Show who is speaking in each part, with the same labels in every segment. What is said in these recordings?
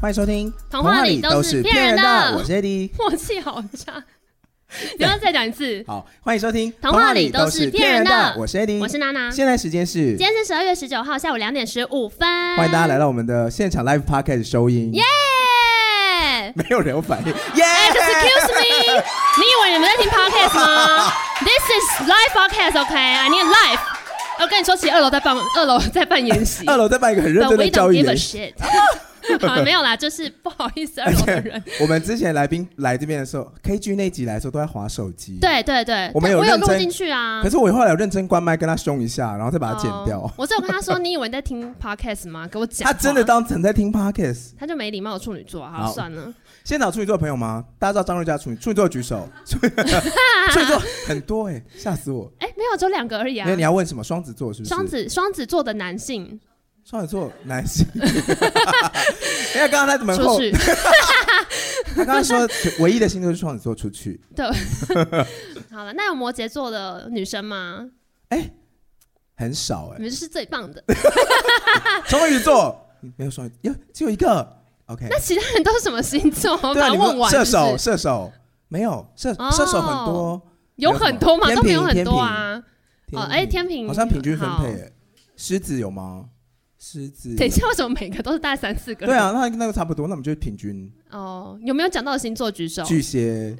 Speaker 1: 欢迎收听《
Speaker 2: 童话里都是骗人的
Speaker 1: 我是 AD。
Speaker 2: 默契好差。你要再讲一次。
Speaker 1: 好，欢迎收听《
Speaker 2: 童话里都是骗人的
Speaker 1: 我是 AD，
Speaker 2: 我是娜娜，今
Speaker 1: 现在时间是，
Speaker 2: 天是十二月十九号下午两点十五分。
Speaker 1: 欢迎大家来到我们的现场 live podcast 收音。 耶！
Speaker 2: 耶
Speaker 1: 没有人有 反应，耶！。
Speaker 2: 哎！Excuse me，你以为你们在听 podcast 吗？This is live podcast，OK？I、need live。我跟你说，其实二楼在办，二楼在办演习
Speaker 1: 二楼在办一个很认
Speaker 2: But
Speaker 1: 真
Speaker 2: we
Speaker 1: 的
Speaker 2: don't
Speaker 1: 教育
Speaker 2: give a
Speaker 1: 人，
Speaker 2: shit。好 没有啦，就是不好意思，二
Speaker 1: 而
Speaker 2: 楼 的
Speaker 1: 且
Speaker 2: 人。
Speaker 1: 我们之前来宾来这边的时候，KG 那集来的时候都在划手机。。
Speaker 2: 对对对，
Speaker 1: 我们有
Speaker 2: 我有
Speaker 1: 认
Speaker 2: 录
Speaker 1: 真
Speaker 2: 进去啊。
Speaker 1: 可是我后来有认真关麦跟他凶一下，然后再把它剪掉
Speaker 2: 哦。我只有跟他说，你以为你在听 podcast 吗？给我讲话。
Speaker 1: 他真的当成在听 podcast。
Speaker 2: 他就没礼貌的处女座，好
Speaker 1: 好
Speaker 2: 算了。
Speaker 1: 现场处女座的朋友吗？大家知道张瑞佳处女，处女座举手。 处女处女座很多哎，吓死我！
Speaker 2: 哎，没有，只有两个而已啊
Speaker 1: 因为。你要问什么？双子座是不是？
Speaker 2: 双子双子座的男性
Speaker 1: 双子座男性。 哎呀，刚刚他怎么
Speaker 2: 出
Speaker 1: 后？
Speaker 2: 去，
Speaker 1: 他刚刚说唯一的星座是双子座，出去。
Speaker 2: 好了，那有摩羯座的女生吗？
Speaker 1: 哎，很少哎
Speaker 2: 你。们是最棒 的。
Speaker 1: 双鱼座没有双鱼，哟，只有一个。OK，
Speaker 2: 那其他人都是什么星座？我
Speaker 1: 对啊，
Speaker 2: 把它
Speaker 1: 你
Speaker 2: 问
Speaker 1: 们
Speaker 2: 完。
Speaker 1: 射
Speaker 2: 是
Speaker 1: 手，
Speaker 2: 不是
Speaker 1: 射手没有射
Speaker 2: 哦
Speaker 1: 射手很多。
Speaker 2: 有很多吗？
Speaker 1: 天
Speaker 2: 都
Speaker 1: 平
Speaker 2: 没有很多啊。哦，哎，
Speaker 1: 平
Speaker 2: 天平
Speaker 1: 好像平均分配
Speaker 2: 好
Speaker 1: 哎。狮子有吗？狮子
Speaker 2: 等一下，为什么每个都是大概三四个？
Speaker 1: 对。啊，那那个差不多，那我们就平均。
Speaker 2: 哦，有没有讲到的星座举手？
Speaker 1: 巨蟹，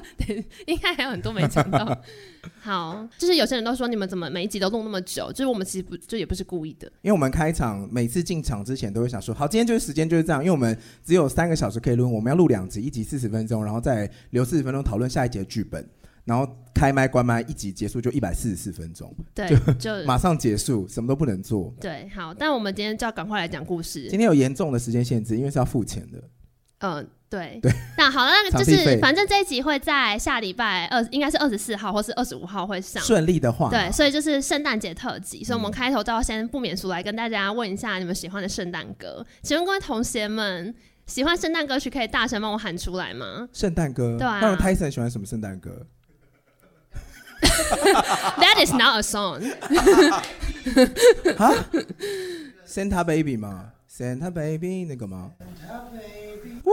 Speaker 2: 应该还有很多没讲到。 好，就是有些人都说你们怎么每一集都弄那么久？就是我们其实不就也不是故意的。
Speaker 1: 因为我们开场每次进场之前都会想说，好，今天就是时间就是这样，因为我们只有三个小时可以录，我们要录两集，一集四十分钟，然后再留四十分钟讨论下一节剧本，然后开麦关麦，一集结束就一百四十四分钟，
Speaker 2: 对，就
Speaker 1: 马上结束，什么都不能做。
Speaker 2: 对，好，但我们今天就要赶快来讲故事。
Speaker 1: 今天有严重的时间限制，因为是要付钱的。
Speaker 2: 嗯，对
Speaker 1: 对。
Speaker 2: 那好了，那
Speaker 1: 场
Speaker 2: 就
Speaker 1: 地费
Speaker 2: 是反正这一集会在下礼拜二，应该是二十四号或是二十五号会上。
Speaker 1: 顺利的话，
Speaker 2: 对，，所以就是圣诞节特辑，所以
Speaker 1: 嗯
Speaker 2: 我们开头就要先不免俗来跟大家问一下你们喜欢的圣诞歌。请问各位同学们，喜欢圣诞歌曲可以大声帮我喊出来吗
Speaker 1: 圣诞歌，
Speaker 2: 对啊
Speaker 1: 那 Tyson 喜欢什么圣诞歌？
Speaker 2: ？That is not a song。
Speaker 1: 啊？Santa Baby 吗？Santa Baby 那个吗？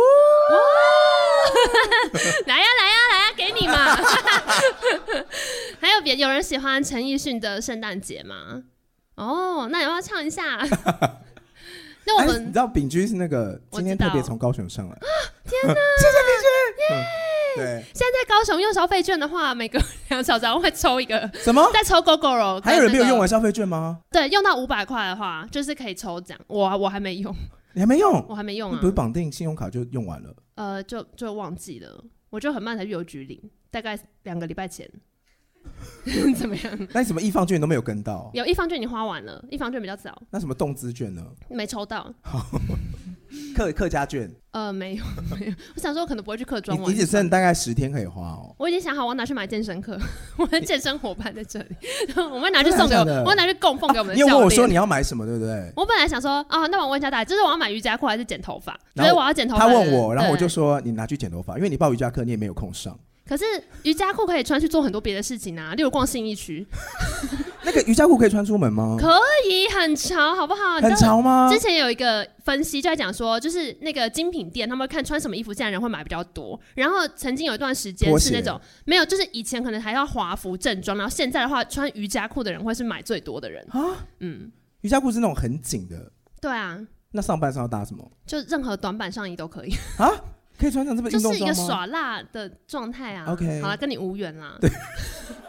Speaker 2: 来呀来呀来呀，给 你嘛！还有别有人喜欢陈奕迅的圣诞节吗？哦，那你要不要唱一下？ 那我
Speaker 1: 哎，
Speaker 2: 们
Speaker 1: 你知道炳居是那个
Speaker 2: 我
Speaker 1: 今天
Speaker 2: 知道啊
Speaker 1: 特别从高雄上来， 天哪，谢谢炳居，对，
Speaker 2: 现在在高雄用消费券的话，每隔两小时我会抽一个，
Speaker 1: 什么？
Speaker 2: 再抽 GoGoRo。
Speaker 1: 还有人没有用啊
Speaker 2: 完？
Speaker 1: 完消费券吗？
Speaker 2: 对，用到五百块的话，就是可以抽奖。我我还没用，
Speaker 1: 你还没用？
Speaker 2: 我还没用
Speaker 1: 你
Speaker 2: 啊
Speaker 1: 不是。绑定信用卡就用完了？
Speaker 2: 呃，就就忘记了，我就很慢才去邮局领，大概两个礼拜前。 怎么样？
Speaker 1: 那你什么易放券都没有跟 到？
Speaker 2: 有一方券已经花完了，一方券比较早，
Speaker 1: 那什么动资券呢？
Speaker 2: 没抽到。
Speaker 1: 客客家券，
Speaker 2: 呃，没有 没有，我想说我可能不会去客
Speaker 1: 你
Speaker 2: 庄玩
Speaker 1: 你。只剩大概十天可以花哦。
Speaker 2: 我已经想好我要拿去买健身 课，我的健身伙伴在这里， 我会拿去送给
Speaker 1: 真的假
Speaker 2: 我，
Speaker 1: 的
Speaker 2: 我会拿去供奉给我们的
Speaker 1: 因
Speaker 2: 教
Speaker 1: 为
Speaker 2: 练。
Speaker 1: 问我说你要买什么，对不对？
Speaker 2: 我本来想说啊，那我问一下大家，就是我要买瑜伽裤还是剪头发？
Speaker 1: 然
Speaker 2: 所
Speaker 1: 后
Speaker 2: 以我要剪头
Speaker 1: 他
Speaker 2: 发。
Speaker 1: 问我，然后我就
Speaker 2: 对。
Speaker 1: 说你拿去剪头发，因为你报瑜伽课你也没有空上。
Speaker 2: 可是瑜伽裤可以穿去做很多别的事情啊，例如逛信义区，
Speaker 1: 那个瑜伽裤可以穿出门吗？
Speaker 2: 可以很潮，好不好？你知
Speaker 1: 很
Speaker 2: 道。
Speaker 1: 潮吗？
Speaker 2: 之前有一个分析就在讲说，就是那个精品店，他们会看穿什么衣服，现在人会买比较多。然后曾经有一段时间
Speaker 1: 拖
Speaker 2: 是
Speaker 1: 鞋
Speaker 2: 那种没有，就是以前可能还要华服正装，然后现在的话，穿瑜伽裤的人会是买最多的人。
Speaker 1: 啊，
Speaker 2: 嗯，
Speaker 1: 瑜伽裤是那种很紧的，
Speaker 2: 对啊，
Speaker 1: 那上半身要搭什么？
Speaker 2: 就任何短版上衣都可以。
Speaker 1: 可以穿上这个
Speaker 2: 就
Speaker 1: 运动
Speaker 2: 是一个
Speaker 1: 装吗？
Speaker 2: 耍辣的状态啊。
Speaker 1: OK
Speaker 2: 好了，跟你无缘啦。对。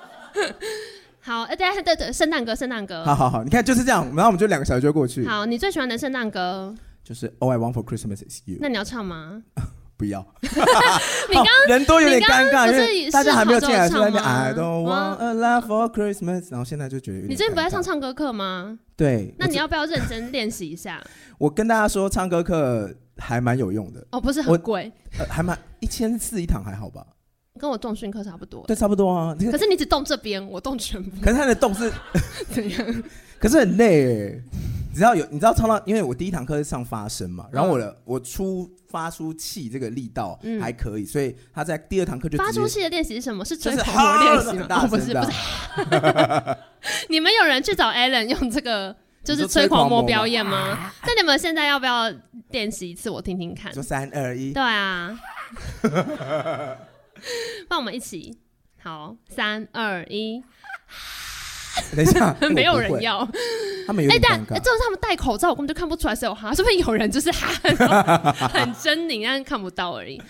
Speaker 2: 好，哎，大家对对，圣诞歌，圣诞歌。
Speaker 1: 好好好，你看就是这样，然后我们就两个小时就过去，
Speaker 2: 好你最喜欢的圣诞歌，
Speaker 1: 就是 All I Want for Christmas is You，
Speaker 2: 那你要唱吗？
Speaker 1: 不要。
Speaker 2: 你刚
Speaker 1: 好人多有点尴尬，
Speaker 2: 你刚刚
Speaker 1: 因
Speaker 2: 不是
Speaker 1: 为大家还没有进来，说在那边
Speaker 2: 试好
Speaker 1: I
Speaker 2: 之
Speaker 1: don't
Speaker 2: 后唱吗
Speaker 1: want a love for Christmas，然后现在就觉得有点
Speaker 2: 你最近不在上
Speaker 1: 尴尬？
Speaker 2: 唱歌课吗？
Speaker 1: 对，
Speaker 2: 那你
Speaker 1: 我
Speaker 2: 要不要认真练习 一下？
Speaker 1: 我跟大家说，唱歌课还蛮有用的，
Speaker 2: 哦，不是
Speaker 1: 我
Speaker 2: 很贵，
Speaker 1: 呃，还蛮一千四一堂还好吧？
Speaker 2: 跟我重训课差不多。
Speaker 1: 对，差不多啊。这个
Speaker 2: 可是你只动这边，我动全 部，
Speaker 1: 可是他的动是
Speaker 2: 怎样？
Speaker 1: 可是很累欸，你知道有你知道唱到，因为我第一堂课是上发声嘛，然后我的、我出发出气这个力道
Speaker 2: 嗯
Speaker 1: 还可以，所以他在第二堂课就直接
Speaker 2: 发出气的练习是什么？是
Speaker 1: 就
Speaker 2: 吹
Speaker 1: 是啊
Speaker 2: 口的练习
Speaker 1: 很
Speaker 2: 吗？
Speaker 1: 大
Speaker 2: 哦，不
Speaker 1: 声
Speaker 2: 是，
Speaker 1: 的
Speaker 2: 不是。你们有人去找 Alan 用这个就是
Speaker 1: 你说吹
Speaker 2: 狂
Speaker 1: 狂
Speaker 2: 魔
Speaker 1: 魔
Speaker 2: 表
Speaker 1: 吗
Speaker 2: 演吗？那你们现在要不要练习一次？我听听看
Speaker 1: 说。三二一，
Speaker 2: 对啊，那我们一起，好，三二 一，，
Speaker 1: 等一下
Speaker 2: 没有人
Speaker 1: 我不会，
Speaker 2: 要。
Speaker 1: 他们有
Speaker 2: 哎，
Speaker 1: 点
Speaker 2: 但
Speaker 1: 尴
Speaker 2: 哎，
Speaker 1: 尬。
Speaker 2: 就是他们戴口罩，我根本就看不出来是有哈， 是不是有人就是哈，然后很狰狞，但是看不到而已。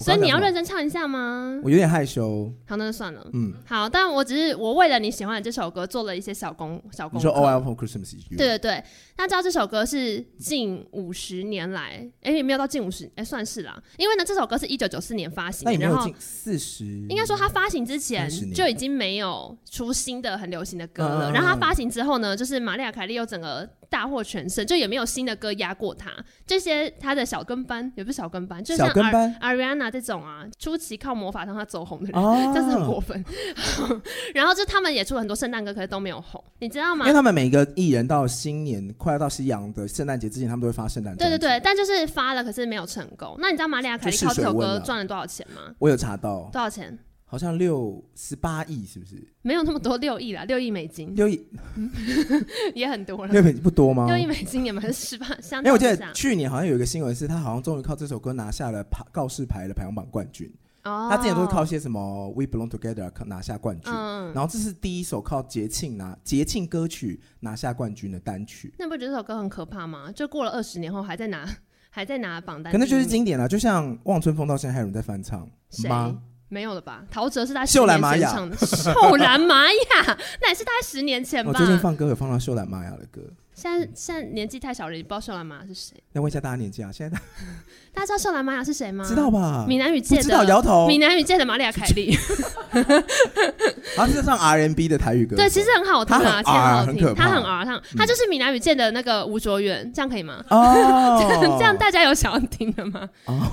Speaker 1: 我
Speaker 2: 所以
Speaker 1: 刚才
Speaker 2: 你要
Speaker 1: 什么
Speaker 2: 认真唱一下吗？
Speaker 1: 我有点害羞，
Speaker 2: 好，那就算了。
Speaker 1: 嗯，
Speaker 2: 好，但我只是我为了你喜欢的这首歌做了一些小功小
Speaker 1: 你
Speaker 2: 功
Speaker 1: 说哦 All I
Speaker 2: 课。
Speaker 1: Want for Christmas is You，
Speaker 2: 对，对对，那知道这首歌是近五十年来，哎，也没有到近五十，哎，算是啦，因为呢，这首歌是一九九四年发行
Speaker 1: 那
Speaker 2: 的，
Speaker 1: 有没
Speaker 2: 然
Speaker 1: 有
Speaker 2: 后
Speaker 1: 近四十？应
Speaker 2: 应该说它发行之前
Speaker 1: 30年
Speaker 2: 就已经没有出新的很流行的歌了，
Speaker 1: 嗯嗯嗯
Speaker 2: 然后它发行之后呢，就是玛丽亚凯莉又整个大获全胜，就也没有新的歌压过它。这些她的小跟班也不是小跟班，就像
Speaker 1: 小跟
Speaker 2: Ari-
Speaker 1: 班
Speaker 2: Ariana 这种啊，初期靠魔法让她走红的人。
Speaker 1: 哦，
Speaker 2: 这是很过分，然后就他们也出了很多圣诞歌，可是都没有红，你知道吗
Speaker 1: 因为？他们每个艺人到新年快要到西洋的圣诞节之前，他们都会发圣诞
Speaker 2: 对
Speaker 1: 专
Speaker 2: 对
Speaker 1: 辑。
Speaker 2: 对，但就是发了，可是没有成功。那你知道玛丽亚凯莉
Speaker 1: 就试
Speaker 2: 靠这首
Speaker 1: 水温
Speaker 2: 歌
Speaker 1: 了
Speaker 2: 赚了多少钱吗？
Speaker 1: 我有查到，
Speaker 2: 多少钱？
Speaker 1: 好像六十八亿，是不是？
Speaker 2: 没有那么多， 六亿啦，六亿美金
Speaker 1: 六亿
Speaker 2: 也很多了。
Speaker 1: 六亿不多吗？
Speaker 2: 六亿美金也蛮失败，相
Speaker 1: 因为我
Speaker 2: 当
Speaker 1: 记
Speaker 2: 之
Speaker 1: 得
Speaker 2: 下。
Speaker 1: 去年好像有一个新闻是，他好像终于靠这首歌拿下了排告示牌的排行榜冠军。
Speaker 2: 哦
Speaker 1: 他之前都是靠一些什么《We Belong Together》拿下冠军，
Speaker 2: 嗯，
Speaker 1: 然后这是第一首靠节庆拿节庆歌曲拿下冠军的单曲。
Speaker 2: 那不觉得这首歌很可怕吗？就过了二十年后还在拿，还在拿榜单
Speaker 1: 可
Speaker 2: 第一
Speaker 1: 能
Speaker 2: 名，
Speaker 1: 就是经典了，啊就像《望春风》到现在还有人在翻唱
Speaker 2: 谁
Speaker 1: 吗？
Speaker 2: 没有了吧？陶喆是他
Speaker 1: 秀兰玛雅
Speaker 2: 10年前唱的，秀兰玛雅，那也是大概十年前
Speaker 1: 我哦
Speaker 2: 吧。
Speaker 1: 最近放歌有放到秀兰玛雅的歌，
Speaker 2: 现在现在年纪太小了，也不知道秀兰玛雅是谁。
Speaker 1: 那问一下大家年纪啊，现在大
Speaker 2: 大家知道秀兰玛雅啊是谁吗？
Speaker 1: 家知道吧？
Speaker 2: 闽南语界
Speaker 1: 不
Speaker 2: 的
Speaker 1: 知道摇头，
Speaker 2: 闽南语界的玛丽亚凯 莉，
Speaker 1: 然后是唱 R&B 的台语歌手，
Speaker 2: 对，其实很好听
Speaker 1: 她很
Speaker 2: 啊，其实很好
Speaker 1: R，很
Speaker 2: 听，
Speaker 1: 可怕嗯
Speaker 2: 她很 R，她她就是闽南语界的那个吴卓源，这样可以吗？
Speaker 1: 哦
Speaker 2: ，这样大家有想要听的吗？
Speaker 1: 哦，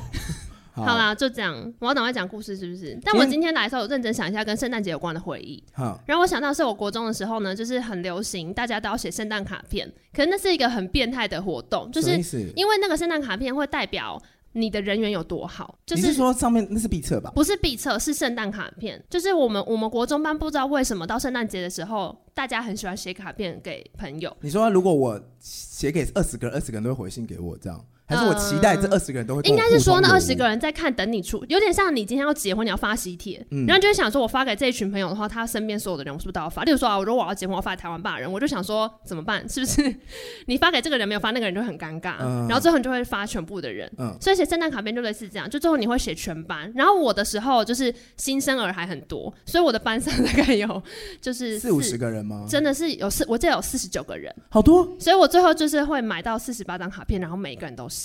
Speaker 2: 好，啦，就这样。我要赶快讲故事，是不是？
Speaker 1: 嗯
Speaker 2: 但我今天来的时候，我认真想一下跟圣诞节有关的回忆。
Speaker 1: 好，
Speaker 2: 然后我想到是我国中的时候呢，就是很流行，大家都要写圣诞卡片。可是那是一个很变态的活动，就
Speaker 1: 什么
Speaker 2: 是
Speaker 1: 意思
Speaker 2: 因为那个圣诞卡片会代表你的人缘有多好，就
Speaker 1: 你是说上面那是必测吧？
Speaker 2: 不是必测，是圣诞卡片。就是我们我们国中班不知道为什么到圣诞节的时候，大家很喜欢写卡片给朋友。
Speaker 1: 你说如果我写给二十个人，二十个人都会回信给我，这样还是我期待这二十个人都会跟
Speaker 2: 应
Speaker 1: 我
Speaker 2: 该是说那
Speaker 1: 互
Speaker 2: 二
Speaker 1: 通
Speaker 2: 十
Speaker 1: 有无
Speaker 2: 个人在看等你出，有点像你今天要结婚，你要发喜帖，
Speaker 1: 嗯
Speaker 2: 然后就会想说，我发给这一群朋友的话，他身边所有的人我是不是都要发？例如说啊，如果我要结婚，我要发给台湾霸人，我就想说怎么办？是不是 你发给这个人没有发，那个人就很尴尬，
Speaker 1: 嗯
Speaker 2: 然后最后你就会发全部的人。
Speaker 1: 嗯
Speaker 2: 所以写圣诞卡片就类似这样，就最后你会写全班。然后我的时候就是新生儿还很多，所以我的班上大概有就是
Speaker 1: 四五十，个人吗？
Speaker 2: 真的是有四，我记得有四十九个人，
Speaker 1: 好多，
Speaker 2: 所以我最后就是会买到四十八张卡片，然后每一个人都写。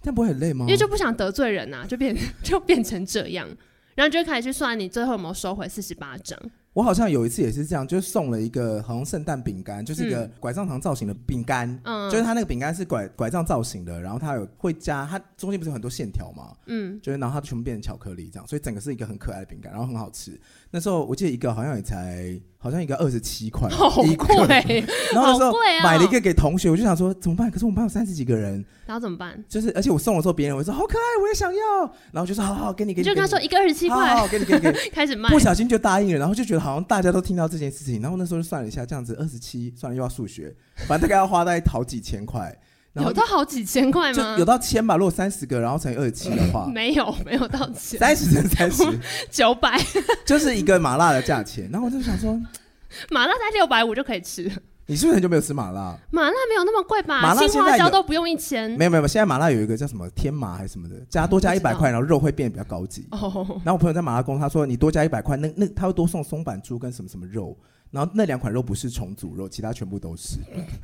Speaker 1: 这样不会很累吗？
Speaker 2: 因为就不想得罪人呐、就变 就变成这样，然后就会开始去算你最后有没有收回四十八张。
Speaker 1: 我好像有一次也是这样，就是送了一个好像圣诞饼干，就是一个拐杖糖造型的饼干，
Speaker 2: 嗯
Speaker 1: 就是它那个饼干是拐拐杖造型的，然后它有会加它中间不是有很多线条吗？
Speaker 2: 嗯，
Speaker 1: 就是然后它全部变成巧克力这样，所以整个是一个很可爱的饼干，然后很好吃。那时候我记得一个好像也才好像一个二十七块，
Speaker 2: 好
Speaker 1: 一个
Speaker 2: 贵，啊
Speaker 1: 然后那时候
Speaker 2: 好贵哦
Speaker 1: 买了一个给同学，我就想说怎么办？可是我们班有三十几个人，
Speaker 2: 然后怎么办？
Speaker 1: 就是而且我送的时候，别人会说好可爱，我也想要，然后就说好好好给你给
Speaker 2: 你
Speaker 1: 你，
Speaker 2: 就跟他说一个二十七
Speaker 1: 给你好
Speaker 2: 块
Speaker 1: 好给你给你给你，
Speaker 2: 开始卖
Speaker 1: 哦不，小心就答应了，然后就觉得好像大家都听到这件事情，然后那时候就算了一下，这样子二十七，算了又要数学，反正大概要花大概好几千块，然
Speaker 2: 有
Speaker 1: 后
Speaker 2: 到好几千块
Speaker 1: 就
Speaker 2: 吗？
Speaker 1: 有到千吧，如果三十个，然后乘以二十七的 话，
Speaker 2: 没有，没有到千
Speaker 1: 三十乘三十
Speaker 2: 九百，
Speaker 1: 就是一个麻辣的价钱。然后我就想说，
Speaker 2: 麻辣才六百五就可以吃了，
Speaker 1: 你是不是很久没有吃麻辣？
Speaker 2: 麻辣没有那么贵吧？
Speaker 1: 麻辣
Speaker 2: 青
Speaker 1: 现在
Speaker 2: 花椒
Speaker 1: 有
Speaker 2: 都不用一千
Speaker 1: 没有没有，现在麻辣有一个叫什么天麻还是什么的，加多加
Speaker 2: 嗯不
Speaker 1: 一
Speaker 2: 知道
Speaker 1: 百块，然后肉会变得比较高级。
Speaker 2: 哦。
Speaker 1: 然后我朋友在麻辣宫，他说你多加一百块，那那他会多送松板猪跟什么什么肉，然后那两款肉不是重组肉，其他全部都是。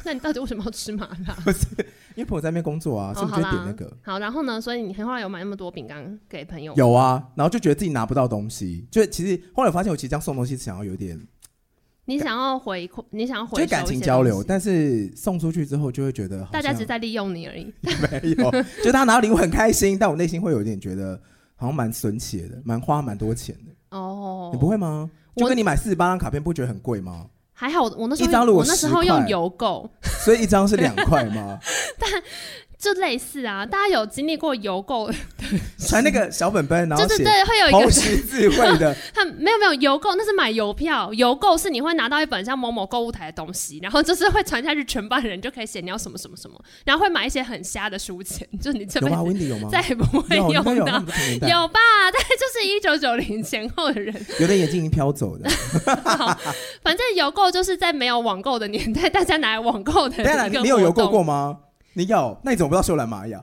Speaker 2: 那你到底为什么要吃麻辣？
Speaker 1: 因为朋友在那边工作啊，所
Speaker 2: 哦，
Speaker 1: 以我
Speaker 2: 好
Speaker 1: 们就会点
Speaker 2: 啦
Speaker 1: 那个。，
Speaker 2: 好，然后呢？所以你后来有买那么多饼干给朋友？
Speaker 1: 有啊，然后就觉得自己拿不到东西，就其实后来我发现我其实这样送东西是想要有点
Speaker 2: 你想要回馈，你想要
Speaker 1: 就
Speaker 2: 回
Speaker 1: 是
Speaker 2: 收
Speaker 1: 感
Speaker 2: 一
Speaker 1: 情
Speaker 2: 些
Speaker 1: 交
Speaker 2: 东
Speaker 1: 流，
Speaker 2: 西
Speaker 1: 但是送出去之后就会觉得好
Speaker 2: 大家
Speaker 1: 像
Speaker 2: 只是在利用你而已。
Speaker 1: 没有，就大家拿到礼物很开心，但我内心会有点觉得好像蛮损且的，蛮花蛮多钱的。
Speaker 2: 哦，
Speaker 1: 你不会吗？
Speaker 2: 我
Speaker 1: 就跟你买四十八张卡片，不觉得很贵 吗？
Speaker 2: 还好我，我那时候
Speaker 1: 一张如果
Speaker 2: 我那时候
Speaker 1: 10块
Speaker 2: 用邮购，
Speaker 1: 所以一张是两块吗？
Speaker 2: 就类似啊，大家有经历过邮购，
Speaker 1: 传那个小本本，然
Speaker 2: 对
Speaker 1: 后
Speaker 2: 对
Speaker 1: 写
Speaker 2: 对，会有一
Speaker 1: 投
Speaker 2: 个
Speaker 1: 石智慧的，
Speaker 2: 他没有没有邮购，那是买邮票。邮购是你会拿到一本像某某购物台的东西，然后就是会传下去，全班人就可以写你要什么什么什么，然后会买一些很瞎的书签，就你这
Speaker 1: 有
Speaker 2: 辈
Speaker 1: 吗
Speaker 2: 子
Speaker 1: ？Wendy 有吗？
Speaker 2: 再也不会
Speaker 1: 有，啊应该
Speaker 2: 用
Speaker 1: 有，那
Speaker 2: 到
Speaker 1: 不。同年代，
Speaker 2: 有吧？但就是一九九零前后的人，
Speaker 1: 有的眼睛已经飘走 的。
Speaker 2: 反正邮购就是在没有网购的年代，大家拿来网购的
Speaker 1: 当然，
Speaker 2: 一个
Speaker 1: 你有
Speaker 2: 活
Speaker 1: 邮购
Speaker 2: 动
Speaker 1: 过吗？你有，那你怎么不知道秀兰玛雅？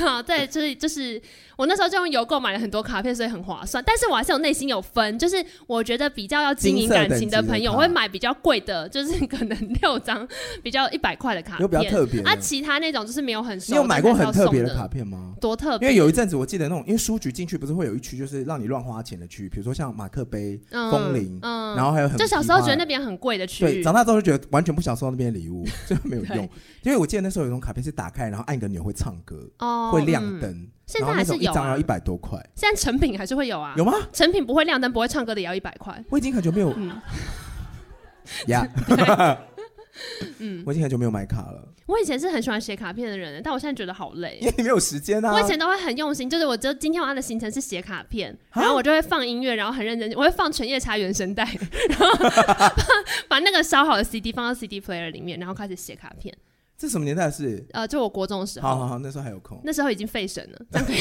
Speaker 2: 好，对，就是就是我那时候就用邮购买了很多卡片，所以很划算。但是我还是有内心有分，就是我觉得比较要经营
Speaker 1: 金色
Speaker 2: 感
Speaker 1: 等
Speaker 2: 情
Speaker 1: 级
Speaker 2: 的
Speaker 1: 的
Speaker 2: 朋友，
Speaker 1: 卡
Speaker 2: 我会买比较贵的，就是可能六张比较一百块的卡
Speaker 1: 有比较
Speaker 2: 片。
Speaker 1: 特别的
Speaker 2: 啊，其他那种就是没有很熟，
Speaker 1: 你有买过很特别
Speaker 2: 的
Speaker 1: 的卡，片吗？
Speaker 2: 多特
Speaker 1: 因
Speaker 2: 别？
Speaker 1: 为有一阵子，我记得那种，因为书局进去不是会有一区，就是让你乱花钱的区域，比如说像马克杯，
Speaker 2: 嗯
Speaker 1: 风铃
Speaker 2: 嗯
Speaker 1: 然后还有很
Speaker 2: 就小时候觉得那
Speaker 1: 批
Speaker 2: 边很贵的区
Speaker 1: 发的对，
Speaker 2: 域
Speaker 1: 长，大之后就觉得完全不想收到那边的礼物，这没有
Speaker 2: 对
Speaker 1: 用。因为我记得那时候有一种卡片是打开，然后按一个钮会唱歌，
Speaker 2: 哦
Speaker 1: 会亮
Speaker 2: 嗯
Speaker 1: 灯，
Speaker 2: 现在
Speaker 1: 然后
Speaker 2: 还
Speaker 1: 那
Speaker 2: 是
Speaker 1: 种一
Speaker 2: 有
Speaker 1: 张
Speaker 2: 啊
Speaker 1: 要一，百多块，
Speaker 2: 现在成品还是会有啊，
Speaker 1: 有吗？
Speaker 2: 成品不会亮灯，不会唱歌的也要一百块。
Speaker 1: 我已经很久没有
Speaker 2: 嗯，
Speaker 1: 呀，
Speaker 2: 嗯
Speaker 1: 我已经很久没有买卡了，
Speaker 2: 我以前是很喜欢写卡片的人，但我现在觉得好累
Speaker 1: 因。为你没有时间啊
Speaker 2: 我。以前都会很用心，就是我就今天晚上的行程是写卡片，
Speaker 1: 啊
Speaker 2: 然后我就会放音乐，然后很认真，我会放《犬夜叉》原声带， 然后把那个烧好的 CD 放到 CD player 里面，然后开始写卡片。
Speaker 1: 这什么年代的事？
Speaker 2: 呃，就我国中的时候，
Speaker 1: 好好好，那时候还有空。
Speaker 2: 那时候已经废神了，这样可以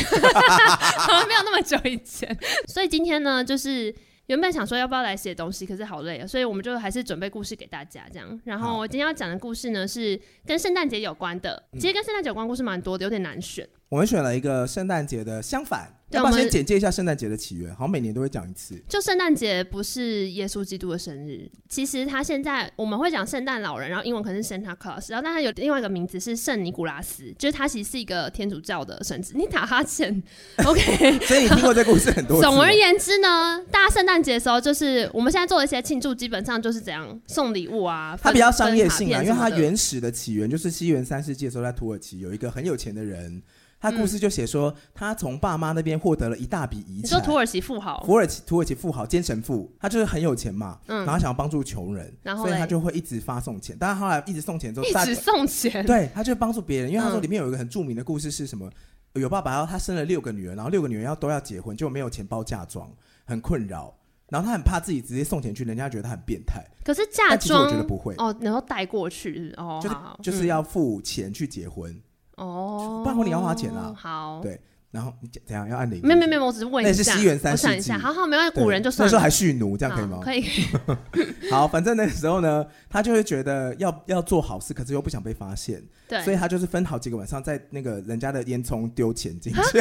Speaker 2: 没有那么久以前。所以今天呢，就是原本想说要不要来写东西，可是好累啊，所以我们就还是准备故事给大家这样。然后
Speaker 1: 好
Speaker 2: 我今天要讲的故事呢，是跟圣诞节有关的，其实跟圣诞节有关故事蛮多的，有点难选。
Speaker 1: 我们选了一个圣诞节的相反，
Speaker 2: 对
Speaker 1: 要不要
Speaker 2: 我们
Speaker 1: 先简介一下圣诞节的起源？好像每年都会讲一次。
Speaker 2: 就圣诞节不是耶稣基督的生日，其实他现在我们会讲圣诞老人，然后英文可能是 Santa Claus，然后但他有另外一个名字是圣尼古拉斯，就是他其实是一个天主教的神职。你打哈欠，OK。
Speaker 1: 所以你听过这故事很多 次吗。
Speaker 2: 总而言之呢，大家圣诞节的时候，就是我们现在做的一些庆祝，基本上就是怎样送礼物啊，
Speaker 1: 它
Speaker 2: 分
Speaker 1: 比较商业性啊，
Speaker 2: 分
Speaker 1: 因为
Speaker 2: 卡
Speaker 1: 它
Speaker 2: 片什么的
Speaker 1: 原始的起源就是西元三世纪的时候，在土耳其有一个很有钱的人，他故事就写说他从爸妈那边获得了一大笔遗
Speaker 2: 你说
Speaker 1: 产。
Speaker 2: 土耳其富豪
Speaker 1: 土耳其土耳其富豪奸臣富，他就是很有钱嘛，
Speaker 2: 嗯
Speaker 1: 然后想要帮助穷人，
Speaker 2: 然后
Speaker 1: 所以
Speaker 2: 嘞
Speaker 1: 他就会一直发送钱，但是后来一直送钱之后，
Speaker 2: 一
Speaker 1: 大
Speaker 2: 直送 钱，
Speaker 1: 对，他就帮助别人，因为他说
Speaker 2: 嗯
Speaker 1: 里面有一个很著名的故事是什么？有爸爸要他生了六个女儿，然后六个女儿要都要结婚，就没有钱包嫁妆，很困扰。然后他很怕自己直接送钱去，人家觉得他很变态。
Speaker 2: 可是嫁
Speaker 1: 但其实我
Speaker 2: 妆
Speaker 1: 觉得不会，
Speaker 2: 哦，然后带过去是不是哦，
Speaker 1: 就是
Speaker 2: 好好
Speaker 1: 就是要付钱去结婚。
Speaker 2: 嗯哦，
Speaker 1: 不然婚礼要花钱啦
Speaker 2: 好，
Speaker 1: 对然后你怎样要按铃？
Speaker 2: 没有没有没有，我只是问一
Speaker 1: 那
Speaker 2: 下，
Speaker 1: 是西元三
Speaker 2: 我
Speaker 1: 世纪
Speaker 2: 想一下，好好，没关系，
Speaker 1: 对，
Speaker 2: 古人就算
Speaker 1: 那时
Speaker 2: 了，
Speaker 1: 候还蓄奴，这样可以
Speaker 2: 好
Speaker 1: 吗？
Speaker 2: 可以，
Speaker 1: 好，反正那个时候呢，他就会觉得要要做好事，可是又不想被发现，所以
Speaker 2: 对，
Speaker 1: 他就是分好几个晚上，在那个人家的烟囱丢钱进 去，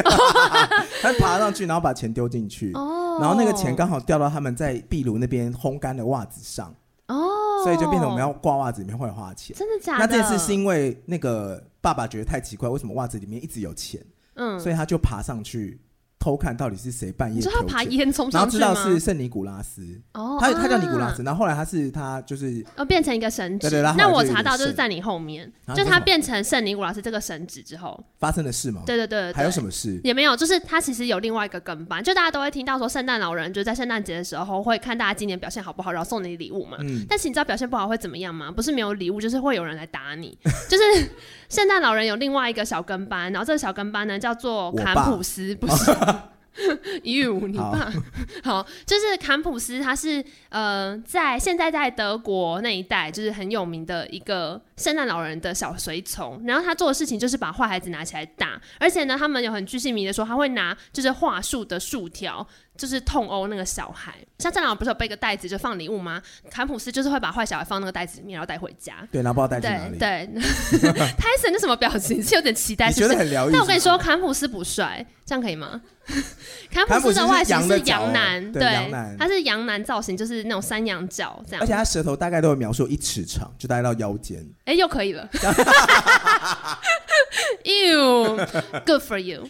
Speaker 1: 他爬上去，然后把钱丢进去。
Speaker 2: 哦
Speaker 1: 然后那个钱刚好掉到他们在壁炉那边烘干的袜子上，
Speaker 2: 哦，
Speaker 1: 所以就变成我们要挂袜子里面会花钱。
Speaker 2: 真的假
Speaker 1: 那
Speaker 2: 的？
Speaker 1: 这次是因为那个爸爸觉得太奇怪，为什么袜子里面一直有钱，
Speaker 2: 嗯，
Speaker 1: 所以他就爬上去偷看到底是谁半夜
Speaker 2: 你
Speaker 1: 偷
Speaker 2: 说他爬
Speaker 1: 钱，
Speaker 2: 烟囱
Speaker 1: 然
Speaker 2: 上
Speaker 1: 后
Speaker 2: 去
Speaker 1: 知
Speaker 2: 吗？
Speaker 1: 道是圣尼古拉斯，
Speaker 2: 哦，
Speaker 1: 他他叫尼古拉
Speaker 2: 啊
Speaker 1: 斯，然后后来他是他就是
Speaker 2: 哦，变成一个神职
Speaker 1: 对对然。后
Speaker 2: 那
Speaker 1: 后
Speaker 2: 我
Speaker 1: 来就有
Speaker 2: 查
Speaker 1: 点
Speaker 2: 到就是
Speaker 1: 圣
Speaker 2: 在你后面，
Speaker 1: 啊
Speaker 2: 就
Speaker 1: 为
Speaker 2: 他
Speaker 1: 什么
Speaker 2: 变成圣尼古拉斯这个神职之后，
Speaker 1: 发生的事嘛，
Speaker 2: 对对对，对
Speaker 1: 哦还有
Speaker 2: 对
Speaker 1: 什么事？
Speaker 2: 也没有，就是他其实有另外一个跟班，就大家都会听到说圣诞老人就是在圣诞节的时候会看大家今年表现好不好，然后送你礼物嘛。
Speaker 1: 嗯，
Speaker 2: 但是你知道表现不好会怎么样吗？不是没有礼物，就是会有人来 打你。就是圣诞老人有另外一个小跟班，然后这个小跟班呢叫做
Speaker 1: 我
Speaker 2: 坎
Speaker 1: 爸
Speaker 2: 普斯，不是 you 你爸。 好，就是坎普斯，他是呃在现在在德国那一带就是很有名的一个圣诞老人的小随从。然后他做的事情就是把坏孩子拿起来打，而且呢，他们有很具细迷的说，他会拿就是话术的竖条。就是痛殴那个小孩，像圣诞老人不是有背个袋子就放礼物吗？坎普斯就是会把坏小孩放那个袋子里面，然后带回家。
Speaker 1: 对，然后不知道带去哪
Speaker 2: 对
Speaker 1: 里，
Speaker 2: 对， 泰森那什么表情？是有点期待，
Speaker 1: 你
Speaker 2: 是
Speaker 1: 觉
Speaker 2: 不
Speaker 1: 得
Speaker 2: 是？
Speaker 1: 很疗愈。
Speaker 2: 但我跟你
Speaker 1: 哎是不
Speaker 2: 说，坎普斯不帅，这样可 以吗？坎
Speaker 1: 坎
Speaker 2: 普
Speaker 1: 普
Speaker 2: 斯
Speaker 1: 斯
Speaker 2: 的
Speaker 1: 是
Speaker 2: 外形
Speaker 1: 羊的
Speaker 2: 是
Speaker 1: 脚
Speaker 2: 羊男，
Speaker 1: 对羊男
Speaker 2: 他是羊男造型，就是那种山羊角这
Speaker 1: 是，
Speaker 2: 样
Speaker 1: 而。且他舌头大概都会描述一尺长，就大概到腰间。
Speaker 2: 哎、又可 以了。you，good for you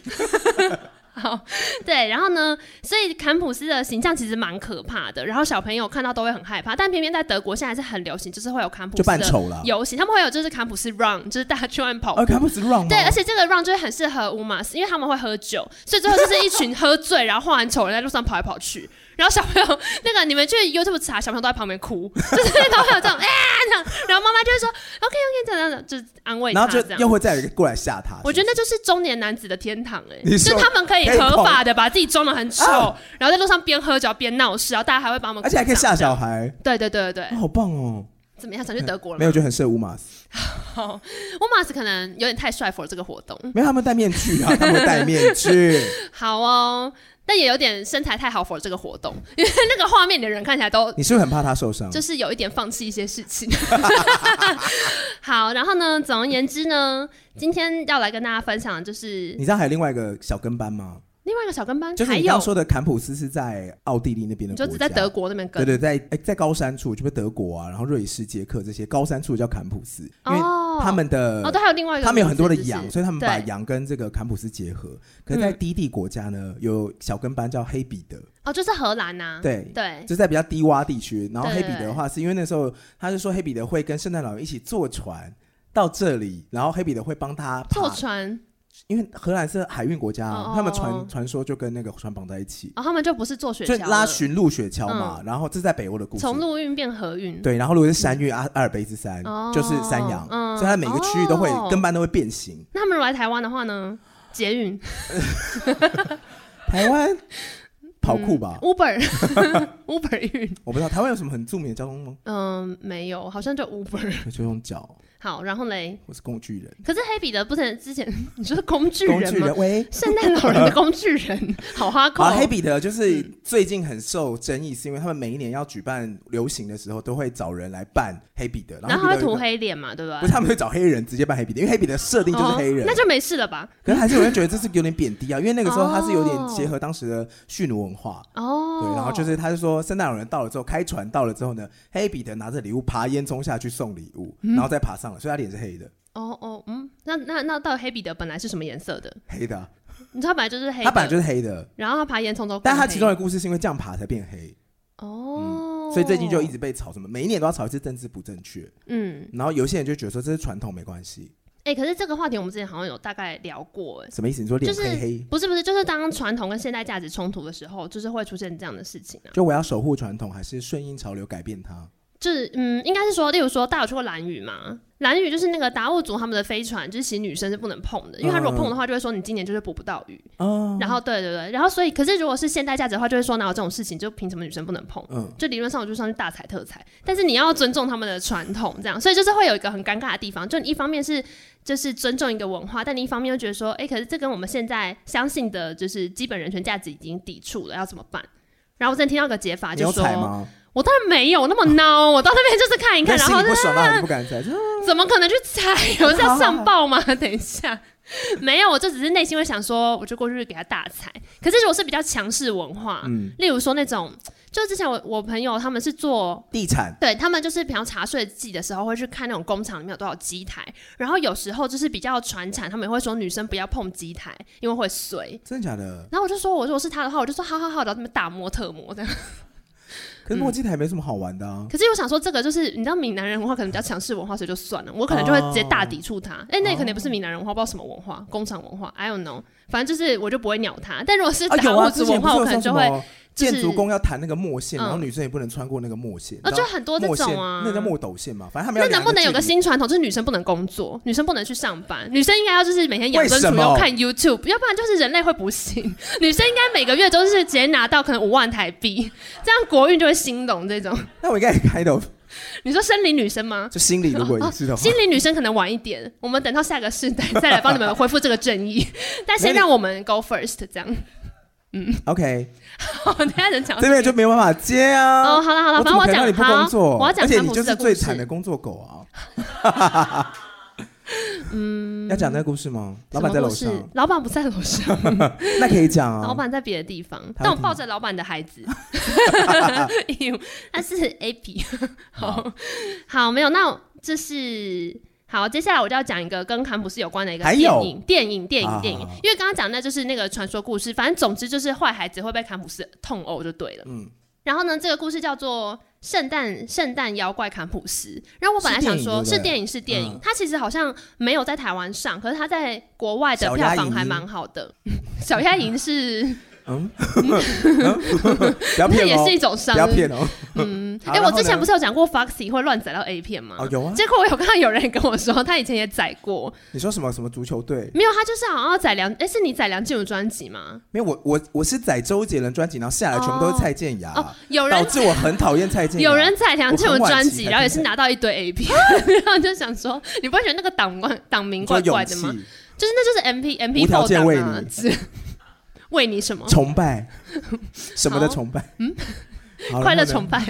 Speaker 2: 好，对，然后呢，所以坎普斯的形象其实蛮可怕的，然后小朋友看到都会很害怕，但偏偏在德国现在是很流行，就是会有坎普
Speaker 1: 就
Speaker 2: 斯
Speaker 1: 扮
Speaker 2: 的
Speaker 1: 丑啊哦了。
Speaker 2: 游行，他们会有就是坎普斯 run，就是大家去外面跑步
Speaker 1: 而他不是 run 吗？
Speaker 2: 对，而且这个 run 就会很适合乌马斯，因为他们会喝酒，所以最后就是一群喝醉然后画完丑人在路上跑来跑去。然后小朋友，那个你们去 YouTube 查，小朋友都在旁边哭， 就是都会有这种哎、这样，然后妈妈就会说 OK OK 这样这样，就是安慰
Speaker 1: 然
Speaker 2: 他
Speaker 1: 后就
Speaker 2: 这样。
Speaker 1: 又会再有一个过来吓他。
Speaker 2: 我觉得
Speaker 1: 是
Speaker 2: 那就是中年男子的天堂哎、
Speaker 1: 你说
Speaker 2: 就他们可以
Speaker 1: 可以
Speaker 2: 合
Speaker 1: 捧
Speaker 2: 法的把自己装的很丑，
Speaker 1: 啊
Speaker 2: 然后在路上边喝酒边闹事，然后大家还会帮我们
Speaker 1: 不是，而且还可以
Speaker 2: 鼓掌
Speaker 1: 吓小孩，
Speaker 2: 对对对对对
Speaker 1: 哦，好棒哦！
Speaker 2: 怎么样？想去德国了吗？
Speaker 1: 没有，就很适合乌马斯。
Speaker 2: 好，乌马斯可能有点太帅 for 这个活动。
Speaker 1: 没有，他们戴面具啊，他们戴面 具。
Speaker 2: 好哦，但也有点身材太好 for 这个活动， 因为那个画面里的人看起来都
Speaker 1: 你是不是很怕他受伤？
Speaker 2: 就是有一点放弃一些事情。 好，然后呢，总而言之呢，今天要来跟大家分享的就是
Speaker 1: 你知道还有另外一个小跟班吗？
Speaker 2: 另外一个小跟班，
Speaker 1: 就是
Speaker 2: 还
Speaker 1: 你刚
Speaker 2: 有
Speaker 1: 刚说的坎普斯是在奥地利那边的
Speaker 2: 你
Speaker 1: 国
Speaker 2: 就
Speaker 1: 家，
Speaker 2: 只在德国那边跟
Speaker 1: 对对，在哎在高山处，就是德国啊，然后瑞士、捷克这些高山处叫坎普斯，因为
Speaker 2: 哦，
Speaker 1: 他们的、
Speaker 2: 哦对，还有另外一个名字，
Speaker 1: 他们有很多的
Speaker 2: 就是
Speaker 1: 羊，所以他们把
Speaker 2: 对嗯
Speaker 1: 羊跟这个坎普斯结合。可是，在低地国家呢，有小跟班叫黑彼得，
Speaker 2: 哦，就是荷兰呐，
Speaker 1: 对
Speaker 2: 对，
Speaker 1: 就在比较低洼地区。然后
Speaker 2: 对
Speaker 1: 黑彼
Speaker 2: 对
Speaker 1: 得的话，是因为那时候他就说黑彼得会跟圣诞老人一起坐船到这里，然后黑彼得会帮他爬
Speaker 2: 坐船，
Speaker 1: 因为荷兰是海运国家啊
Speaker 2: 哦，
Speaker 1: 他们
Speaker 2: 哦哦
Speaker 1: 传传说就跟那个船绑在一起，
Speaker 2: 然后他们就不是坐雪
Speaker 1: 就
Speaker 2: 橇了，嗯
Speaker 1: 拉巡路雪橇嘛。然后这是在北欧的故事，
Speaker 2: 从陆运变河运，
Speaker 1: 对，然后如果是山岳阿阿尔卑斯山
Speaker 2: 哦，
Speaker 1: 就是山羊，
Speaker 2: 嗯
Speaker 1: 所以它每个区域都会
Speaker 2: 哦
Speaker 1: 跟班都会变形。
Speaker 2: 那他们如果来台湾的话呢，捷运
Speaker 1: 台湾
Speaker 2: 嗯
Speaker 1: 跑酷吧，
Speaker 2: Uber，Uber 运。
Speaker 1: 我不知道台湾有什么很著名的交通吗？
Speaker 2: 嗯，没有，好像就 Uber。
Speaker 1: 就用脚，
Speaker 2: 好，然后嘞，
Speaker 1: 我是工具人，
Speaker 2: 可是黑彼得不是之前你说工具
Speaker 1: 工
Speaker 2: 人
Speaker 1: 具
Speaker 2: 吗？
Speaker 1: 人喂。
Speaker 2: 圣诞老人的工具人，好花扣。
Speaker 1: 好，黑彼得就是
Speaker 2: 嗯
Speaker 1: 最近很受争议，是因为他们每一年要举办流行的时候，都会找人来扮黑彼得，
Speaker 2: 然后
Speaker 1: 后黑
Speaker 2: 他
Speaker 1: 彼得有
Speaker 2: 会
Speaker 1: 一
Speaker 2: 涂
Speaker 1: 个，
Speaker 2: 黑脸嘛，对吧？
Speaker 1: 不是他们会找黑人直接扮黑彼得，因为黑彼得设定就是黑人
Speaker 2: 哦，那，就没事了吧？
Speaker 1: 可是还是有人觉得这是有点贬低啊，因为那个时候他是有点
Speaker 2: 哦
Speaker 1: 结合当时的蓄奴文化，
Speaker 2: 哦，
Speaker 1: 对，然后就是他就说圣诞老人到了之后，开船到了之后呢，黑彼得拿着礼物爬烟囱下去送礼物，
Speaker 2: 嗯
Speaker 1: 然后再爬上了，所以他脸是黑的，
Speaker 2: 哦哦嗯，那那那到底黑彼得本来是什么颜色的？
Speaker 1: 黑的啊、
Speaker 2: 你知道他本来就是黑的，
Speaker 1: 他本来就是黑的，
Speaker 2: 然后他爬烟囱都，
Speaker 1: 但他其中的故事是因为这样爬才变黑，
Speaker 2: 哦，
Speaker 1: 所以最近就一直被炒什么，每一年都要炒一次政治不正确，
Speaker 2: 嗯，
Speaker 1: 然后有些人就觉得说这是传统没关系，
Speaker 2: 哎，可是这个话题我们之前好像有大概聊过，哎，
Speaker 1: 什么意思？你说脸
Speaker 2: 就是
Speaker 1: 黑黑，
Speaker 2: 不是不是，就是当传统跟现代价值冲突的时候，就是会出现这样的事情啊。
Speaker 1: 就我要守护传统，还是顺应潮流改变它？
Speaker 2: 就是嗯，应该是说，例如说，大家有去过蓝屿吗？蓝屿就是那个达悟族他们的飞船，就是其实女生是不能碰的，因为她如果碰的话，就会说你今年就是捕不到鱼。
Speaker 1: 哦，
Speaker 2: 然后对对对，然后所以可是如果是现代价值的话，就会说哪有这种事情，就凭什么女生不能碰？
Speaker 1: 嗯，
Speaker 2: 就理论上我就上去大踩特踩，但是你要尊重他们的传统，这样，所以就是会有一个很尴尬的地方，就你一方面是就是尊重一个文化，但你一方面又觉得说，哎，可是这跟我们现在相信的就是基本人权价值已经抵触了，要怎么办？然后我之前听到一个解法，
Speaker 1: 你
Speaker 2: 就
Speaker 1: 有
Speaker 2: 说
Speaker 1: 踩吗？
Speaker 2: 我当然没有那么孬，我到那边就是看一
Speaker 1: 但
Speaker 2: 看，然
Speaker 1: 心
Speaker 2: 后
Speaker 1: 里不爽到还是不敢踩，就
Speaker 2: 怎么可能去踩？我是要上报吗？ 等一下，没有，我就只是内心会想说，我就过去给他大踩。可是如果是比较强势文化，
Speaker 1: 嗯
Speaker 2: 例如说那种，就之前我我朋友他们是做
Speaker 1: 地产
Speaker 2: 对他们就是平常查税季的时候，会去看那种工厂里面有多少机台，然后有时候就是比较传产，他们也会说女生不要碰机台，因为会碎。
Speaker 1: 真的假的？
Speaker 2: 然后我就说，我如果是他的话，我就说好好好，然后他们大摸特摸这样。
Speaker 1: 可
Speaker 2: 嗯
Speaker 1: 是墨镜台没什么好玩的啊。
Speaker 2: 可是我想说，这个就是你知道闽南人文化可能比较强势文化，所以就算了，我可能就会直接大抵触他。
Speaker 1: 哦
Speaker 2: 哎、那可能也不是闽南人文化，不知道什么文化，工厂文化，I don't know，反正就是我就不会鸟他。但如果是
Speaker 1: 啊，
Speaker 2: 达
Speaker 1: 有
Speaker 2: 悟
Speaker 1: 啊，
Speaker 2: 族
Speaker 1: 之
Speaker 2: 文
Speaker 1: 前不
Speaker 2: 化，
Speaker 1: 是
Speaker 2: 我
Speaker 1: 有
Speaker 2: 可能
Speaker 1: 说什
Speaker 2: 就会，
Speaker 1: 么
Speaker 2: 就是
Speaker 1: 建筑工要弹那个墨线，
Speaker 2: 嗯
Speaker 1: 然后女生也不能穿过那个墨线，你
Speaker 2: 哦，就
Speaker 1: 知道
Speaker 2: 很多这
Speaker 1: 墨线
Speaker 2: 种啊。
Speaker 1: 那叫墨斗线嘛，反正他们
Speaker 2: 那
Speaker 1: 要
Speaker 2: 能不能有
Speaker 1: 两
Speaker 2: 个
Speaker 1: 距离
Speaker 2: 新传统，就是女生不能工作，女生不能去上班，女生应该要就是每天养
Speaker 1: 为
Speaker 2: 尊处
Speaker 1: 什么
Speaker 2: 优看 YouTube，要不然就是人类会不幸。 女生应该每个月都是直接拿到可能五万台币，这样国运就会兴隆。这种
Speaker 1: 那我应该也开头
Speaker 2: 你说生理女生吗？
Speaker 1: 就心里如果也是的话
Speaker 2: 哦心，灵女生可能晚一点，我们等到下个世代再来帮你们恢复这个正义。 但先让我们 go first 这样。
Speaker 1: OK，
Speaker 2: 好，等一下人讲。
Speaker 1: 这边就没有办法接啊。
Speaker 2: 哦，好了好了，
Speaker 1: 我怎
Speaker 2: 反正
Speaker 1: 么可能
Speaker 2: 讲
Speaker 1: 让你不工
Speaker 2: 好
Speaker 1: 作？
Speaker 2: 我要讲
Speaker 1: 而且
Speaker 2: 坎
Speaker 1: 你
Speaker 2: 普
Speaker 1: 就是
Speaker 2: 斯的故
Speaker 1: 最
Speaker 2: 事
Speaker 1: 惨的工作狗啊。 嗯，要讲那个故事吗？老板在楼
Speaker 2: 什么故
Speaker 1: 上
Speaker 2: 事，老板不在楼上，
Speaker 1: 那可以讲啊。
Speaker 2: 老板在别的地方，
Speaker 1: 他会
Speaker 2: 但我
Speaker 1: 听
Speaker 2: 抱着老板的 孩子， 哎他是 A P，好好没有，那这是好，接下来我就要讲一个跟坎普斯有关的一个
Speaker 1: 还
Speaker 2: 电
Speaker 1: 有
Speaker 2: 影，电影，电
Speaker 1: 啊
Speaker 2: 影，电影
Speaker 1: 好好。
Speaker 2: 因为刚刚讲的就是那个传说故事，反正总之就是坏孩子会被坎普斯痛殴就对了。
Speaker 1: 嗯，
Speaker 2: 然后呢，这个故事叫做《圣诞圣诞妖怪坎普斯》。然后我本来想说，
Speaker 1: 是
Speaker 2: 是
Speaker 1: 电
Speaker 2: 电影是电
Speaker 1: 嗯
Speaker 2: 影，它其实好像没有在台湾上，可是它在国外的
Speaker 1: 小
Speaker 2: 票
Speaker 1: 鸭
Speaker 2: 房
Speaker 1: 营
Speaker 2: 还蛮好的。 小鸭 营是，
Speaker 1: 不要
Speaker 2: 嗯 那也
Speaker 1: 骗哦
Speaker 2: 是，一种伤
Speaker 1: 嗯不。要骗哦。
Speaker 2: 嗯，
Speaker 1: 好
Speaker 2: 哎，我
Speaker 1: 然后
Speaker 2: 之前
Speaker 1: 呢
Speaker 2: 不是有讲过 Foxy 会乱载到 A 片吗
Speaker 1: 哦，？有啊，
Speaker 2: 结果我有看到有人跟我说，他以前也载过，
Speaker 1: 你说什么什么足球队？
Speaker 2: 没有，他就是好像要载梁，哎，是你载梁静茹专辑吗？
Speaker 1: 没有，我我我是载周杰伦专辑，然后下来全部都是蔡健雅，
Speaker 2: 哦，有
Speaker 1: 导
Speaker 2: 人
Speaker 1: 致我很讨厌蔡健雅。
Speaker 2: 有人载梁静茹专
Speaker 1: 啊
Speaker 2: 辑，
Speaker 1: 我很惋惜
Speaker 2: 然后也是拿到一堆 A 片，然后就想 说，你不会觉得那个党官党名
Speaker 1: 你
Speaker 2: 怪
Speaker 1: 说
Speaker 2: 怪
Speaker 1: 勇
Speaker 2: 的
Speaker 1: 气、
Speaker 2: 吗？就是那就是 M P M P
Speaker 1: 无条
Speaker 2: four
Speaker 1: 件
Speaker 2: 档
Speaker 1: 为
Speaker 2: 啊
Speaker 1: 你，
Speaker 2: 只 为你什么？
Speaker 1: 崇 拜什么的崇拜？嗯，
Speaker 2: 快乐崇拜。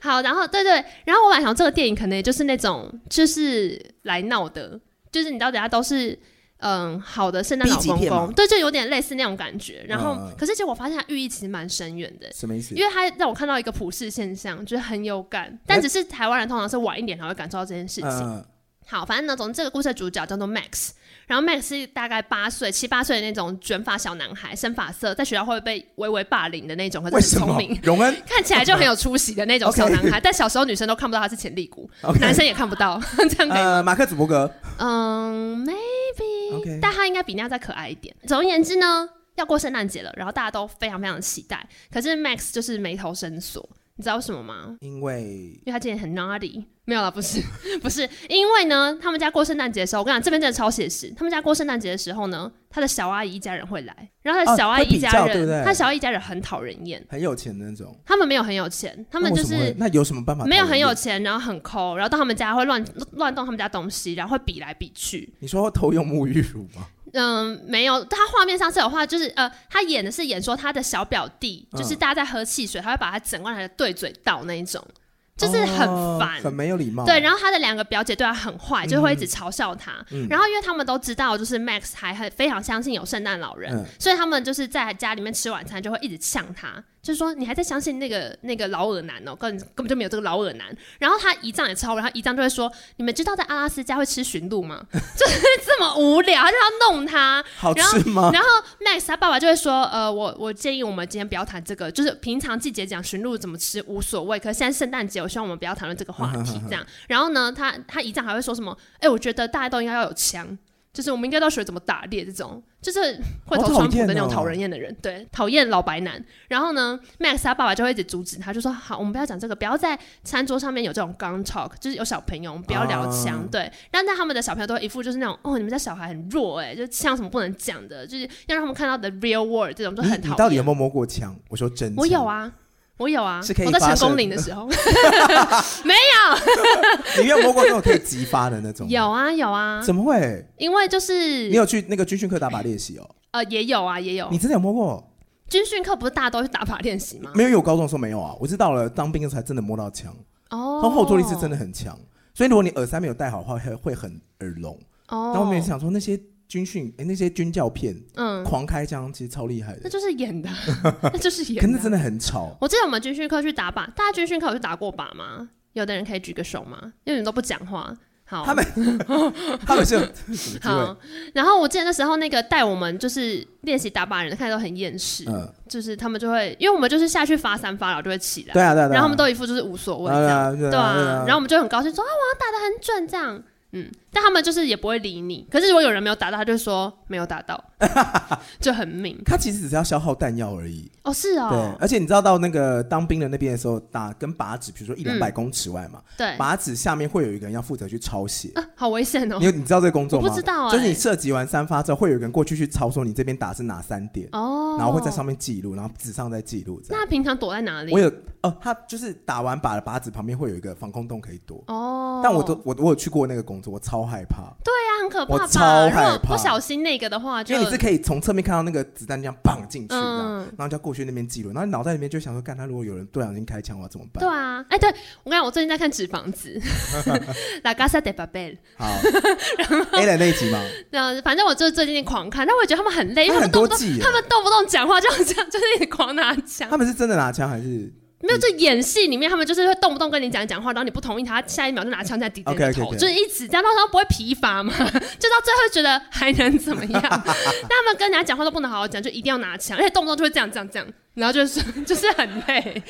Speaker 2: 好，然后对对，然后我本来想这个电影可能也就是那种就是来闹的，就是你到底下都是嗯好的圣诞老
Speaker 1: B 级
Speaker 2: 公
Speaker 1: 片嘛
Speaker 2: 公，对，就有点类似那种感觉。然后、
Speaker 1: 嗯嗯
Speaker 2: 可是结果发现它寓意其实蛮深远的。
Speaker 1: 什么意思？
Speaker 2: 因为它让我看到一个普世现象，就是很有感，但
Speaker 1: 那
Speaker 2: 只是台湾人通常是晚一点才会感受到这件事情。
Speaker 1: 哎嗯，
Speaker 2: 好，反正呢，总之这个故事的主角叫做 Max，然后 Max 是大概八岁、七八岁的那种卷发小男孩，深发色，在学校会被微微霸凌的那种，可
Speaker 1: 为
Speaker 2: 是
Speaker 1: 什
Speaker 2: 很聪
Speaker 1: 么
Speaker 2: 明，？
Speaker 1: 荣恩
Speaker 2: 看起来就很有出息的那种
Speaker 1: OK
Speaker 2: 小男孩，但小时候女生都看不到他是潜力股
Speaker 1: OK
Speaker 2: 男生也看不 到，这样可以吗？
Speaker 1: 呃，马克·祖伯格
Speaker 2: 嗯，maybe，、
Speaker 1: OK
Speaker 2: 但他应该比那样再可爱一点。总而言之呢，要过圣诞节了，然后大家都非常非常期待，可是 Max 就是眉头深锁，你知道为什么吗？
Speaker 1: 因为
Speaker 2: 因为他之前很 naughty，没有啦，不是 不是，因为呢，他们家过圣诞节的时候，我跟你讲，这边真的超写实。他们家过圣诞节的时候呢，他的小阿姨一家人会来，然后他的
Speaker 1: 哦
Speaker 2: 小阿
Speaker 1: 会
Speaker 2: 姨一
Speaker 1: 比
Speaker 2: 家
Speaker 1: 较
Speaker 2: 人，
Speaker 1: 对不对
Speaker 2: 他小阿姨一家人很讨人厌，
Speaker 1: 很有钱的那种，
Speaker 2: 他们没有很有钱，他们
Speaker 1: 那
Speaker 2: 就
Speaker 1: 为什么
Speaker 2: 是
Speaker 1: 会那有什么办法？
Speaker 2: 没有很有。钱，然后很抠，然后到他们家会乱乱动他们家东西，然后会比来比去，
Speaker 1: 你说偷用沐浴乳吗？
Speaker 2: 嗯，没有，他画面上是有画，就是呃，他演的是演说他的小表弟，
Speaker 1: 嗯
Speaker 2: 就是大家在喝汽水，他会把他整罐来的对嘴倒那一种，就是很
Speaker 1: 哦
Speaker 2: 烦、
Speaker 1: 很没有礼貌。
Speaker 2: 对，然后他的两个表姐对他很坏，就会一直嘲笑他。
Speaker 1: 嗯
Speaker 2: 然后因为他们都知道，就是 Max 还很非常相信有圣诞老人，
Speaker 1: 嗯
Speaker 2: 所以他们就是在家里面吃晚餐就会一直呛他，就是说你还在相信那个那个老耳男哦，根根本就没有这个老耳男。然后他姨丈也超，然后姨丈就会说，你们知道在阿拉斯加会吃驯鹿吗？就是这么无聊，他就要弄他。
Speaker 1: 好吃吗？
Speaker 2: 然后 Max 他爸爸就会说，呃，我我建议我们今天不要谈这个，就是平常季节讲驯鹿怎么吃无所谓，可是现在圣诞节，我希望我们不要谈论这个话题，这 样。然后呢，他他姨丈还会说什么？哎，我觉得大家都应该要有枪。就是我们应该都要学怎么打猎，这种就是会投
Speaker 1: 好讨
Speaker 2: 川普
Speaker 1: 厌
Speaker 2: 的那种
Speaker 1: 哦
Speaker 2: 讨人厌的人， 对，讨厌老白男。然后呢，Max 他爸爸就会一直阻止他，就说：“好，我们不要讲这个，不要在餐桌上面有这种 gun talk，就是有小朋友，我们不要聊枪。
Speaker 1: 啊
Speaker 2: 对，但但他们的小朋友都一副就是那种，哦，你们家小孩很弱哎、就是枪什么不能讲的，就是要让他们看到的 real world 这种就
Speaker 1: 你
Speaker 2: 很
Speaker 1: 你
Speaker 2: 讨
Speaker 1: 到底有
Speaker 2: 厌。
Speaker 1: 没有摸过枪？我说真，
Speaker 2: 我有，啊，我有啊，
Speaker 1: 是可以
Speaker 2: 我在成
Speaker 1: 发
Speaker 2: 功
Speaker 1: 射
Speaker 2: 岭的时候
Speaker 1: 你有没有摸过那种可以激发的那种？，
Speaker 2: 有啊有啊，
Speaker 1: 怎么会？
Speaker 2: 因为就
Speaker 1: 你
Speaker 2: 是
Speaker 1: 有去那个军训课打靶练习哦？
Speaker 2: 呃也有啊也有
Speaker 1: 你，真的有摸过？
Speaker 2: 军训课不是大家都去打靶练习吗？
Speaker 1: 没有，有高中的时候没有啊。我是到了当兵的时候才真的摸到枪，
Speaker 2: 哦，
Speaker 1: 它后坐力是真的很强。所以如果你耳塞没有戴好的话，会会很耳聋。
Speaker 2: 哦，
Speaker 1: 然后我们也想说那些军训，哎，那些军教片
Speaker 2: 嗯，
Speaker 1: 狂开枪，其实超厉害
Speaker 2: 那
Speaker 1: 的。
Speaker 2: 就是 演的，那就是演
Speaker 1: 可
Speaker 2: 的
Speaker 1: 是真的很 吵，
Speaker 2: 我记得我们军训课去打靶，大家军训课有去打过靶吗？有的人可以举个手吗？因为你们都不讲话。好，
Speaker 1: 他们他们是有什么机会？
Speaker 2: 好。然后我记得那时候那个带我们就是练习打靶的人，看起来都很厌世，
Speaker 1: 嗯，
Speaker 2: 就是他们就会，因为我们就是下去发三发，然后就会起来，
Speaker 1: 对啊对啊，
Speaker 2: 然后他们都一副就是无所谓这样，
Speaker 1: 对啊
Speaker 2: 对啊。然后我们就很高兴说啊，我要打的很准这样。嗯，但他们就是也不会理你。可是如果有人没有打到，他就说没有打到， 就很命。
Speaker 1: 他其实只是要消耗弹药而已。
Speaker 2: 哦，是
Speaker 1: 对
Speaker 2: 哦，，
Speaker 1: 而且你知道到那个当兵的那边的时候，打跟靶纸，比如说一两百公尺外嘛，
Speaker 2: 嗯对，
Speaker 1: 靶纸下面会有一个人要负责去抄写。
Speaker 2: 啊，好危险哦
Speaker 1: 呃你。有你知道这个工作吗？
Speaker 2: 我不知道哎
Speaker 1: 就是你射击完三发之后，会有一个人过去去抄说你这边打是哪三点，
Speaker 2: 哦，
Speaker 1: 然后会在上面记录，然后纸上再记录这
Speaker 2: 那
Speaker 1: 样。
Speaker 2: 他平常躲在哪里
Speaker 1: 我？有哦，他就是打完靶的靶子旁边会有一个防空洞可以躲，
Speaker 2: 哦，
Speaker 1: 但我都我我有去过那个工作，我超害怕，
Speaker 2: 对啊，很可怕吧？
Speaker 1: 我超害怕
Speaker 2: 如果不小心那个的话就，
Speaker 1: 因为你是可以从侧面看到那个子弹这样棒进去这样，
Speaker 2: 嗯
Speaker 1: 然后就要过去那边记录，然后你脑袋里面就想说，干他如果有人不小心开枪，我要怎么办
Speaker 2: 对？啊，哎、对我跟你讲，我最近在看《纸房子》，La Casa de Papel，
Speaker 1: 好，A 的那一集吗？
Speaker 2: 那反正我就最近狂看，但我也哎觉得他们很累，因为
Speaker 1: 他
Speaker 2: 他
Speaker 1: 很
Speaker 2: 们动
Speaker 1: 多啊
Speaker 2: 不动
Speaker 1: 季耶
Speaker 2: 他，们动不动讲话就这样，就是一直狂拿枪
Speaker 1: 他。们是真的拿枪还是？
Speaker 2: 没有，就演戏里面他们就是会动不动跟你讲讲话，然后你不同意他，下一秒就拿枪在敌人的
Speaker 1: OK，OK，OK
Speaker 2: 头就是一直这样，到时候不会疲乏嘛？就 到最后觉得还能 怎么样？那他们跟人家讲话都不能好好讲，就一定要拿枪，而且动不动就会这样这样这样，然后就是 就是很累，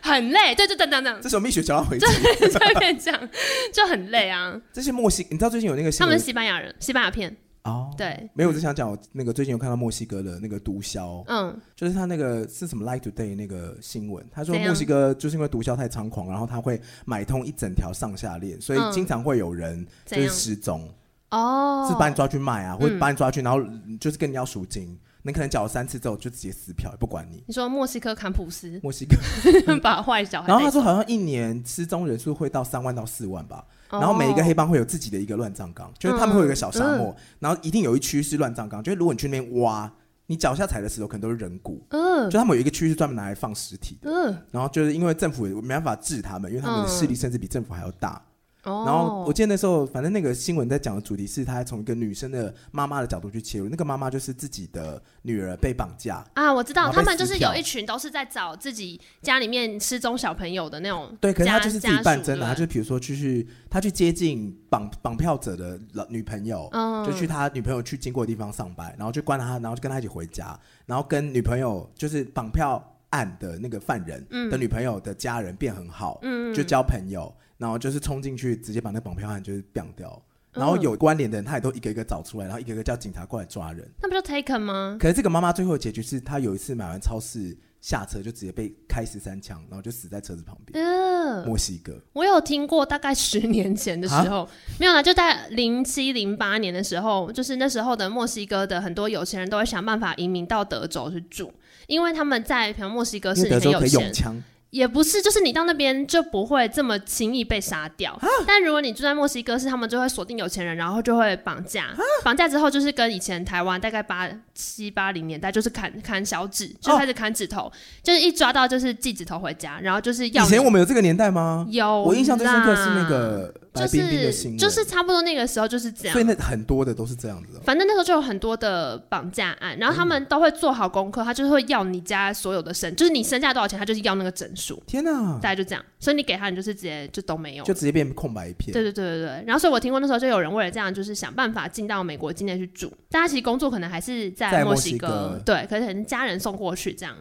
Speaker 2: 很累，对，就这样这样这 样，
Speaker 1: 这首蜜雪小回击，
Speaker 2: 就会变这样，就很累啊。
Speaker 1: 这些墨西，你知道最近有那个新
Speaker 2: 他们
Speaker 1: 闻
Speaker 2: 是西班牙人，西班牙片，
Speaker 1: 哦，
Speaker 2: 对，
Speaker 1: 没有，我只想讲，我那个最近有看到墨西哥的那个毒枭，
Speaker 2: 嗯，
Speaker 1: 就是他那个是什么《Light Today》那个新闻，他说
Speaker 2: 怎样
Speaker 1: 墨西哥就是因为毒枭太猖狂，然后他会买通一整条上下链，所以
Speaker 2: 嗯
Speaker 1: 经常会有人就
Speaker 2: 怎
Speaker 1: 是
Speaker 2: 样？
Speaker 1: 失踪，
Speaker 2: 哦，
Speaker 1: 是把你抓去卖啊，或者
Speaker 2: 嗯
Speaker 1: 把你抓去，然后嗯就是跟你要赎金，你可能缴了三次之后就直接撕票，也不管 你。
Speaker 2: 你说墨西哥坎 普斯
Speaker 1: 墨西哥，
Speaker 2: 把坏小孩带走，
Speaker 1: 然后他说好像一年失踪人数会到三万到四万吧，
Speaker 2: 哦
Speaker 1: 然后每一个黑帮会有自己的一个乱葬岗，就是他们会有一个小沙
Speaker 2: 嗯
Speaker 1: 漠，然后一定有一区是乱葬岗，就是如果你去那边挖，你脚下踩的石头可能都是人骨，
Speaker 2: 嗯，
Speaker 1: 就
Speaker 2: 嗯
Speaker 1: 他们有一个区是专门拿来放尸体的。
Speaker 2: 嗯，
Speaker 1: 然后就是因为政府也没办法治他们，因为他们的势力甚至比政府还要大。
Speaker 2: 哦，
Speaker 1: 然后我记得那时候，反正那个新闻在讲的主题是，他从一个女生的妈妈的角度去切入，那个妈妈就是自己的女儿被绑架。
Speaker 2: 啊，我知道，
Speaker 1: 然后
Speaker 2: 他
Speaker 1: 被
Speaker 2: 们就
Speaker 1: 撕
Speaker 2: 是
Speaker 1: 票
Speaker 2: 有一群都是在找自己家里面失踪小朋友的那种家，
Speaker 1: 对，可是他就是自己扮真的，
Speaker 2: 家
Speaker 1: 他
Speaker 2: 属
Speaker 1: 就比如说就是他去接近绑绑票者的老女朋友，
Speaker 2: 嗯
Speaker 1: 就去他女朋友去经过的地方上班，然后就关了他，然后就跟他一起回家，然后跟女朋友就是绑票案的那个犯人的女朋友的家人变很好，
Speaker 2: 嗯
Speaker 1: 就交朋友，然后就是冲进去直接把那绑票案就是绑掉，
Speaker 2: 嗯
Speaker 1: 然后有关联的人他也都一个一个找出来，然后一个一个叫警察过来抓人。
Speaker 2: 那不就 taken 吗？
Speaker 1: 可是这个妈妈最后的结局是，她有一次买完超市下车就直接被开十三枪，然后就死在车子旁边。
Speaker 2: 嗯，
Speaker 1: 墨西哥，
Speaker 2: 我有听过，大概十年前的
Speaker 1: 啊
Speaker 2: 时候，没有啦，就在零七零八年的时候，就是那时候的墨西哥的很多有钱人都会想办法移民到德州去住，因为他们在比方墨西哥
Speaker 1: 因
Speaker 2: 是
Speaker 1: 为德
Speaker 2: 很
Speaker 1: 州
Speaker 2: 有
Speaker 1: 可以
Speaker 2: 钱
Speaker 1: 用，枪，
Speaker 2: 也不是，就是你到那边就不会这么轻易被杀
Speaker 1: 啊
Speaker 2: 掉。但如果你住在墨西哥市，他们就会锁定有钱人，然后就会绑架。
Speaker 1: 啊
Speaker 2: 绑架之后就是跟以前台湾大概八七八零年代，就是砍砍小指，就开始砍指头，就是一抓到就是寄指头回家，然后就是要
Speaker 1: 哦以前
Speaker 2: 你
Speaker 1: 我们有这个年代吗？
Speaker 2: 有，
Speaker 1: 我印象最深刻是那。个
Speaker 2: 就
Speaker 1: 白冰冰的新
Speaker 2: 是
Speaker 1: 闻，
Speaker 2: 就是差不多那个时候就是这样，
Speaker 1: 所以那很多的都是这样子的。
Speaker 2: 反正那时候就有很多的绑架案，然后他
Speaker 1: 嗯
Speaker 2: 们都会做好功课，他就是会要你家所有的身，就是你身价多少钱，他就是要那个整数。
Speaker 1: 天哪，
Speaker 2: 大概就这样。所以你给他，你就是直接就都没有了。
Speaker 1: 嗯就直接变空白一片。
Speaker 2: 对对对对对。然后所以我听过那时候就有人为了这样，就是想办法进到美国境内去住，但他其实工作可能还是
Speaker 1: 在
Speaker 2: 在
Speaker 1: 墨
Speaker 2: 西
Speaker 1: 西哥
Speaker 2: 对，可是可能家人送过去这样。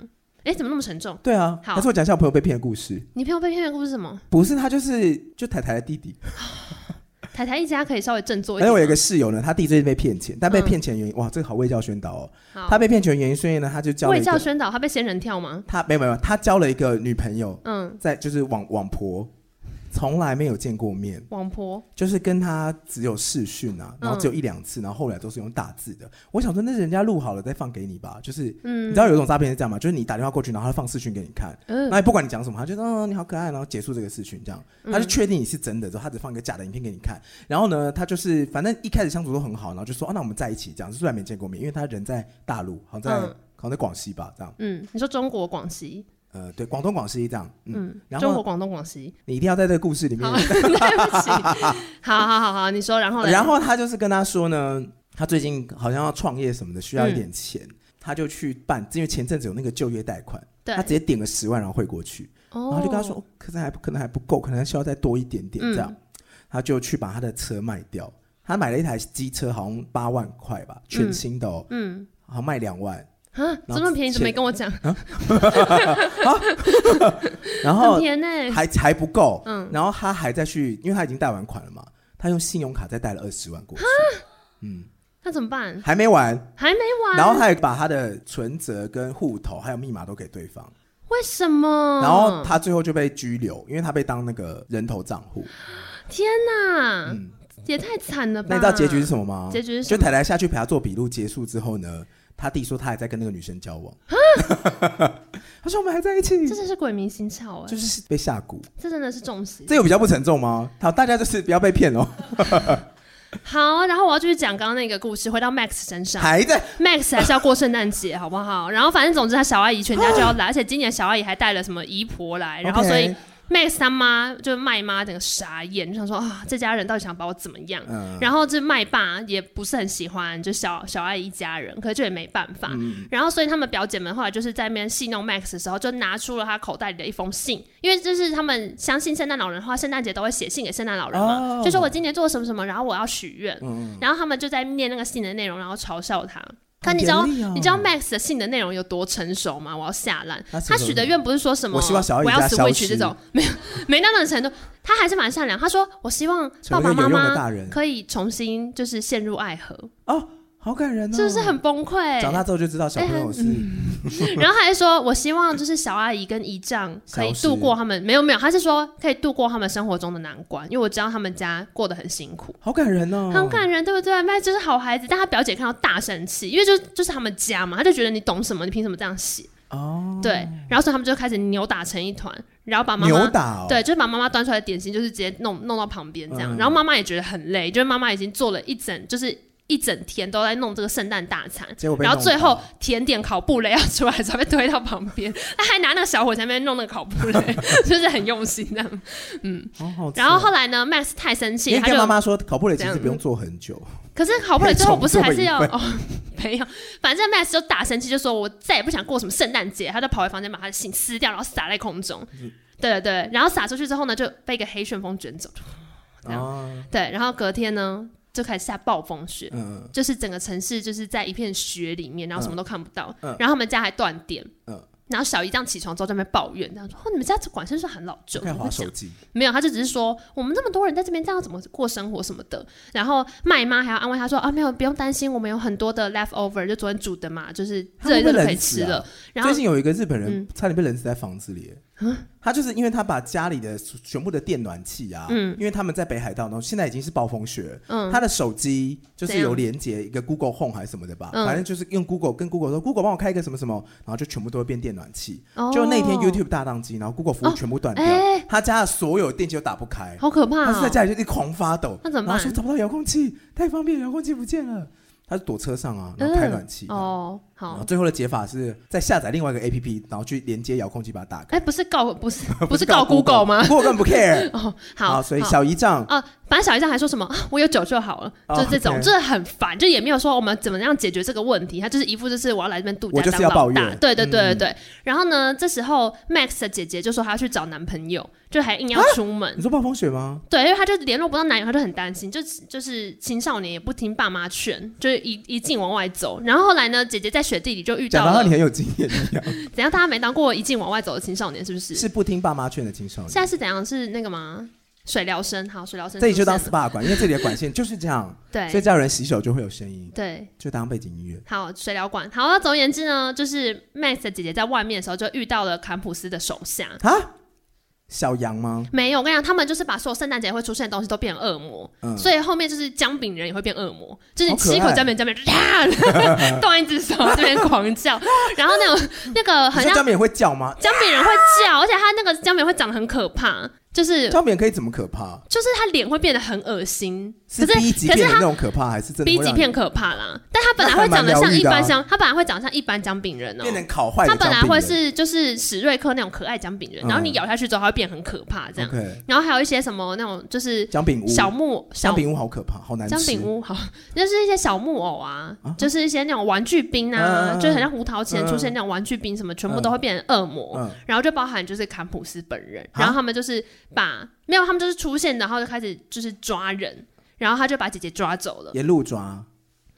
Speaker 2: 哎，怎么那么沉重？
Speaker 1: 对啊，
Speaker 2: 好
Speaker 1: 还是我讲一下我朋友被骗的故事。
Speaker 2: 你朋友被骗的故事是 什么？
Speaker 1: 不是他就是就太太的弟弟，
Speaker 2: 台台一家可以稍微振作一
Speaker 1: 而且
Speaker 2: 点吗。
Speaker 1: 哎我有一个室友呢，他弟最近被骗钱，但被
Speaker 2: 嗯
Speaker 1: 骗钱的原因哇，这个好卫教宣导哦。
Speaker 2: 好
Speaker 1: 他被骗钱的原因，所以呢，他就交了
Speaker 2: 卫
Speaker 1: 一
Speaker 2: 教
Speaker 1: 个
Speaker 2: 宣导，他被仙人跳吗？
Speaker 1: 他没有没有，他交了一个女朋友，
Speaker 2: 嗯，
Speaker 1: 在就是网网婆，从来没有见过面。
Speaker 2: 网婆。
Speaker 1: 就是跟他只有视讯
Speaker 2: 嗯
Speaker 1: 啊，然后只有一两次，然后后来都是用打字的。我想说，那是人家录好了再放给你吧。就是、你
Speaker 2: 嗯
Speaker 1: 知道有一种诈骗是这样吗？就是你打电话过去，然后他放视讯给你看，
Speaker 2: 嗯
Speaker 1: 那也不管你讲什么，他就说、嗯你好可爱，然后结束这个视讯这样。
Speaker 2: 嗯
Speaker 1: 他就确定你是真的之后，他只放一个假的影片给你看。然后呢，他就是反正一开始相处都很好，然后就说哦、那我们在一起这样。虽然没见过面，因为他人在大陆，好像在、
Speaker 2: 嗯
Speaker 1: 好像在广西吧这样。
Speaker 2: 嗯，你说中国广西，
Speaker 1: 呃，对，广东广西这样。嗯，
Speaker 2: 嗯，
Speaker 1: 然
Speaker 2: 中国
Speaker 1: 后
Speaker 2: 广东广西，
Speaker 1: 你一定要在这个故事里面
Speaker 2: 好， 对不起，好好好好，你说，然后嘞
Speaker 1: 然后他就是跟他说呢，他最近好像要创业什么的，需要一点钱，他就去办，因为前阵子有那个就业贷款，
Speaker 2: 嗯对
Speaker 1: 他，直接点个十万然后汇过去，
Speaker 2: 然
Speaker 1: 然后就跟他说，哦可能还不可能还不够，可能还需要再多一点点
Speaker 2: 嗯
Speaker 1: 这样，他就去把他的车卖掉，他买了一台机车，好像八万块吧，全新的哦，
Speaker 2: 嗯，
Speaker 1: 好像卖两万，
Speaker 2: 啊，
Speaker 1: 后
Speaker 2: 怎么那么便宜？怎么没
Speaker 1: 钱
Speaker 2: 跟我讲？
Speaker 1: 然
Speaker 2: 很
Speaker 1: 后
Speaker 2: 便宜呢。
Speaker 1: 还还不够，
Speaker 2: 嗯
Speaker 1: 然后他还再去，因为他已经贷完款了嘛，他用信用卡再贷了二十万过去，嗯，
Speaker 2: 那怎么办？
Speaker 1: 还没完。
Speaker 2: 还没完。
Speaker 1: 然后他也把他的存折、跟户头还有密码都给对方，
Speaker 2: 为什么？
Speaker 1: 然后他最后就被拘留，因为他被当那个人头账户。
Speaker 2: 嗯天哪，
Speaker 1: 嗯，
Speaker 2: 也太惨了吧！
Speaker 1: 那你知道结局是什么吗？
Speaker 2: 结局是什
Speaker 1: 就
Speaker 2: 么
Speaker 1: 台台下去陪他做笔录，结束之后呢，他弟说他还在跟那个女生交往， 他说我们还在一起
Speaker 2: 这，真是鬼迷心窍哎、
Speaker 1: 就是被下蛊。
Speaker 2: 这真的是中邪。
Speaker 1: 这有比较不沉重吗？好，大家就是不要被骗 哦，
Speaker 2: 好，然后我要继续讲刚刚那个故事，回到 Max 身上。
Speaker 1: 还在
Speaker 2: Max 还是要过圣诞节，好不 哎好？然后反正总之，他小阿姨全家就要来，而且今年小阿姨还带了什么姨婆来，然后所以
Speaker 1: OK
Speaker 2: Max 他妈就是麦妈整个傻眼，就想说啊，这家人到底想把我怎么样？
Speaker 1: 嗯，
Speaker 2: 然后这麦爸也不是很喜欢，就小小爱一家人，可是这也没办法。然后所以他们表姐们后来就是在那边戏弄 Max 的时候，就拿出了他口袋里的一封信，因为这是他们相信圣诞老人的话，圣诞节都会写信给圣诞老人嘛，
Speaker 1: 哦
Speaker 2: 就说我今年做什么什么，然后我要许愿，然后他们就在念那个信的内容，然后嘲笑他。可你知道、
Speaker 1: 好严厉哦
Speaker 2: 你知道 Max 的信的内容有多成熟吗？我要下烂。
Speaker 1: 他
Speaker 2: 他许的愿不是说什么
Speaker 1: 我希望小爱
Speaker 2: 我
Speaker 1: 一
Speaker 2: 要
Speaker 1: 家
Speaker 2: switch
Speaker 1: 消失
Speaker 2: 这种，没有没那种程度，他还是蛮善良。他说我希望爸
Speaker 1: 成为
Speaker 2: 爸
Speaker 1: 一个
Speaker 2: 妈
Speaker 1: 有用的
Speaker 2: 妈
Speaker 1: 大人
Speaker 2: 可以重新就是陷入爱河，
Speaker 1: 哦，好感人哦，
Speaker 2: 是不是很哎嗯崩溃？
Speaker 1: 长大之后就知道小朋友是
Speaker 2: 然后还说我希望就是小阿姨跟姨丈可以
Speaker 1: 消失
Speaker 2: 度过他们没有没有，他是说可以度过他们生活中的难关，因为我知道他们家过得很辛苦。
Speaker 1: 好感人哦，
Speaker 2: 很感人，对不对？麦就是好孩子，但他表姐看到大生气，因为就是就是他们家嘛，他就觉得你懂什么，你凭什么这样写？
Speaker 1: 哦，
Speaker 2: 对，然后所以他们就开始扭打成一团，然后把啊妈妈
Speaker 1: 扭打哦，
Speaker 2: 对，就是把妈妈端出来的点心，就是直接弄弄到旁边这样。
Speaker 1: 嗯
Speaker 2: 然后妈妈也觉得很累，就是妈妈已经做了一整，就是一整天都在弄这个圣诞大餐。
Speaker 1: 结果被
Speaker 2: 然后
Speaker 1: 弄
Speaker 2: 最
Speaker 1: 倒
Speaker 2: 后甜点烤布雷要出来，才被推到旁边。他还拿那个小火钳在那边弄那个烤布雷， 就是很用心这样。
Speaker 1: 好好吃哦，
Speaker 2: 然后后来呢，Max 太生
Speaker 1: 因
Speaker 2: 气，
Speaker 1: 为
Speaker 2: 他
Speaker 1: 跟
Speaker 2: 就
Speaker 1: 妈妈说，烤布雷其
Speaker 2: 这
Speaker 1: 实
Speaker 2: 样
Speaker 1: 不用做很久，
Speaker 2: 可是好不容易最后不是还是要
Speaker 1: 可以
Speaker 2: 哦， 没有，反正 Max 就大生气，就说我再也不想过什么圣诞节，他就跑回房间把他的信撕掉，然后撒在空中。
Speaker 1: 嗯
Speaker 2: 对对对，然后撒出去之后呢，就被一个黑旋风卷走。这样
Speaker 1: 哦，
Speaker 2: 对，然后隔天呢就开始下暴风雪，
Speaker 1: 嗯，
Speaker 2: 就是整个城市就是在一片雪里面，然后什么都看不到，
Speaker 1: 嗯
Speaker 2: 然后他们家还断电。
Speaker 1: 嗯
Speaker 2: 然后小姨这样起床之后在那边抱怨，这样说：“哦，你们家管是不是很老旧？”
Speaker 1: 看
Speaker 2: 怎
Speaker 1: 滑
Speaker 2: 么会
Speaker 1: 手
Speaker 2: 这样
Speaker 1: 机，
Speaker 2: 没有，他就只是说我们这么多人在这边，这样怎么过生活什么的。然后麦妈还要安慰他说：“啊，没有，不用担心，我们有很多的 leftover，就昨天煮的嘛，就是
Speaker 1: 他
Speaker 2: 热
Speaker 1: 会
Speaker 2: 一
Speaker 1: 不会
Speaker 2: 热就可以
Speaker 1: 冷死
Speaker 2: 吃
Speaker 1: 啊
Speaker 2: 了。然后
Speaker 1: 最近有一个日本人
Speaker 2: 嗯啊
Speaker 1: 差点被冷死在房子里，他就是因为他把家里的全部的电暖器啊，因为他们在北海道，然后现在已经是暴风雪，
Speaker 2: 嗯
Speaker 1: 他的手机就是
Speaker 2: 怎样
Speaker 1: 有连接一个 Google Home 还是什么的吧，
Speaker 2: 嗯
Speaker 1: 反正就是用 Google 跟 Google 说 Google 帮我开一个什么什么，然后就全部都会变电暖器。
Speaker 2: 哦
Speaker 1: 就那天 YouTube 大宕机，然后 Google 服务全部断掉，
Speaker 2: 哎
Speaker 1: 他家的所有电器都打不开，
Speaker 2: 好可怕、
Speaker 1: 他是在
Speaker 2: 哦，
Speaker 1: 家里就一狂发抖，
Speaker 2: 那怎么
Speaker 1: 然后说
Speaker 2: 办？嗯
Speaker 1: 找不到遥控器，太方便，遥控器不见了，他就躲车上啊，然后开暖气。
Speaker 2: 哦，
Speaker 1: 然
Speaker 2: 好
Speaker 1: 后，最后的解法是再下载另外一个 A P P，然后去连接遥控器把它打开。
Speaker 2: 哎，不是告不是
Speaker 1: 不
Speaker 2: 不是告 Google 吗？
Speaker 1: ？Google 根本 不 care。
Speaker 2: 哦，
Speaker 1: 好，
Speaker 2: 好，
Speaker 1: 所以
Speaker 2: 好
Speaker 1: 小姨丈
Speaker 2: 哦，反正小姨丈还说什么啊我有酒就好了，
Speaker 1: 哦
Speaker 2: 就是这种，
Speaker 1: OK
Speaker 2: 就是很烦，就也没有说我们怎么样解决这个问题，他就是一副就是我要来这边度假
Speaker 1: 我就是
Speaker 2: 当
Speaker 1: 要
Speaker 2: 老
Speaker 1: 抱
Speaker 2: 大，
Speaker 1: 怨
Speaker 2: 对对对对
Speaker 1: 嗯
Speaker 2: 对。然后呢，这时候 Max 的姐姐就说她要去找男朋友，就还硬要出门，
Speaker 1: 你说暴风雪吗？
Speaker 2: 对，因为她就联络不到男友，她就很担心，就就是青少年也不听爸妈劝，就是一一劲往外走。然后后来呢，姐姐在雪地里就遇到
Speaker 1: 讲到
Speaker 2: 了
Speaker 1: 你，很有经验一样，
Speaker 2: 怎样大家没当过一劲往外走的青少年是不 是？
Speaker 1: 是不听爸妈劝的青少
Speaker 2: 现在
Speaker 1: 年。
Speaker 2: 是怎样？是那个吗？水疗生，好，水疗生
Speaker 1: 这里就当
Speaker 2: 出现了
Speaker 1: SPA 馆，因为这里的管线就是这样，所以
Speaker 2: 对
Speaker 1: 只要有人洗手就会有声音，
Speaker 2: 对。
Speaker 1: 就当背景音乐。
Speaker 2: 好，水疗馆。好，那总而言之呢，就是 Max 的姐姐在外面的时候就遇到了坎普斯的手下。
Speaker 1: 啊，小羊吗？
Speaker 2: 没有，我跟你讲，他们就是把所有圣诞节会出现的东西都变成恶魔，
Speaker 1: 嗯，
Speaker 2: 所以后面就是姜饼人也会变恶魔，就是
Speaker 1: 好
Speaker 2: 你
Speaker 1: 可
Speaker 2: 吃一口
Speaker 1: 爱
Speaker 2: 姜饼，姜饼 就啪断一只手，这边狂叫，然后 那种那个
Speaker 1: 你说
Speaker 2: 很像
Speaker 1: 江冕会叫吗？
Speaker 2: 姜饼人会叫，而且他那个姜饼会长得很可怕， 就是
Speaker 1: 江冕可以怎么可怕？
Speaker 2: 就是他脸会变得很恶心，
Speaker 1: 是
Speaker 2: 可
Speaker 1: B 级
Speaker 2: 是可
Speaker 1: 片
Speaker 2: 是
Speaker 1: 的
Speaker 2: 他
Speaker 1: 那种可怕，还是真的会
Speaker 2: B 级
Speaker 1: 让你
Speaker 2: 片可怕啦，但他本来
Speaker 1: 那还
Speaker 2: 会长得
Speaker 1: 蛮疗
Speaker 2: 像
Speaker 1: 愈
Speaker 2: 一
Speaker 1: 的啊
Speaker 2: 般姜，他本来会长得像一般姜饼人哦、
Speaker 1: 变成烤坏的
Speaker 2: 它
Speaker 1: 姜饼
Speaker 2: 本
Speaker 1: 人？
Speaker 2: 来会是就是史瑞克那种可爱姜饼人，
Speaker 1: 嗯
Speaker 2: 然后你咬下去之后，它会变很可怕这样。
Speaker 1: OK，
Speaker 2: 然后还有一些什么那种就是
Speaker 1: 姜饼屋，
Speaker 2: 小木
Speaker 1: 姜
Speaker 2: 小
Speaker 1: 饼屋好可怕，好难吃。
Speaker 2: 姜饼屋，好，就是一些小木偶啊
Speaker 1: 啊，
Speaker 2: 就是一些那种玩具兵啊，
Speaker 1: 嗯嗯嗯
Speaker 2: 就是很像胡桃钳
Speaker 1: 嗯
Speaker 2: 出现那种玩具兵什么，全部都会变成恶魔。
Speaker 1: 嗯，
Speaker 2: 然后就包含就是坎普斯本人，
Speaker 1: 啊
Speaker 2: 然后他们就是把没有他们就是出现，然后就开始就是抓人，然后他就把姐姐抓走了，
Speaker 1: 沿路抓，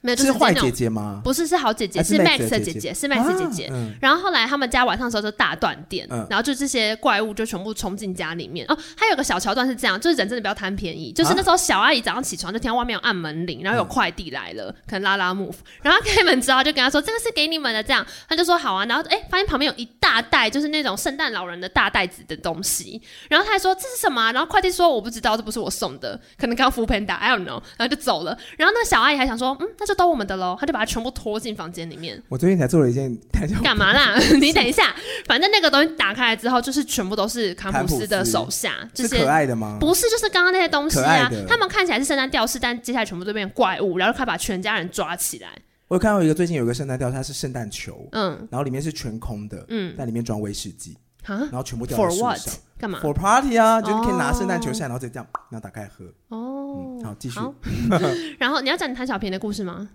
Speaker 2: 没有呃就是是
Speaker 1: 坏
Speaker 2: 那
Speaker 1: 姐
Speaker 2: 种
Speaker 1: 姐吗？
Speaker 2: 不是是好姐姐，
Speaker 1: 还是
Speaker 2: 是
Speaker 1: Max
Speaker 2: Max 的
Speaker 1: 的
Speaker 2: 姐
Speaker 1: 姐
Speaker 2: 姐，是 Max 的姐姐
Speaker 1: 啊，嗯，
Speaker 2: 然后后来他们家晚上的时候就大断电，
Speaker 1: 嗯
Speaker 2: 然后就这些怪物就全部冲进家里面。哦，还有个小桥段是这样，就是人真的不要贪便宜。
Speaker 1: 啊
Speaker 2: 就是那时候小阿姨早上起床就听到外面有按门铃，然后有快递来
Speaker 1: 嗯
Speaker 2: 了，可能拉拉 move，然后她开门之后就跟他说这个是给你们的，这样他就说好啊，然后哎发现旁边有一大袋就是那种圣诞老人的大袋子的东西，然后他还说这是什么啊、然后快递说我不知道，这不是我送的，可能刚刚 Panda，I don't know，然后就走了。然后那个小阿姨还想说嗯那就都我们的喽，她就把它全部拖进房间里面。
Speaker 1: 我最近才做了一件太像
Speaker 2: 干嘛啦？你等一下，反正那个东西打开来之后，就是全部都是坎普斯的手下，这
Speaker 1: 是可
Speaker 2: 些。
Speaker 1: 爱的吗？
Speaker 2: 不是，就是刚刚那些东西
Speaker 1: 可爱
Speaker 2: 啊
Speaker 1: 的，
Speaker 2: 他们看起来是圣诞吊饰，但接下来全部都变成怪物，然后快把全家人抓起来。
Speaker 1: 我有看到一个最近有一个圣诞吊，它是圣诞球，
Speaker 2: 嗯
Speaker 1: 然后里面是全空的，
Speaker 2: 嗯，
Speaker 1: 但里面装威士忌，
Speaker 2: 啊
Speaker 1: 然后全部掉在
Speaker 2: ？For
Speaker 1: 树
Speaker 2: what？
Speaker 1: 上。
Speaker 2: 干嘛？
Speaker 1: For party 啊，就是可以拿
Speaker 2: 哦
Speaker 1: 圣诞球下来，然后再这样，然后打开喝。
Speaker 2: 哦、
Speaker 1: 嗯好继续
Speaker 2: 然后你要讲你谭小平的故事吗？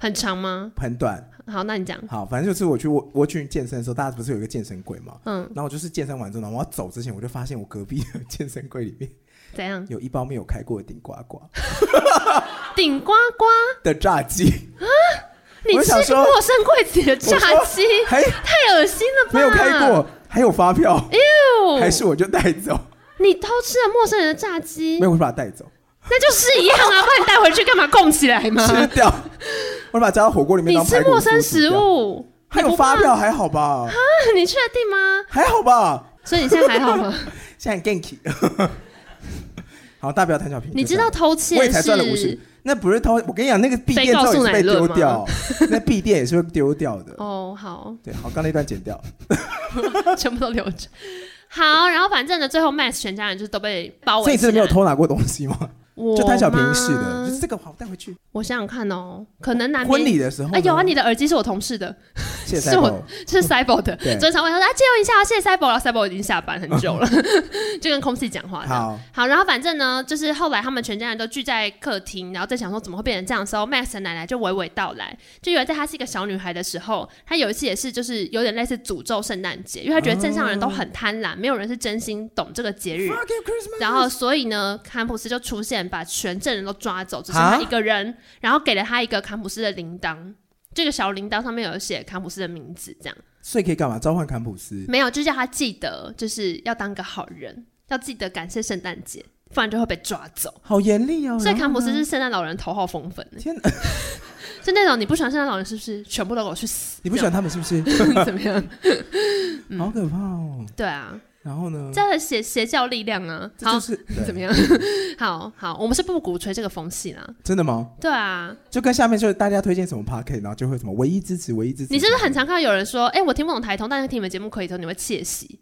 Speaker 2: 很长吗？
Speaker 1: 很短，
Speaker 2: 好，那你讲。
Speaker 1: 好，反正就是我去我我去健身的时候，大家不是有一个健身柜嘛，
Speaker 2: 嗯，
Speaker 1: 然后我就是健身完之后，然后我要走之前，我就发现我隔壁的 健身柜里面
Speaker 2: 怎样？
Speaker 1: 有一包没有开过的顶呱 呱
Speaker 2: 顶呱呱，
Speaker 1: 的炸鸡，
Speaker 2: 你
Speaker 1: 我
Speaker 2: 吃
Speaker 1: 想说
Speaker 2: 过生柜子里的炸
Speaker 1: 我说
Speaker 2: 鸡， 嗯
Speaker 1: 还
Speaker 2: 太恶心了吧？
Speaker 1: 没有开过，还有发票，
Speaker 2: 哎哟，
Speaker 1: 还是我就带走，
Speaker 2: 你偷吃了陌生人的炸鸡
Speaker 1: 没，有我就把它 带走
Speaker 2: 那就是一样啊！不然你带回去干嘛？供起来吗？
Speaker 1: 吃掉，我就把它加到火锅里面
Speaker 2: 你
Speaker 1: 当排
Speaker 2: 吃
Speaker 1: 骨
Speaker 2: 陌
Speaker 1: 酥
Speaker 2: 生
Speaker 1: 吃
Speaker 2: 食
Speaker 1: 掉，
Speaker 2: 物，
Speaker 1: 还有
Speaker 2: 你不
Speaker 1: 发
Speaker 2: 怕
Speaker 1: 票，还好吧，
Speaker 2: 你确定吗？
Speaker 1: 还好吧，
Speaker 2: 所以你现在还 好吗？
Speaker 1: 现在很 ganky，好，大不要贪小便宜，
Speaker 2: 你
Speaker 1: 就
Speaker 2: 知
Speaker 1: 这样
Speaker 2: 道偷
Speaker 1: 我
Speaker 2: 窃
Speaker 1: 也才赚了五十
Speaker 2: 是，
Speaker 1: 那不是偷。我跟你讲，那个闭
Speaker 2: 被
Speaker 1: 店
Speaker 2: 告
Speaker 1: 照也
Speaker 2: 诉
Speaker 1: 是被
Speaker 2: 乃论
Speaker 1: 丢
Speaker 2: 吗
Speaker 1: 掉，那闭店也是会丢掉的。
Speaker 2: 哦，好，
Speaker 1: 对，好，刚那段剪掉。
Speaker 2: 全部都留着。好，然后反正呢，最后 Max 全家人就是都被包围起
Speaker 1: 所以
Speaker 2: 来。
Speaker 1: 你真的没有偷拿过东西吗？
Speaker 2: 我
Speaker 1: 就贪小便宜
Speaker 2: 吗
Speaker 1: 似的，就是这个好带回去。
Speaker 2: 我想想看哦，可能难免
Speaker 1: 婚礼的时候呢，
Speaker 2: 哎有啊，你的耳机是我同事的，
Speaker 1: 谢
Speaker 2: 是
Speaker 1: 塞
Speaker 2: 我
Speaker 1: 爆
Speaker 2: 是 Cybo 的，
Speaker 1: 对
Speaker 2: 所以常问他说啊借用一下，谢谢 Cybo 了，Cybo 已经下班很久了， 就跟空气讲话这样。
Speaker 1: 好，
Speaker 2: 好，然后反正呢，就是后来他们全家人都聚在客厅，然后在想说怎么会变成这样的时候，Max 的奶奶就娓娓道来，就有在她是一个小女孩的时候，她有一次也是就是有点类似诅咒圣诞节，因为她觉得镇上人都很贪婪，没有人是真心懂这个节日。
Speaker 1: Fuck you, Christmas
Speaker 2: 然后，所以呢，坎普斯就出现，把全镇人都抓走，只剩他一个人，然后给了他一个坎普斯的铃铛，这个小铃铛上面有写坎普斯的名字，这样
Speaker 1: 所以可以干嘛？召唤坎普斯。
Speaker 2: 没有，就叫他记得，就是要当个好人，要记得感谢圣诞节，不然就会被抓走。
Speaker 1: 好严厉哦。
Speaker 2: 所以
Speaker 1: 然后
Speaker 2: 坎普斯
Speaker 1: 呢
Speaker 2: 是圣诞老人头号风粉，
Speaker 1: 天哪，
Speaker 2: 就那种你不喜欢圣诞老人是不是？全部都给我去死！
Speaker 1: 你不喜欢他们是不是？
Speaker 2: 欢 怎么样？
Speaker 1: 好可怕哦。
Speaker 2: 对啊，
Speaker 1: 然后呢？
Speaker 2: 嗯这样的邪邪教力量啊，
Speaker 1: 这
Speaker 2: 好
Speaker 1: 就，是
Speaker 2: 怎么
Speaker 1: 对
Speaker 2: 样？ 好好，我们是不鼓吹这个风气啦。
Speaker 1: 真的吗？
Speaker 2: 对啊，
Speaker 1: 就跟下面就是大家推荐什么 p a r k 然后就会什么唯一支持，唯一支持。
Speaker 2: 你是不是很常看到有人说，哎、我听不懂台通，但是听你们节目可以的时候，你会窃喜？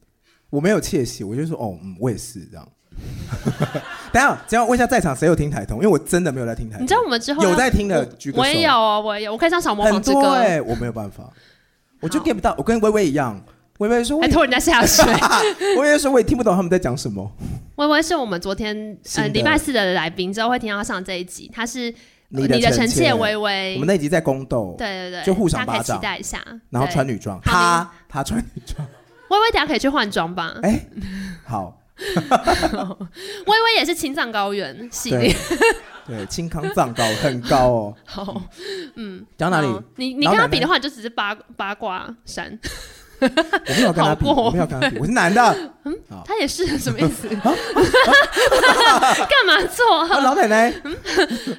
Speaker 1: 我没有窃喜，我就说哦，嗯，我也是这样。 等一下，这样问一下在场谁有听台通？因为我真的没有在听台通
Speaker 2: 你知，道我们之后
Speaker 1: 哎有
Speaker 2: 要
Speaker 1: 在听的举个手
Speaker 2: 我也有哦，我也有，我可以上小模仿
Speaker 1: 很
Speaker 2: 之
Speaker 1: 多
Speaker 2: 歌，
Speaker 1: 哎、
Speaker 2: 还、
Speaker 1: 我没有办法，我就 get 不到。我跟微微一样，微微说我也，
Speaker 2: 拖人家下 水。
Speaker 1: 微微说我也听不懂他们在讲什么。
Speaker 2: 微微是我们昨天
Speaker 1: 新
Speaker 2: 呃
Speaker 1: 的
Speaker 2: 礼拜四的来宾，之后会听到他上这一集，他是呃
Speaker 1: 你的
Speaker 2: 臣
Speaker 1: 臣
Speaker 2: 妾
Speaker 1: 妾，
Speaker 2: 微
Speaker 1: 我
Speaker 2: 微
Speaker 1: 们，那集在宫斗，
Speaker 2: 对对对，
Speaker 1: 就互相
Speaker 2: 大家可以
Speaker 1: 巴掌
Speaker 2: 期待一下。
Speaker 1: 然后
Speaker 2: 对
Speaker 1: 穿女装，
Speaker 2: 好
Speaker 1: 他他穿女装，
Speaker 2: 微微，等下可以去换装吧。
Speaker 1: 哎、 好，
Speaker 2: 微微也是青藏高原系列
Speaker 1: 对，对，青康藏高很高哦。
Speaker 2: 好，嗯，
Speaker 1: 讲哪里？
Speaker 2: 好你你
Speaker 1: 老
Speaker 2: 跟他
Speaker 1: 奶奶
Speaker 2: 比的话，你就只是八八卦山，
Speaker 1: 我没有跟他比，
Speaker 2: 好过
Speaker 1: 我没有跟他比，我是男 的。哦好
Speaker 2: 他也是什么意思？ 干嘛做啊？
Speaker 1: 啊，老奶奶，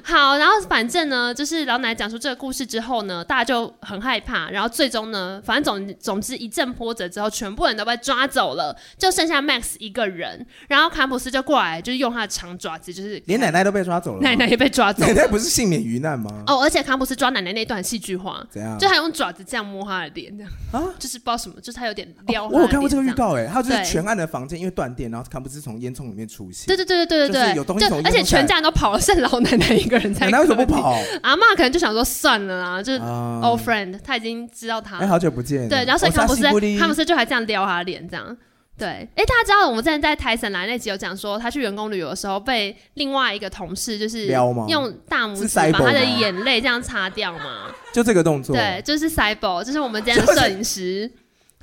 Speaker 2: 好，然后反正呢，就是老奶奶讲出这个故事之后呢，大家就很害怕，然后最终呢，反正总总之一阵波折之后，全部人都被抓走了，就剩下 Max 一个人，然后坎普斯就过来，就是用他的长爪子，就是
Speaker 1: 连奶奶都被抓走了吗，
Speaker 2: 奶奶也被抓 走
Speaker 1: 奶奶不是幸免于难吗？
Speaker 2: 哦，而且坎普斯抓奶奶那段戏剧化，
Speaker 1: 怎样？
Speaker 2: 就他用爪子这样摸他的脸，这样
Speaker 1: 啊
Speaker 2: 就是不知道什么，就是他有点撩、
Speaker 1: 我有看过这个预。告哎、他就是
Speaker 2: 对
Speaker 1: 全暗的房间，因为断电，然后看不是从烟囱里面出现。
Speaker 2: 对对对对对
Speaker 1: 就是
Speaker 2: 对
Speaker 1: 有
Speaker 2: 对，
Speaker 1: 东西从
Speaker 2: 而且
Speaker 1: 烟囱下来
Speaker 2: 全家人都跑了，剩老奶奶一个人在。
Speaker 1: 奶奶为什么不？跑？
Speaker 2: 阿嬷可能就想说算了啦，就是
Speaker 1: 啊
Speaker 2: old friend，他已经知道他
Speaker 1: 哎，好久不见。
Speaker 2: 哦对，然后所以
Speaker 1: 我
Speaker 2: 康
Speaker 1: 是
Speaker 2: 姆斯
Speaker 1: 阿西布利
Speaker 2: 康姆斯就还这样撩他脸这样。对，哎，大家知道我们之前在台省来那集有讲说，他去员工旅游的时候被另外一个同事就是
Speaker 1: 撩吗
Speaker 2: 用大拇
Speaker 1: 是
Speaker 2: 指把
Speaker 1: cyborg
Speaker 2: 他的
Speaker 1: 吗
Speaker 2: 眼泪这样擦掉嘛？
Speaker 1: 就这个动作。
Speaker 2: 对，就是 Cybo，就是我们今天的摄影师。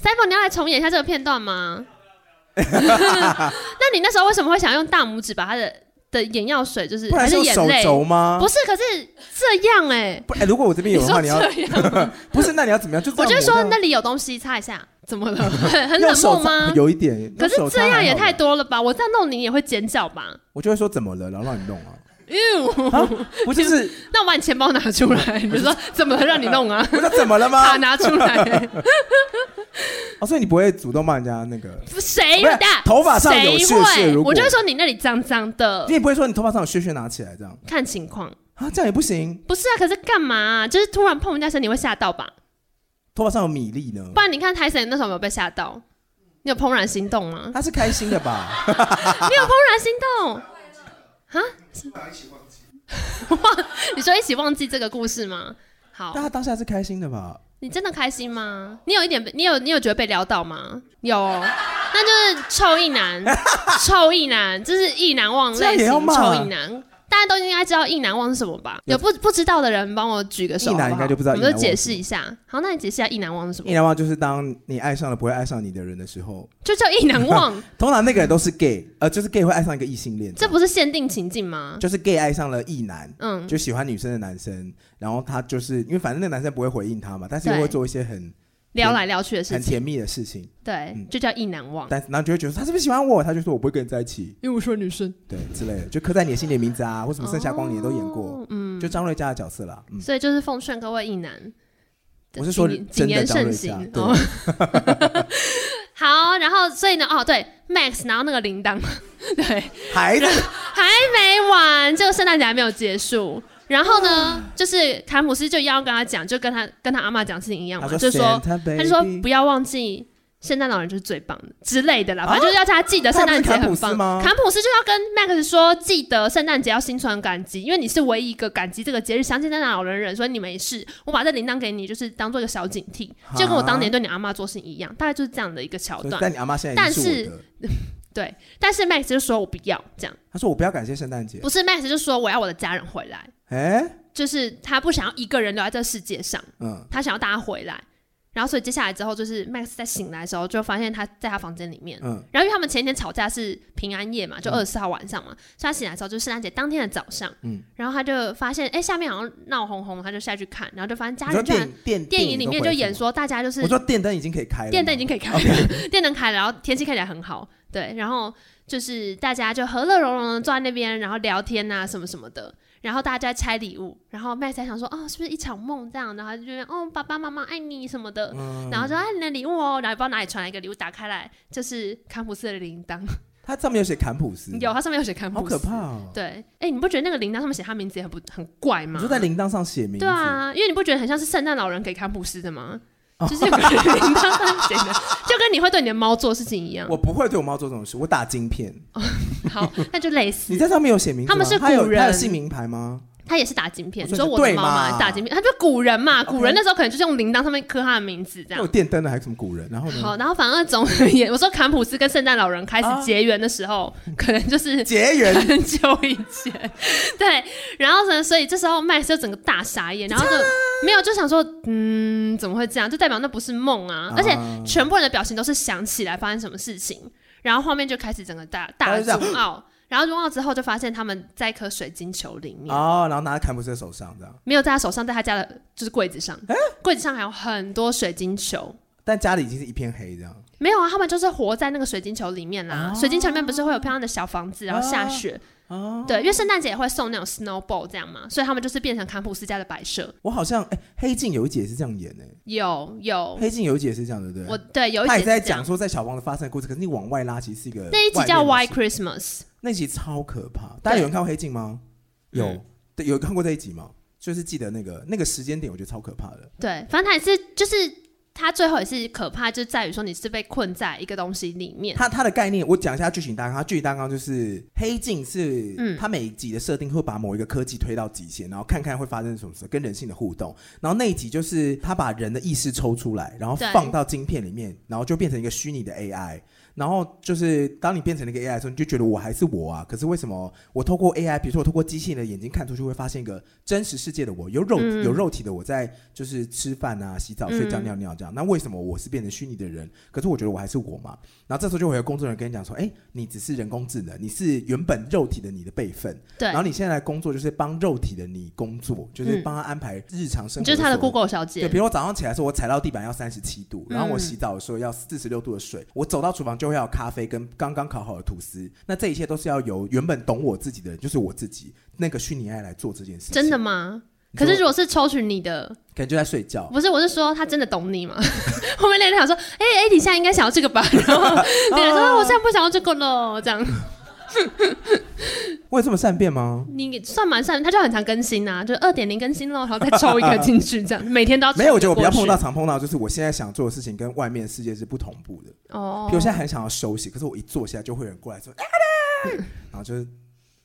Speaker 2: Cybo，你要来重演一下这个片 段吗？那你那时候为什么会想用大拇指把他的的眼药水，就是
Speaker 1: 不然
Speaker 2: 还
Speaker 1: 是
Speaker 2: 是
Speaker 1: 用
Speaker 2: 眼
Speaker 1: 手
Speaker 2: 泪？
Speaker 1: 肘吗？
Speaker 2: 不是，可是这样哎、
Speaker 1: 不，哎，如果我这边有的话，
Speaker 2: 说
Speaker 1: 你
Speaker 2: 这
Speaker 1: 要
Speaker 2: 样吗，
Speaker 1: 不是，那你要怎么样？就这样
Speaker 2: 我就
Speaker 1: 抹
Speaker 2: 说
Speaker 1: 掉
Speaker 2: 那里有东西，擦一下，怎么 了？很很
Speaker 1: 用
Speaker 2: 冷
Speaker 1: 手
Speaker 2: 漠
Speaker 1: 擦
Speaker 2: 吗？
Speaker 1: 有一点，
Speaker 2: 可是
Speaker 1: 用手擦
Speaker 2: 这样
Speaker 1: 还
Speaker 2: 也
Speaker 1: 好
Speaker 2: 太
Speaker 1: 吧，
Speaker 2: 多了吧？我这样弄你也会尖叫吧？
Speaker 1: 我就会说怎么了，然后让你弄 啊。
Speaker 2: 哟，
Speaker 1: 啊，不就是
Speaker 2: 那我把你钱包拿出来，你 说怎么让你弄啊？
Speaker 1: 不是怎么了吗
Speaker 2: 卡？拿出 来，
Speaker 1: 哦，所以你不会主动骂人家那个，
Speaker 2: 谁
Speaker 1: 不是
Speaker 2: 的？
Speaker 1: 头发上有屑屑
Speaker 2: 谁会
Speaker 1: 如果
Speaker 2: 我就会说你那里脏脏的
Speaker 1: 你，也不会说你头发上有屑屑拿起来这样
Speaker 2: 看情况。
Speaker 1: 啊，这样也不行。
Speaker 2: 不是啊，可是干嘛啊？就是突然碰人家身体会吓到吧？
Speaker 1: 头发上有米粒呢
Speaker 2: 不，然你看泰森那时候有没有被吓到？你有怦然心动吗？
Speaker 1: 他是开心的 吧？
Speaker 2: 你有怦然心动啊？ 哇，你说一起忘记这个故事吗？好
Speaker 1: 但，他当下是开心的吧？
Speaker 2: 你真的开心吗？你有一点被，你有你有觉得被撩到吗？有哦、那就是臭一男， 臭一男，这是意难忘类
Speaker 1: 这样也
Speaker 2: 型
Speaker 1: 要骂
Speaker 2: 臭一男。大家都应该知道意难忘是什么吧？有不不知道的人帮我举个手好
Speaker 1: 意
Speaker 2: 不好，
Speaker 1: 难应该就不知道
Speaker 2: 我们
Speaker 1: 意
Speaker 2: 就
Speaker 1: 难忘是什么
Speaker 2: 解释一下。好，那你解释一下意难忘是什
Speaker 1: 意
Speaker 2: 么？
Speaker 1: 难忘就是当你爱上了不会爱上你的人的时候，
Speaker 2: 就叫意难 忘，
Speaker 1: 通常那个人都是 gay，呃，就是 gay 会爱上一个异性恋，
Speaker 2: 这不是限定情境吗？
Speaker 1: 就是 gay 爱上了异男，
Speaker 2: 嗯，
Speaker 1: 就喜欢女生的男生，然后他就是因为反正那个男生不会回应他嘛，但是
Speaker 2: 对
Speaker 1: 又会做一些很
Speaker 2: 撩来撩去的事
Speaker 1: 很
Speaker 2: 情，
Speaker 1: 甜蜜的事情，
Speaker 2: 对
Speaker 1: 嗯，
Speaker 2: 就叫意难忘。
Speaker 1: 但然后就会觉得他是不是喜欢我，他就说我不会跟你在一起，
Speaker 2: 因为我说女生，
Speaker 1: 对之类的，就刻在你的心里的名字啊，或什么盛夏光年都演过，
Speaker 2: 哦，嗯，
Speaker 1: 就张瑞佳的角色啦，嗯，
Speaker 2: 所以就是奉劝各位意男，
Speaker 1: 我是说
Speaker 2: 谨
Speaker 1: 真
Speaker 2: 谨
Speaker 1: 的
Speaker 2: 言
Speaker 1: 张
Speaker 2: 慎
Speaker 1: 瑞
Speaker 2: 行
Speaker 1: 佳，。
Speaker 2: 哦
Speaker 1: 对，
Speaker 2: 好，然后所以呢，哦对，Max 然后那个铃 铛，对，
Speaker 1: 孩子，
Speaker 2: 还没完，这个圣诞节还没有结束。然后
Speaker 1: 哦
Speaker 2: 呢，就是坎姆斯就要跟他讲，就跟他跟他阿妈讲事情一样嘛，
Speaker 1: 他
Speaker 2: 就说
Speaker 1: 他
Speaker 2: 他
Speaker 1: 他
Speaker 2: 就说不要忘记。圣诞老人就是最棒的之类的啦，
Speaker 1: 啊
Speaker 2: 反正就是要叫他记得圣诞节
Speaker 1: 他不是
Speaker 2: 很
Speaker 1: 坎普斯
Speaker 2: 棒。
Speaker 1: 吗
Speaker 2: 坎普斯就要跟 Max 说，记得圣诞节要心存感激，因为你是唯一一个感激这个节日、相信圣诞老人的人，所以你没事。我把这铃铛给你，就是当做一个小警惕，
Speaker 1: 啊
Speaker 2: 就跟我当年对你阿妈做事一样，大概就是这样的一个桥段。
Speaker 1: 但你阿妈现在已经
Speaker 2: 但
Speaker 1: 是
Speaker 2: 是
Speaker 1: 我的，
Speaker 2: 但是 Max 就说我不要这样，
Speaker 1: 他说我不要感谢圣诞节，
Speaker 2: 不是 Max 就说我要我的家人回来，
Speaker 1: 哎、
Speaker 2: 就是他不想要一个人留在这世界上，
Speaker 1: 嗯，
Speaker 2: 他想要大家回来。然后所以接下来之后，就是 Max 在醒来的时候就发现他在他房间里面。
Speaker 1: 嗯
Speaker 2: 然后因为他们前一天吵架是平安夜嘛，就
Speaker 1: 嗯
Speaker 2: 二十四号晚上嘛，所以他醒来之后就是圣诞节当天的早上。
Speaker 1: 嗯
Speaker 2: 然后他就发现，哎，下面好像闹哄哄，他就下去看，然后就发现家
Speaker 1: 你说
Speaker 2: 人居
Speaker 1: 电
Speaker 2: 然
Speaker 1: 影电
Speaker 2: 电影里面就演
Speaker 1: 说，
Speaker 2: 说大家就是
Speaker 1: 我说电灯已经可以开了吗，
Speaker 2: 电 灯已经可以开了，电灯开了，然后天气看起来很好，对，然后就是大家就和乐融融的坐在那边，然后聊天啊什么什么的，然后大家拆礼物，然后麦才想说，哦，是不是一场梦这样？然后他就觉得，哦，爸爸妈妈爱你什么的，
Speaker 1: 嗯
Speaker 2: 然后说，哎，你的礼物哦，然后也不知道哪里传来一个礼物，打开来就是康普斯的铃铛，
Speaker 1: 它上面有写坎普斯，
Speaker 2: 有，它上面有写康
Speaker 1: 嗯好
Speaker 2: 普斯，
Speaker 1: 可怕哦。
Speaker 2: 对，哎，你不觉得那个铃铛上面写他名字也很不很怪
Speaker 1: 你
Speaker 2: 吗
Speaker 1: 说？在铃铛上写名字，
Speaker 2: 对啊，因为你不觉得很像是圣诞老人给康普斯的吗？
Speaker 1: 哦
Speaker 2: 就是有个 铃铛上面写的，就跟你会对你的猫做事情一样。
Speaker 1: 我不会对我猫做这种事，我打晶片。
Speaker 2: 好，那就类似
Speaker 1: 你。在上面有写名字吗？
Speaker 2: 他们是
Speaker 1: 它有
Speaker 2: 古人
Speaker 1: 它有姓名牌吗？
Speaker 2: 他也是打晶片，
Speaker 1: 我说
Speaker 2: 你说我的
Speaker 1: 对
Speaker 2: 猫
Speaker 1: 嘛哦
Speaker 2: 嘛打晶片，他就古人嘛，
Speaker 1: OK
Speaker 2: 古人那时候可能就是用铃铛上面刻他的名字这
Speaker 1: 那有
Speaker 2: 样。
Speaker 1: 电灯的，还有什么古人？然后呢？
Speaker 2: 好，然后反而 总而言，我说坎普斯跟圣诞老人开始
Speaker 1: 啊
Speaker 2: 结缘的时候，可能就是
Speaker 1: 结缘，
Speaker 2: 很久以前，对。然后呢，所以这时候麦斯就整个大傻眼，然后就没有就想说，嗯，怎么会这样？就代表那不是梦啊！ 而且
Speaker 1: 啊
Speaker 2: 全部人的表情都是想起来发生什么事情，然后画面就开始整个大大
Speaker 1: 他就这样
Speaker 2: 中奥，然后中奥之后就发现他们在一颗水晶球里面。
Speaker 1: 哦，然后拿在坎普斯的手上这样，
Speaker 2: 没有在他手上，在他家的就是柜子
Speaker 1: 啊
Speaker 2: 上，柜子上还有很多水晶球。
Speaker 1: 但家里已经是一片黑这样。
Speaker 2: 没有啊，他们就是活在那个水晶球里面啦。
Speaker 1: 哦
Speaker 2: 水晶球里面不是会有漂亮的小房子，然后下雪。
Speaker 1: 哦，
Speaker 2: 对，因为圣诞节也会送那种 snowball 这样嘛，所以他们就是变成坎普斯家的摆设。
Speaker 1: 我好像哎，黑镜有一集也是这样演哎，
Speaker 2: 有有，
Speaker 1: 黑镜有一集也是这样，对不对？
Speaker 2: 我对有一
Speaker 1: 他
Speaker 2: 集
Speaker 1: 也
Speaker 2: 是
Speaker 1: 在
Speaker 2: 这样
Speaker 1: 讲说在小房子发生的故事，可是你往外拉，其实是一个
Speaker 2: 那一集叫
Speaker 1: 外
Speaker 2: Why
Speaker 1: 面的事
Speaker 2: Christmas，
Speaker 1: 那集超可怕。大家有人看过黑镜吗？有，
Speaker 2: 嗯
Speaker 1: 对，有看过这一集吗？就是记得那个那个时间点，我觉得超可怕的。
Speaker 2: 对，反正他也是就是他最后也是可怕，就在于说你是被困在一个东西里面。
Speaker 1: 它它的概念，我讲一下剧情大纲。它剧情大纲就是黑镜是，
Speaker 2: 嗯
Speaker 1: 它每一集的设定会把某一个科技推到极限，然后看看会发生什么事，跟人性的互动。然后那一集就是他把人的意识抽出来，然后
Speaker 2: 对
Speaker 1: 放到晶片里面，然后就变成一个虚拟的 AI。然后就是当你变成了一个 AI 的时候，你就觉得我还是我啊。可是为什么我透过 AI，比如说我透过机器人的眼睛看出去，会发现一个真实世界的我，有肉、
Speaker 2: 嗯
Speaker 1: 有肉体的我在就是吃饭啊、洗澡、睡觉、
Speaker 2: 嗯
Speaker 1: 尿尿这样。那为什么我是变成虚拟的人？可是我觉得我还是我嘛。然后这时候就会有工作人员跟你讲说：“哎，你只是人工智能，你是原本肉体的你的备份。
Speaker 2: 对
Speaker 1: 然，后你现在来工作就是帮肉体的你工作，就是
Speaker 2: 嗯
Speaker 1: 帮他安排日常生活。”
Speaker 2: 你就是他的 Google 小
Speaker 1: 对，
Speaker 2: 姐
Speaker 1: 比。如我早上起来的时候，我踩到地板要三十七度，然后我
Speaker 2: 嗯
Speaker 1: 洗澡的时候要四十六度的水，我走到厨房就会要有咖啡跟刚刚烤好的吐司。那这一切都是要由原本懂我自己的人，就是我自己那个虚拟爱来做这件事情。
Speaker 2: 真的？吗？
Speaker 1: 你
Speaker 2: 可
Speaker 1: 说
Speaker 2: 是如果是抽取你的，
Speaker 1: 可能就在睡觉。
Speaker 2: 不是，我是说他真的懂你吗？ 后面那个人想说，哎、哎，你现在应该想要这个吧？ 然后那个人说，
Speaker 1: 哦
Speaker 2: 啊我现在不想要这个了。 这样
Speaker 1: 我有这么善变吗？
Speaker 2: 你算蛮善，他就很常更新啊，就二点零更新了，然后再抽一个进去，这样 每天都要抽
Speaker 1: 没有，我觉得我
Speaker 2: 一
Speaker 1: 比
Speaker 2: 个
Speaker 1: 较
Speaker 2: 过
Speaker 1: 碰
Speaker 2: 去
Speaker 1: 到常碰到，就是我现在想做的事情跟外面世界是不同步的。
Speaker 2: 哦
Speaker 1: 啊比如，现在很想要休息，可是我一坐下就会有人过来说：“哎、然后就是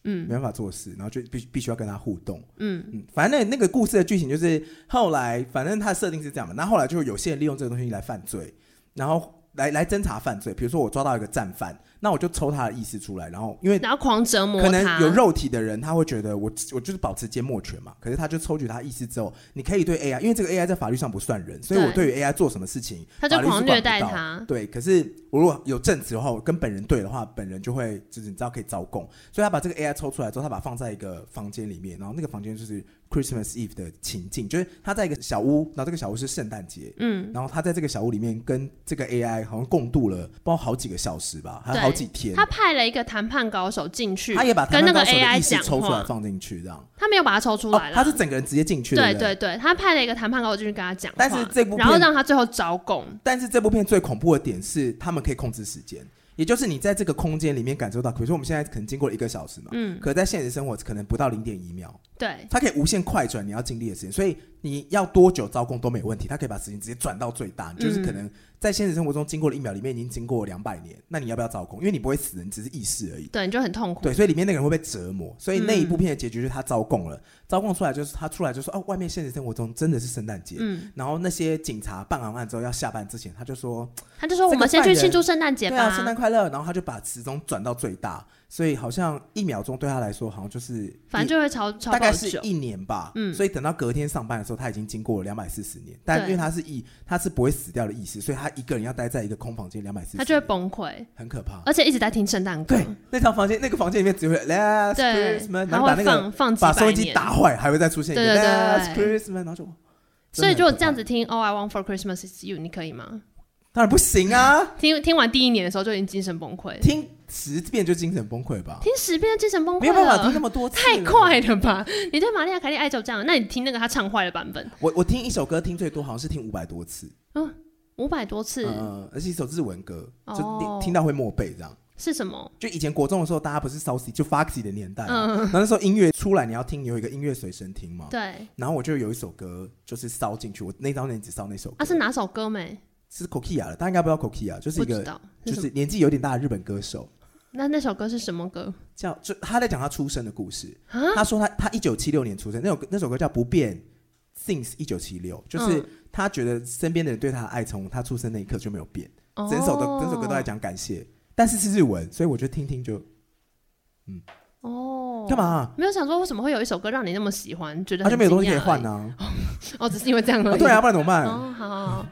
Speaker 2: 嗯
Speaker 1: 没办法做事，然后就必必须要跟他互动。
Speaker 2: 嗯
Speaker 1: 嗯，反正那那个故事的剧情就是后来，反正它的设定是这样嘛，那后来就有些人利用这个东西来犯罪，然后来来侦查犯罪。比如说我抓到一个战犯，那我就抽他的意识出来，然后因为
Speaker 2: 然后狂折磨
Speaker 1: 可
Speaker 2: 他
Speaker 1: 能，有肉体的人，他会觉得我我就是保持缄默权嘛。可是他就抽取他意识之后，你可以对 AI，因为这个 AI 在法律上不算人，所以我对于 AI 做什么事情，
Speaker 2: 他就
Speaker 1: 法律是
Speaker 2: 狂虐待
Speaker 1: 管不到
Speaker 2: 他。
Speaker 1: 对，可是我如果有证词的话，我跟本人对的话，本人就会就是你知道可以招供，所以他把这个 AI 抽出来之后，他把它放在一个房间里面，然后那个房间就是 Christmas Eve 的情境，就是他在一个小屋，然后这个小屋是圣诞节，
Speaker 2: 嗯，
Speaker 1: 然后他在这个小屋里面跟这个 AI 好像共度了，包括好几个小时吧，还有
Speaker 2: 对
Speaker 1: 好几天。
Speaker 2: 他派了一个谈判高手进去，
Speaker 1: 他也把
Speaker 2: 跟那个
Speaker 1: 他当时的
Speaker 2: AI
Speaker 1: 意识
Speaker 2: 讲
Speaker 1: 抽出来
Speaker 2: 话，
Speaker 1: 放进去，这样。
Speaker 2: 他没有把他抽出
Speaker 1: 哦
Speaker 2: 来，
Speaker 1: 他
Speaker 2: 了。
Speaker 1: 是整个人直接进去，
Speaker 2: 对
Speaker 1: 不
Speaker 2: 对对，他派了一个谈判高手进去跟他讲话，
Speaker 1: 但是这部片
Speaker 2: 然后让他最后招供。
Speaker 1: 但是这部片最恐怖的点是，他们可以控制时间，也就是你在这个空间里面感受到，比如说我们现在可能经过了一个小时嘛，
Speaker 2: 嗯，
Speaker 1: 可在现实生活可能不到零点一秒，
Speaker 2: 对，
Speaker 1: 它可以无限快转你要经历的时间，所以你要多久招供都没问题，它可以把时间直接转到最
Speaker 2: 嗯
Speaker 1: 大，你就是可能在现实生活中经过了一秒，里面已经经过两百年，那你要不要招供？因为你不会死，你只是意识而已。
Speaker 2: 对，你就很痛苦。
Speaker 1: 对，所以里面那个人会被折磨，所以那一部片的结局就是他招供了，
Speaker 2: 嗯
Speaker 1: 招供出来就是他出来就说哦，外面现实生活中真的是圣诞节，
Speaker 2: 嗯，
Speaker 1: 然后那些警察办完案之后要下班之前，他就说
Speaker 2: 他就说
Speaker 1: 这
Speaker 2: 我
Speaker 1: 个
Speaker 2: 们先去
Speaker 1: 犯人
Speaker 2: 庆祝圣诞节
Speaker 1: 对
Speaker 2: 吧。
Speaker 1: 啊，圣诞快乐。然后他就把时钟转到最大，所以好像一秒钟对他来说好像就是
Speaker 2: 反正
Speaker 1: 一
Speaker 2: 就会超超
Speaker 1: 大概
Speaker 2: 爆
Speaker 1: 是
Speaker 2: 久。
Speaker 1: 一年吧。
Speaker 2: 嗯
Speaker 1: 所以等到隔天上班的时候，他已经经过了两百四十年。但
Speaker 2: 对
Speaker 1: 因为他是意，他是不会死掉的意识，所以他一个人要待在一个空房间两百四十，
Speaker 2: 他就会嗯崩溃，
Speaker 1: 很可怕。
Speaker 2: 而且一直在听圣诞歌
Speaker 1: 哦对，，那套房间那个房间里面只会呃 Last
Speaker 2: 对
Speaker 1: Christmas，，然
Speaker 2: 然
Speaker 1: 后
Speaker 2: 后
Speaker 1: 把
Speaker 2: 会
Speaker 1: 那个
Speaker 2: 放放几
Speaker 1: 把收
Speaker 2: 百
Speaker 1: 音机
Speaker 2: 年，
Speaker 1: 打坏，还会再出现一
Speaker 2: 对
Speaker 1: 个
Speaker 2: 对对
Speaker 1: Last Christmas，然后就。
Speaker 2: 所以
Speaker 1: 就
Speaker 2: 如果这样子，听《All I Want for Christmas Is You》，你可以吗？
Speaker 1: 当然不行 啊！
Speaker 2: 听听完第一年的时候就已经精神崩溃了，
Speaker 1: 听十遍就精神崩溃吧，
Speaker 2: 听十遍就精神崩溃了，
Speaker 1: 没有办法听那么多次，
Speaker 2: 太。快了吧？你对玛丽亚凯莉爱就这样，那你听那个她唱坏的版本，
Speaker 1: 我我听一首歌听最多好像是听五百多次，
Speaker 2: 五百多次、
Speaker 1: 呃，而且一首日文歌，就听、
Speaker 2: 嗯哦
Speaker 1: 听到会默背这样。
Speaker 2: 是什么？
Speaker 1: 就以前国中的时候，大家不是 s o u c y 就 Foxy 的年代、啊，
Speaker 2: 嗯
Speaker 1: 然后那时候音乐出来，你要听有一个音乐随身听嘛。
Speaker 2: 对，
Speaker 1: 然后我就有一首歌，就是烧进去，我那张年只烧那首歌，
Speaker 2: 啊是哪首歌没？
Speaker 1: 是 Kokia 的，大家应该不知道 Kokia，就是
Speaker 2: 不
Speaker 1: 一
Speaker 2: 知
Speaker 1: 个
Speaker 2: 道是
Speaker 1: 就
Speaker 2: 什么
Speaker 1: 是年纪有点大的日本歌手，
Speaker 2: 那那首歌是什么歌？
Speaker 1: 叫就他在讲他出生的故事。
Speaker 2: 啊
Speaker 1: 他说他他一九七六年出生，那首歌那首歌叫《不变》，Since 一九七六，就是
Speaker 2: 嗯
Speaker 1: 他觉得身边的人对他的爱从他出生那一刻就没有变。
Speaker 2: 哦
Speaker 1: 整首的整首歌都在讲感谢，但是是日文，所以我就听听就
Speaker 2: 哦，
Speaker 1: 干嘛、？
Speaker 2: 没有想说为什么会有一首歌让你那么喜欢，觉得
Speaker 1: 他、啊就没有东西可以换
Speaker 2: 呢、
Speaker 1: 啊
Speaker 2: 哦，只是因为这样而
Speaker 1: 啊
Speaker 2: 已。
Speaker 1: 对啊，不然怎么办？
Speaker 2: 哦，好好好。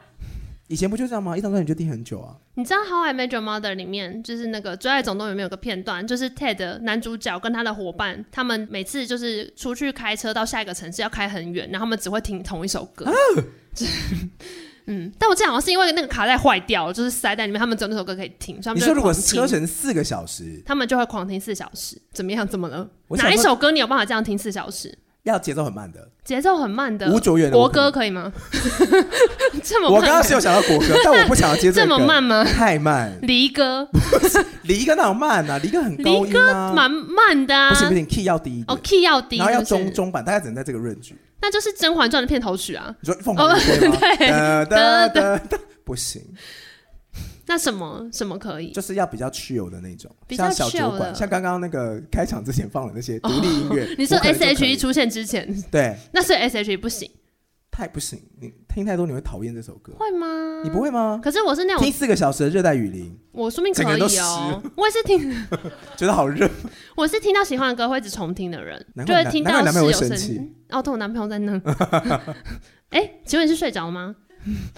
Speaker 1: 以前不就这样吗？一张专辑就听很久啊。
Speaker 2: 你知道《How I Met Your Mother》里面就是那个《追爱总动员》里面有个片段，就是 Ted 男主角跟他的伙伴，他们每次就是出去开车到下一个城市要开很远，然后他们只会听同一首
Speaker 1: 啊
Speaker 2: 歌。嗯，但我记得好像是因为那个卡带坏掉了，就是塞在里面，他们只有那首歌可以听。所以
Speaker 1: 你
Speaker 2: 他们就
Speaker 1: 说
Speaker 2: 会
Speaker 1: 如果是
Speaker 2: 狂
Speaker 1: 车程
Speaker 2: 听
Speaker 1: 四个小时，
Speaker 2: 他们就会狂听四小时，怎么样？怎么了？
Speaker 1: 我想
Speaker 2: 哪一
Speaker 1: 说
Speaker 2: 首歌你有办法这样听四小时？
Speaker 1: 要节奏很慢的，
Speaker 2: 节奏很慢的
Speaker 1: 吴卓源的
Speaker 2: 国
Speaker 1: 我可
Speaker 2: 歌
Speaker 1: 能。
Speaker 2: 可以吗？ 这么慢
Speaker 1: 我刚刚是有想到国歌，但我不想要接
Speaker 2: 这
Speaker 1: 个
Speaker 2: 么，慢吗？
Speaker 1: 太慢。
Speaker 2: 离歌
Speaker 1: 离歌那种慢啊，离歌很高音啊，
Speaker 2: 蛮慢的啊
Speaker 1: 不，行不行，key 要低一
Speaker 2: 哦
Speaker 1: 点，
Speaker 2: ，key 要低，
Speaker 1: 然后要
Speaker 2: 是不是
Speaker 1: 中中版，大概只能在这个 range。
Speaker 2: 那就是《甄嬛传》的片头曲啊。
Speaker 1: 你说凤凰于飞吗？
Speaker 2: 哦 对
Speaker 1: 哒哒哒哒，不行。
Speaker 2: 那什么什么可以？
Speaker 1: 就是要比较 chill 的那种，
Speaker 2: 比较
Speaker 1: 像小酒
Speaker 2: chill 的
Speaker 1: 馆，像刚刚那个开场之前放的那些独立音乐、
Speaker 2: 你说
Speaker 1: 我可能
Speaker 2: S
Speaker 1: 就可
Speaker 2: H
Speaker 1: 以
Speaker 2: E 出现之前，
Speaker 1: 对，
Speaker 2: 那是 S H E 不行，
Speaker 1: 太不行，你听太多你会讨厌这首歌，
Speaker 2: 会吗？
Speaker 1: 你不。会吗？
Speaker 2: 可是我是那
Speaker 1: 听
Speaker 2: 种，
Speaker 1: 四个小时的热带雨林，
Speaker 2: 我说明可
Speaker 1: 整个人都
Speaker 2: 以
Speaker 1: 湿
Speaker 2: 哦。我也是听，
Speaker 1: 觉得好 热，
Speaker 2: 我是听到喜欢的歌会一直重听的人，
Speaker 1: 难
Speaker 2: 就
Speaker 1: 怪
Speaker 2: 会
Speaker 1: 你
Speaker 2: 听
Speaker 1: 难怪
Speaker 2: 到
Speaker 1: 你男
Speaker 2: 室
Speaker 1: 朋友
Speaker 2: 友
Speaker 1: 会生气
Speaker 2: 声。哦，对，我男朋友在 那。哎，请问你是睡着吗？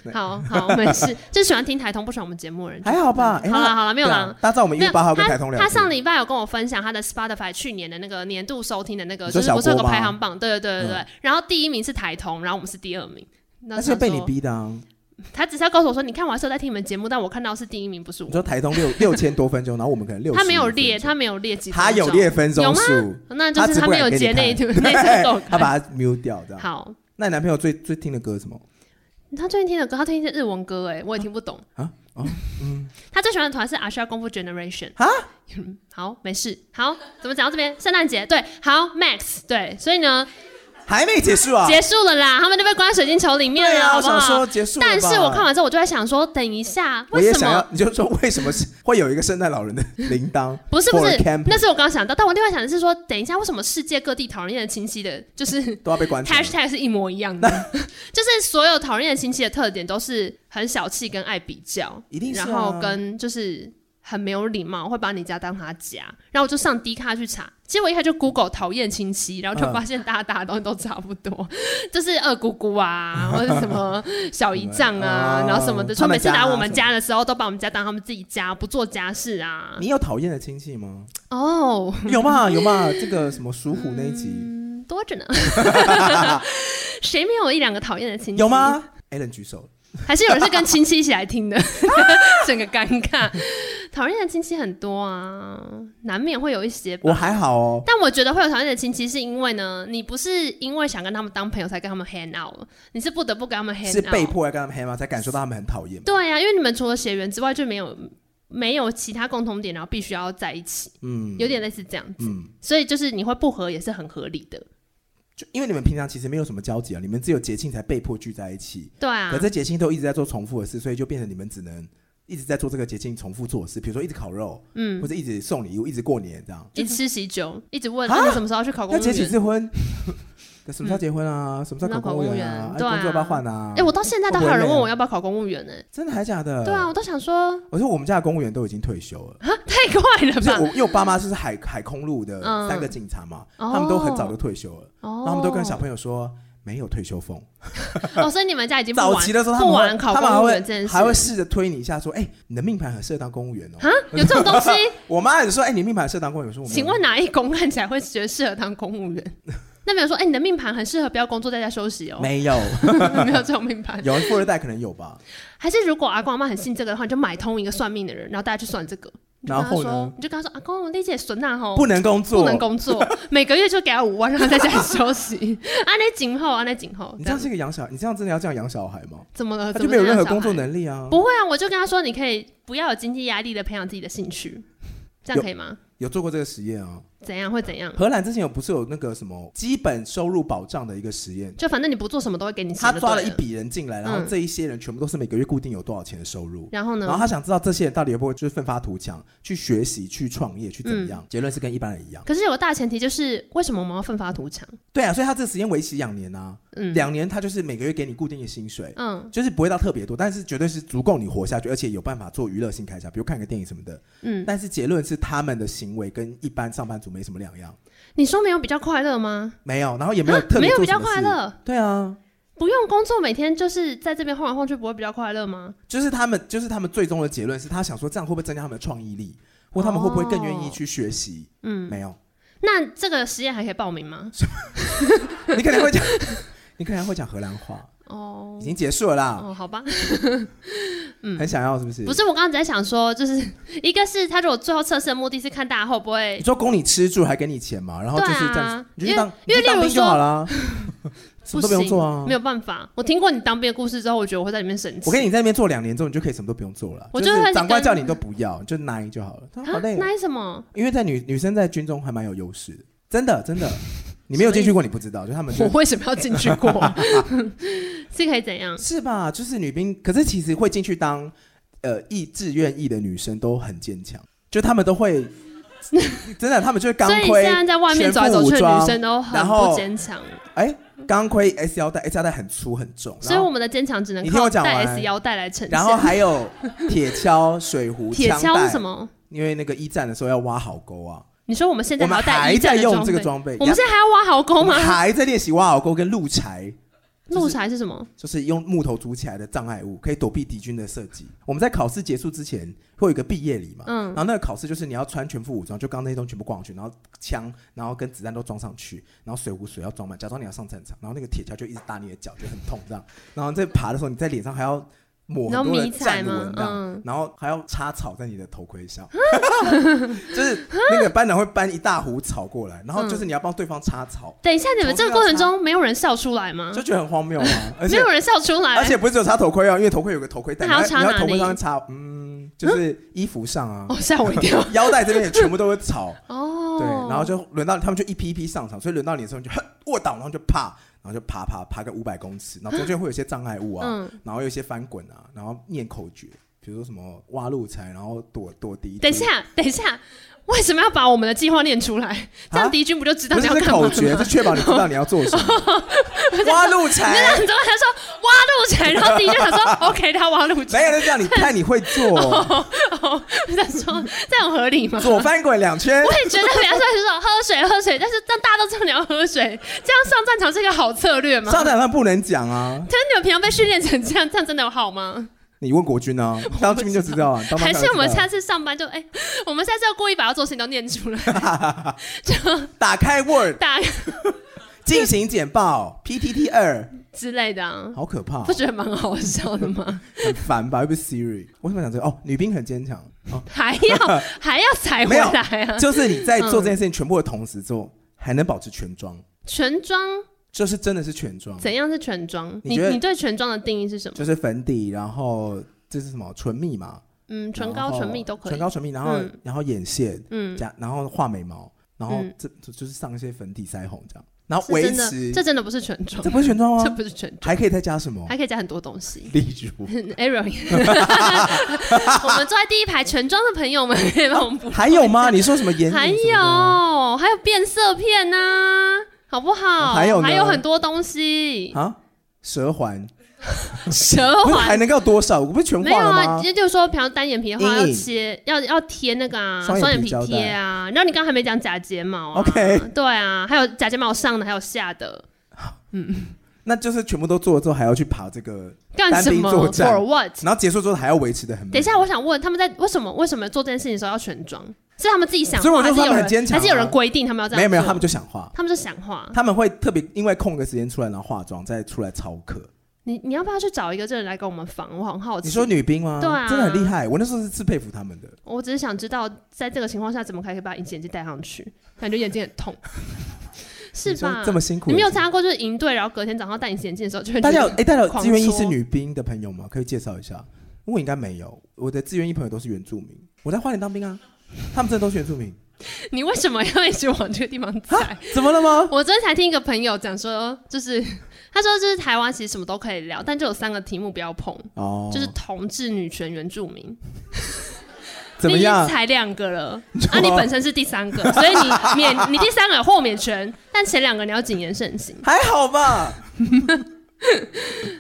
Speaker 1: 对
Speaker 2: 好好，没事。就喜欢听台通，不喜欢我们节目的人。
Speaker 1: 还好吧？哎
Speaker 2: 好了
Speaker 1: 那
Speaker 2: 好了，没有
Speaker 1: 对
Speaker 2: 啦
Speaker 1: 啊。大家知道我们一
Speaker 2: 没
Speaker 1: 月
Speaker 2: 有
Speaker 1: 八号跟
Speaker 2: 他
Speaker 1: 台通聊
Speaker 2: 他
Speaker 1: 天，
Speaker 2: 上礼拜有跟我分享他的 Spotify 去年的那个年度收听的那个，
Speaker 1: 你
Speaker 2: 就
Speaker 1: 说
Speaker 2: 是不是有
Speaker 1: 小锅
Speaker 2: 个
Speaker 1: 吗嗯
Speaker 2: 排行榜？对对对对对。然后第一名是台通，然后我们是第二名。那
Speaker 1: 那
Speaker 2: 想
Speaker 1: 是被
Speaker 2: 说
Speaker 1: 你，逼的啊！
Speaker 2: 他只是要告诉我说，你看我还是有在听你们节目，但我看到是第一名，不是我
Speaker 1: 你。说台通六六千多分钟，然后我们可能六，
Speaker 2: 他没有列，他没有列几，
Speaker 1: 他有列，分
Speaker 2: 有
Speaker 1: 钟
Speaker 2: 吗
Speaker 1: 数，
Speaker 2: 那就是
Speaker 1: 只
Speaker 2: 他
Speaker 1: 不
Speaker 2: 没有
Speaker 1: 敢给
Speaker 2: 截
Speaker 1: 你
Speaker 2: 那一
Speaker 1: 看
Speaker 2: 条 那一首
Speaker 1: 对他
Speaker 2: 歌。
Speaker 1: 把它 mute 掉这样。
Speaker 2: 好，
Speaker 1: 那你男朋友最最听的歌是什么？
Speaker 2: 他最近听的歌，他最近是日文歌，哎，我也听不懂
Speaker 1: 啊哦。
Speaker 2: 他最喜欢的团是 Asha 功夫 Generation
Speaker 1: 啊
Speaker 2: 嗯，好，没事，好，怎么讲到这边？圣诞节，对，好，Max，对，所以呢，
Speaker 3: 还没结束啊？
Speaker 2: 结束了啦，他们就被关在水晶球里面
Speaker 3: 对
Speaker 2: 了，
Speaker 3: 啊，
Speaker 2: 好
Speaker 3: 我
Speaker 2: 不好？
Speaker 3: 想说结束了吧。
Speaker 2: 但是我看完之后，我就在想说，等一下，
Speaker 1: 我
Speaker 2: 为
Speaker 1: 也
Speaker 2: 什
Speaker 1: 想
Speaker 2: 么
Speaker 1: 要？，你就说为什么是会有一个圣诞老人 的铃铛？
Speaker 2: 不是不
Speaker 1: for
Speaker 2: 是
Speaker 1: a，camping
Speaker 2: 那是我刚想到，但我另外想的是说，等一下，为什么世界各地讨人厌的亲戚的，就是
Speaker 3: 嗯
Speaker 1: 都要被关起来。
Speaker 2: hashtag 是一模一样的？ 就是所有讨人厌的亲戚的特点都是很小气跟爱比较，
Speaker 1: 一定是啊
Speaker 2: 然后跟就是很没有礼貌，会把你家当他家。然后我就上 D 卡去查，其实我一开始就 Google 讨厌亲戚，然后就
Speaker 1: 嗯
Speaker 2: 发现大家大家东西都差不多，就是二姑姑啊，或者 什么小姨丈啊
Speaker 1: 哦，
Speaker 2: 然后什么的，
Speaker 1: 他
Speaker 2: 说
Speaker 1: 们
Speaker 2: 每次
Speaker 1: 家啊
Speaker 2: 来我们
Speaker 1: 什么
Speaker 2: 家的时候，都把我们家当他们自己家，不做家事啊。
Speaker 1: 你有讨厌的亲戚吗？
Speaker 2: 哦，
Speaker 1: 有嘛有嘛，这个什么属虎那一集
Speaker 2: 嗯，多 着呢。谁没有一两个讨厌的亲戚？
Speaker 1: 有？吗？Allen 举手，
Speaker 2: 还是有人是跟亲戚一起来听的， 整个尴尬。讨厌的亲戚很多啊，难免会有一些吧。
Speaker 1: 我还好哦。
Speaker 2: 但我觉得会有讨厌的亲戚，是因为呢，你不是因为想跟他们当朋友才跟他们 hang out，你是不得不跟他们 hang out，
Speaker 1: 是被。迫要跟他们黑吗？才感受到他们很讨厌。
Speaker 2: 对呀、啊因为你们除了血缘之外，就没有没有其他共同点，然后必须要在一起，
Speaker 1: 嗯，
Speaker 2: 有点类似这样子。
Speaker 1: 嗯，
Speaker 2: 所以就是你会不合也是很合理的，
Speaker 1: 就因为你们平常其实没有什么交集啊，你们只有节庆才被迫聚在一起。
Speaker 2: 对啊
Speaker 1: 可。这节庆都一直在做重复的事，所以就变成你们只能一直在做这个节庆重复做的事，比如说一直烤肉，
Speaker 2: 嗯
Speaker 1: 或，者一直送礼物，一直过年这样。
Speaker 2: 一直吃喜酒，一直问
Speaker 1: 啊
Speaker 2: 他们什么时候要去考公
Speaker 1: 要
Speaker 2: 务
Speaker 1: 结几
Speaker 2: 员。嗯
Speaker 1: 次 婚？可什么时候结婚啊？什么时候
Speaker 2: 那
Speaker 1: 考公务员
Speaker 2: 考公务员
Speaker 1: 啊？哎
Speaker 2: 对啊
Speaker 1: 工作要不要换啊？
Speaker 2: 哎、我到现在都还有人问我要不要考公务员呢、
Speaker 1: 真的还假的？
Speaker 2: 对啊，，我都想说
Speaker 1: 我说我们家的公务员都已经退休了，
Speaker 2: 啊，太快了
Speaker 1: 不是我
Speaker 2: 吧？，
Speaker 1: 因为我爸妈是海海空路的
Speaker 2: 嗯
Speaker 1: 三个警察嘛，
Speaker 2: 哦
Speaker 1: 他们都很早就退休了，
Speaker 2: 哦
Speaker 1: 然后他们都跟小朋友说。没有退休风，
Speaker 2: 哦，所以你们家已经不
Speaker 1: 早
Speaker 2: 玩
Speaker 1: 期的时候他
Speaker 2: 不
Speaker 1: 们
Speaker 2: 玩
Speaker 1: 会，
Speaker 2: 考
Speaker 1: 他们还
Speaker 2: 公务员这
Speaker 1: 会
Speaker 2: 件事
Speaker 1: 还会试着推你一下，说：“哎，你的命盘很适合当公务员哦。
Speaker 2: 啊，有这种东西？”
Speaker 1: 我妈也说：“哎，你命盘很适合当公务员。”我说：“我没有
Speaker 2: 请问哪一宫看起来会觉得适合当公 务员？那没有说，哎、你的命盘很适合不要工作，在家休息哦。
Speaker 1: 没有？
Speaker 2: 没有这种命盘，
Speaker 1: 有人富二代可能有吧？
Speaker 2: 还是如果阿公阿妈很信这个的话，你就买通一个算命的人，然后大家去算这个。你就跟他
Speaker 1: 然后
Speaker 2: 说
Speaker 1: 呢？
Speaker 2: 你就跟他说，阿啊公，丽姐损呐吼，
Speaker 1: 不能工作，
Speaker 2: 不能工作，每个月就给他五万，让他在家里休 息。啊，那今后啊，那今后，
Speaker 1: 你这
Speaker 2: 这
Speaker 1: 样
Speaker 2: 样
Speaker 1: 是一个养小，你这样真的要这样养小孩吗？
Speaker 2: 怎么了？
Speaker 1: 他
Speaker 2: 怎
Speaker 1: 就
Speaker 2: 么
Speaker 1: 没有
Speaker 2: 这
Speaker 1: 任
Speaker 2: 样
Speaker 1: 何
Speaker 2: 小
Speaker 1: 工作
Speaker 2: 孩
Speaker 1: 能力啊。
Speaker 2: 不会啊，我就跟他说，你可以不要有经济压力的培养自己的兴趣，这样可以 吗？
Speaker 1: 有做过这个实验啊？
Speaker 2: 怎样会怎样？
Speaker 1: 荷兰之前有不是有那个什么基本收入保障的一个实验？
Speaker 2: 就反正你不做什么都会给你钱
Speaker 1: 他
Speaker 2: 就
Speaker 1: 抓
Speaker 2: 对
Speaker 1: 了一，笔人进来，然后
Speaker 2: 嗯
Speaker 1: 这一些人全部都是每个月固定有多少钱的收入。
Speaker 2: 然 后
Speaker 1: 然后
Speaker 2: 呢？
Speaker 1: 他想知道这些人到底会不会就是奋发图强，去学习、去创业、去怎么
Speaker 2: 嗯
Speaker 1: 样？结论是跟一般人一样。
Speaker 2: 可是有个大前提就是，为什么我们要奋发图强？
Speaker 1: 对啊，所以他这个实验为期两年啊，
Speaker 2: 嗯，
Speaker 1: 两年他就是每个月给你固定的薪水，
Speaker 2: 嗯
Speaker 1: 就是不会到特别多，但是绝对是足够你活下去，而且有办法做娱乐性开销，比如看个电影什么的。
Speaker 2: 嗯，
Speaker 1: 但是结论是他们的行为跟一般上班族没什么两样，
Speaker 2: 你说没有比较快乐吗？
Speaker 1: 没有，然后也没有
Speaker 2: 啊
Speaker 1: 特，
Speaker 2: 没
Speaker 1: 别
Speaker 2: 有
Speaker 1: 做
Speaker 2: 比
Speaker 1: 什
Speaker 2: 较
Speaker 1: 么事。
Speaker 2: 快乐，
Speaker 1: 对啊，
Speaker 2: 不用工作，每天就是在这边晃来晃去，不会比较快乐吗？
Speaker 1: 就是他们，就是他们最终的结论是他想说，这样会不会增加他们的创意力，或他们会不会更愿意去学习？
Speaker 2: 嗯，
Speaker 1: 没有，
Speaker 2: 那这个实验还可以报名吗？
Speaker 1: 你可能会讲， 你可能会讲荷兰话，
Speaker 2: 哦
Speaker 1: 已经结束了啦，
Speaker 2: 哦，好吧。
Speaker 1: 很想要是不是？
Speaker 2: 不，是，我刚刚在想说，就是 一个是他如果最后测试的目的是看大家会不会
Speaker 1: 你，说供你吃住还给你钱嘛，然后就是这样子，你就去
Speaker 2: 对啊
Speaker 1: 当
Speaker 2: 因为
Speaker 1: 你去当
Speaker 2: 因为例如
Speaker 1: 兵就
Speaker 2: 说
Speaker 1: 好 啦，什
Speaker 2: 不
Speaker 1: 么都不用做啊
Speaker 2: 行没。有办法。我听过你当兵的故事之后，我觉得我会在里面生气。
Speaker 1: 我跟你在那边做两年之后，你就可以什么都不用做了。
Speaker 2: 我
Speaker 1: 就
Speaker 2: 就是会
Speaker 1: 长官
Speaker 2: 跟
Speaker 1: 叫你都不要，你就奶就好了。他说好
Speaker 2: 啊
Speaker 1: 累哦，
Speaker 2: 那是什么？
Speaker 1: 因为在女女生在军中还蛮有优势的，真的真的。你没有进去过，你不知道，就他们就
Speaker 2: 我为什么要进去过？ 是可以怎样？
Speaker 1: 是吧？就是女兵，可是其实会进去当呃义志愿役的女生都很坚强，就她们都 会真的，她们就是钢
Speaker 2: 所以你
Speaker 1: 盔
Speaker 2: 现在在外面走来走去的女生都很
Speaker 1: 然
Speaker 2: 不
Speaker 1: 后
Speaker 2: 坚强，
Speaker 1: 哎钢盔 S 腰带，S 腰带很粗很重，
Speaker 2: 所以我们的坚强只能
Speaker 1: 你听我
Speaker 2: 靠
Speaker 1: 讲
Speaker 2: 带
Speaker 1: 完
Speaker 2: S 腰带来呈现。
Speaker 1: 然后然后还有铁锹、水壶、
Speaker 2: 铁
Speaker 1: 枪
Speaker 2: 锹
Speaker 1: 带
Speaker 2: 是什？么？
Speaker 1: 因为那个一战的时候要挖好沟啊，
Speaker 2: 你说我们现在
Speaker 1: 我
Speaker 2: 还
Speaker 1: 们
Speaker 2: 要带
Speaker 1: 还
Speaker 2: 一战
Speaker 1: 在
Speaker 2: 的
Speaker 1: 用这个
Speaker 2: 装
Speaker 1: 装备
Speaker 2: 备，，我们现在还要挖壕沟
Speaker 1: 我
Speaker 2: 吗
Speaker 1: 们？还在练习挖好沟跟路柴，
Speaker 2: 木柴是什么？
Speaker 1: 就是用木头组起来的障碍物，可以躲避敌军的射击。我们在考试结束之前会有一个毕业礼嘛，
Speaker 2: 嗯
Speaker 1: 然后那个考试就是你要穿全副武装，就刚刚那些东西全部挂上去，然后枪，然后跟子弹都装上去，然后水壶水要装满，假装你要上战场，然后那个铁锹就一直打你的脚，就很痛这样。然后在爬的时候，你在脸上还要抹
Speaker 2: 你要
Speaker 1: 很多的
Speaker 2: 迷彩
Speaker 1: 战
Speaker 2: 吗
Speaker 1: 纹？这样，
Speaker 2: 嗯，
Speaker 1: 然后还要插草在你的头盔 上，就是那个班长会搬一大壶草过来，然后
Speaker 2: 嗯
Speaker 1: 就是你要帮对方插草，
Speaker 2: 等一下，你们这个
Speaker 1: 头
Speaker 2: 过
Speaker 1: 盔要
Speaker 2: 程
Speaker 1: 插
Speaker 2: 中没有人笑出来吗？
Speaker 1: 就觉得很荒谬 啊，而
Speaker 2: 嗯没
Speaker 1: 且
Speaker 2: 有人笑出来，
Speaker 1: 而且不是只有插头盔哦，因为头盔有个头盔带，你
Speaker 2: 那还要插
Speaker 1: 你要
Speaker 2: 哪
Speaker 1: 头盔
Speaker 2: 里
Speaker 1: 上面插，嗯，就是衣服上啊，
Speaker 2: 哦吓我一跳
Speaker 1: 腰带这边也全部都是草，
Speaker 2: 哦，
Speaker 1: 对，然后就轮到他们就一批一批上场，所以轮到你的时候你就哼卧倒，然后就爬，然后就爬爬爬个五百公尺，然后中间会有一些障碍物啊，
Speaker 2: 嗯，
Speaker 1: 然后有一些翻滚啊，然后念口诀，比如说什么挖路财，然后躲躲敌。
Speaker 2: 等一，下，等一下，为什么要把我们的计划念出来？这样敌军不就知道
Speaker 1: 啊不
Speaker 2: 你
Speaker 1: 是
Speaker 2: 要
Speaker 1: 这
Speaker 2: 干
Speaker 1: 是
Speaker 2: 嘛
Speaker 1: 口
Speaker 2: 了吗？
Speaker 1: 诀，是确保你知道你要做什么。挖路财
Speaker 2: 那你怎么还说挖路钱？然后敌军想说 OK，他挖路
Speaker 1: 没
Speaker 2: 钱，
Speaker 1: 有，就这样，你看你会做，
Speaker 2: 哦，我 在说这样合理吗？
Speaker 1: 左翻滚两圈
Speaker 2: 我。也觉得，比方说你说喝水喝水，但是让大家都知道你要喝水，这样上战场是一个好策略吗？
Speaker 1: 上台上不能讲啊！
Speaker 2: 可是你们平常被训练成这样，这样真的有好吗？
Speaker 1: 你问国军啊，当兵就知道啊。当兵
Speaker 2: 还
Speaker 1: 就知
Speaker 2: 是
Speaker 1: 道
Speaker 2: 我们下次上班就哎、我们下次要故意把要做的事情都念出来，就
Speaker 1: 打开 Word
Speaker 2: 大家
Speaker 1: 进行简报 PTT 二，
Speaker 2: 之类的、啊，
Speaker 1: 好可怕哦、
Speaker 2: 不觉得蛮好笑的吗？
Speaker 1: 很烦吧？又不是 Siri，为什么讲这个？哦，女兵很坚强哦，
Speaker 2: 还 要还要踩回
Speaker 1: 没有
Speaker 2: 来啊？
Speaker 1: 就是你在做这件事情全部的同时做，还能保持全装，
Speaker 2: 全妆
Speaker 1: 就是真的是全装，
Speaker 2: 怎样是全妆？
Speaker 1: 你
Speaker 2: 你
Speaker 1: 觉得
Speaker 2: 你对全妆的定义是什么？
Speaker 1: 就是粉底，然后这是什么唇蜜嘛，
Speaker 2: 嗯，唇
Speaker 1: 然
Speaker 2: 膏、
Speaker 1: 后
Speaker 2: 唇蜜都
Speaker 1: 哦
Speaker 2: 可
Speaker 1: 唇
Speaker 2: 以。
Speaker 1: 膏唇蜜，然后、
Speaker 2: 嗯
Speaker 1: 然后眼线
Speaker 2: 嗯，
Speaker 1: 加，然后画眉毛，然后
Speaker 2: 嗯
Speaker 1: 这、这就是上一些粉底腮红这样，然后
Speaker 2: 这
Speaker 1: 维
Speaker 2: 真的
Speaker 1: 持
Speaker 2: 这真的不是全妆
Speaker 1: 这，不是全装
Speaker 2: 这
Speaker 1: 吗？
Speaker 2: 不是全妆，
Speaker 1: 还可以再加什么？
Speaker 2: 还可以加很多东西。
Speaker 1: 例如
Speaker 2: Ariel，我们坐在第一排全妆的朋友们可以帮我们补。
Speaker 1: 还有吗？你说什么眼影
Speaker 2: 还
Speaker 1: 什么哦
Speaker 2: 有还有变色片呐、好不好？
Speaker 1: 还有呢
Speaker 2: 还有很多东西
Speaker 1: 的，啊？舌环
Speaker 2: 舌
Speaker 1: 不是还
Speaker 2: 环
Speaker 1: 能够多少？我不是全
Speaker 2: 没
Speaker 1: 画
Speaker 2: 有
Speaker 1: 了
Speaker 2: 啊，
Speaker 1: 吗？
Speaker 2: 就就是说，比方单眼皮的话，
Speaker 1: 阴
Speaker 2: 要
Speaker 1: 影
Speaker 2: 切要要贴那个啊，
Speaker 1: 双眼皮
Speaker 2: 双
Speaker 1: 胶带
Speaker 2: 眼皮贴啊。然后你刚刚还没讲假睫毛啊
Speaker 1: OK
Speaker 2: 对啊，还有假睫毛上的，还有下的，
Speaker 1: 那就是全部都做了之后，还要去爬这个，
Speaker 2: 干什么
Speaker 1: 单兵作战
Speaker 2: ？For what？
Speaker 1: 然后结束之后还要维持的很美。
Speaker 2: 等一下，我想问他们在为什么为什么做这件事情的时候要全妆？是他们自己想
Speaker 1: 所以我
Speaker 2: 画，
Speaker 1: 就说
Speaker 2: 还是
Speaker 1: 他
Speaker 2: 有
Speaker 1: 们很
Speaker 2: 人
Speaker 1: 坚强啊
Speaker 2: 还是有人规定他们要这样？
Speaker 1: 没有没有，他们就想画，
Speaker 2: 他们就想画。
Speaker 1: 他们会特别因为空个时间出来，然后化妆，再出来操课。
Speaker 2: 你你要不要去找一个这人来跟我们访？我很好奇。
Speaker 1: 你说女兵吗？
Speaker 2: 对啊
Speaker 1: 真的很厉害。我那时候是是佩服他们的。
Speaker 2: 我只是想知道，在这个情况下，怎么可以把隐形眼镜戴上去？感觉眼睛很 痛，是
Speaker 1: 你说
Speaker 2: 吧？
Speaker 1: 这么辛苦，
Speaker 2: 你没有参加过就是营队，然后隔天早上戴隐形眼镜的时候，就会
Speaker 1: 大家有
Speaker 2: 觉得
Speaker 1: 哎，大家有
Speaker 2: 狂
Speaker 1: 志愿役
Speaker 2: 搓
Speaker 1: 是女兵的朋友吗？可以介绍一下？我应该没有，我的志愿役朋友都是原住民。我在花莲当兵啊，他们真的都是原住 民。
Speaker 2: 你为什么要一直往这个地方踩？
Speaker 1: 怎么了吗？
Speaker 2: 我昨天才听一个朋友讲说，就是 他说，就是台湾其实什么都可以聊，但就有三个题目不要碰，
Speaker 1: 哦，
Speaker 2: 就是同志、女权、原住民。
Speaker 1: 怎么
Speaker 2: 你已经
Speaker 1: 样？
Speaker 2: 才两个 了，
Speaker 1: 就
Speaker 2: 啊，你本身是第三 个，所以你免你第三个有豁免权，但前两个你要谨言慎行。
Speaker 1: 还好吧？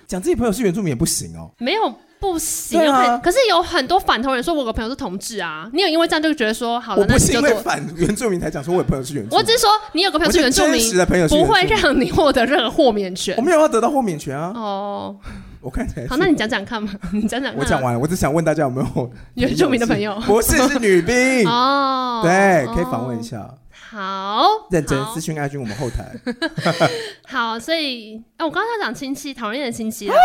Speaker 1: 讲自己朋友是原住民也不行哦。
Speaker 2: 没有不行，
Speaker 1: 对啊
Speaker 2: 有很可是有很多反同人说，我有个朋友是同志啊，你有因为这样就觉得说好了
Speaker 1: 我，
Speaker 2: 那
Speaker 1: 不
Speaker 2: 你
Speaker 1: 是
Speaker 2: 就
Speaker 1: 因为
Speaker 2: 做。
Speaker 1: 反原住民才讲说我有朋友是原住民，
Speaker 2: 我只是说你有个朋友
Speaker 1: 我
Speaker 2: 是
Speaker 1: 是
Speaker 2: 原住
Speaker 1: 真实
Speaker 2: 民，
Speaker 1: 的朋友是原
Speaker 2: 不
Speaker 1: 住
Speaker 2: 会
Speaker 1: 民，
Speaker 2: 让你获得任何豁免权
Speaker 1: 我。没有要得到豁免权啊。
Speaker 2: 哦，
Speaker 1: 我看起来是
Speaker 2: 好，那你讲 讲看嘛，你讲讲看啊。
Speaker 1: 我讲完了，我只想问大家有没有
Speaker 2: 原住民的 朋友，
Speaker 1: 是不是是女兵
Speaker 2: 哦，
Speaker 1: 对，可以
Speaker 2: 哦
Speaker 1: 访问一。下，
Speaker 2: 好，
Speaker 1: 认真
Speaker 2: 好
Speaker 1: 私讯爱君我们后台。
Speaker 2: 好，所以，哎，我刚刚在讲亲戚，讨厌的亲戚啦。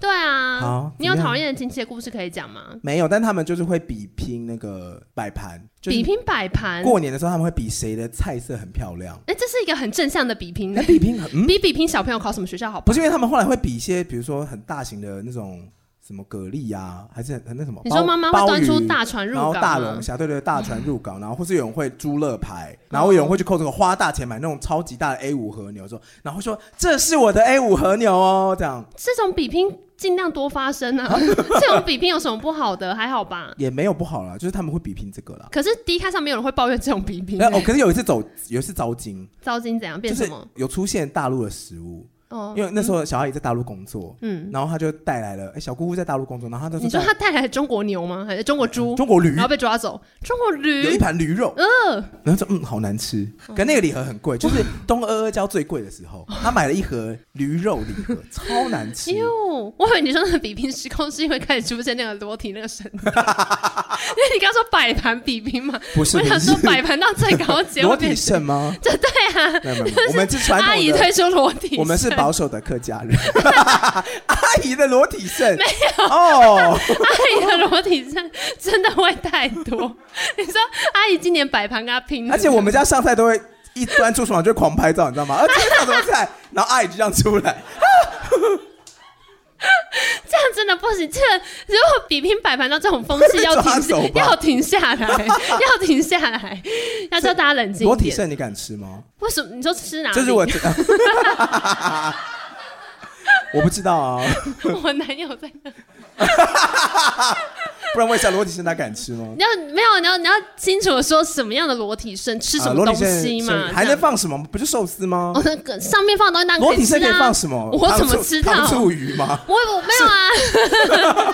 Speaker 2: 对啊
Speaker 1: 好，
Speaker 2: 你有
Speaker 1: 怎么样
Speaker 2: 讨厌的亲戚的故事可以讲吗？
Speaker 1: 没有，但他们就是会比拼那个摆盘，就是
Speaker 2: 比拼摆盘，
Speaker 1: 过年的时候他们会比谁的菜色很漂亮。
Speaker 2: 哎，这是一个很正向的比拼
Speaker 1: 那，比拼很嗯，
Speaker 2: 比比拼小朋友考什么学校好吧
Speaker 1: 不是因为他们后来会比一些，比如说很大型的那种什么蛤蜊啊，还是很很那什么，
Speaker 2: 你说
Speaker 1: 鲍
Speaker 2: 妈妈
Speaker 1: 鲍
Speaker 2: 会端出
Speaker 1: 鱼
Speaker 2: 大船入
Speaker 1: 然后
Speaker 2: 港
Speaker 1: 大
Speaker 2: 吗
Speaker 1: 龙虾，对对，大船入港，然后或是有人会猪乐牌，然
Speaker 2: 哦
Speaker 1: 后有人会去扣这个花大钱买那种超级大的 A 五和牛，说，然后说这是我的 A 五和牛哦，这样
Speaker 2: 这种比拼尽量多发 生啊！这种比拼有什么不好的？还好吧。
Speaker 1: 也没有不好啦，就是他们会比拼这个啦。
Speaker 2: 可是 D 卡上没有人会抱怨这种比拼、欸
Speaker 1: 那哦，可是有一次走，有一次糟心，
Speaker 2: 糟心怎样
Speaker 1: 就
Speaker 2: 变什
Speaker 1: 是
Speaker 2: 么？
Speaker 1: 有出现大陆的食物，
Speaker 2: 哦，
Speaker 1: 因为那时候小阿姨在大陆工作，
Speaker 2: 嗯，
Speaker 1: 然后她就带来了，哎，小姑姑在大陆工作，然后她就
Speaker 2: 你说哦他带来的中国牛吗？还是中国猪？
Speaker 1: 中国驴
Speaker 2: 然后被抓走，中国
Speaker 1: 有一
Speaker 2: 驴。
Speaker 1: 盘驴肉，然后说嗯好难吃，可那个礼盒很贵，就是东阿阿胶最贵的时 候，他买了一盒驴肉礼盒，超难吃
Speaker 2: 哎。呦， 我以为你说那个比拼失控是因为开始出现那个裸体那 个神，因为你刚说摆盘比拼嘛，
Speaker 1: 不是
Speaker 2: 我
Speaker 1: 不
Speaker 2: 想
Speaker 1: 是
Speaker 2: 说，摆盘到最高阶
Speaker 1: 裸
Speaker 2: 会
Speaker 1: 体
Speaker 2: 变成
Speaker 1: 肾 吗？这对啊，没有没有，我们是传
Speaker 2: 阿
Speaker 1: 统
Speaker 2: 姨
Speaker 1: 的，
Speaker 2: 推出裸体，
Speaker 1: 我们是保守的客家人。 阿姨的裸体肾没有哦，
Speaker 2: 阿姨的裸体真真的会太 多。你说阿姨今年摆盘跟她拼，
Speaker 1: 而且我们家上菜都会一端出厨房就狂拍照，你知呃道 吗？啊，今天上什么菜？然后阿姨就这样出来，
Speaker 2: 这样真的不行。这如果比拼摆盘到这种风 气，要
Speaker 1: 抓
Speaker 2: 停下
Speaker 1: 手吧
Speaker 2: 要停下 来，要停下来，要叫大家冷静
Speaker 1: 裸
Speaker 2: 一
Speaker 1: 体
Speaker 2: 点。
Speaker 1: 肾你敢吃吗？
Speaker 2: 为什么你说吃哪里？
Speaker 1: 就是我， 我不知道啊，
Speaker 2: 我男友在那。
Speaker 1: 不然问一下裸体肾他敢吃吗
Speaker 2: 你？要没有，你要你要清楚的说什么样的裸体生吃什
Speaker 1: 啊
Speaker 2: 么
Speaker 1: 裸
Speaker 2: 东
Speaker 1: 体肾
Speaker 2: 西嘛？
Speaker 1: 肾还能
Speaker 2: 这样
Speaker 1: 放什么？不就寿司吗
Speaker 2: 哦？，那个上面放的东西当然
Speaker 1: 裸体
Speaker 2: 吃
Speaker 1: 肾可以
Speaker 2: 啊。
Speaker 1: 放什么？
Speaker 2: 我
Speaker 1: 糖
Speaker 2: 怎么啊
Speaker 1: 醋
Speaker 2: 知道？
Speaker 1: 糖醋鱼吗？
Speaker 2: 我我没有啊。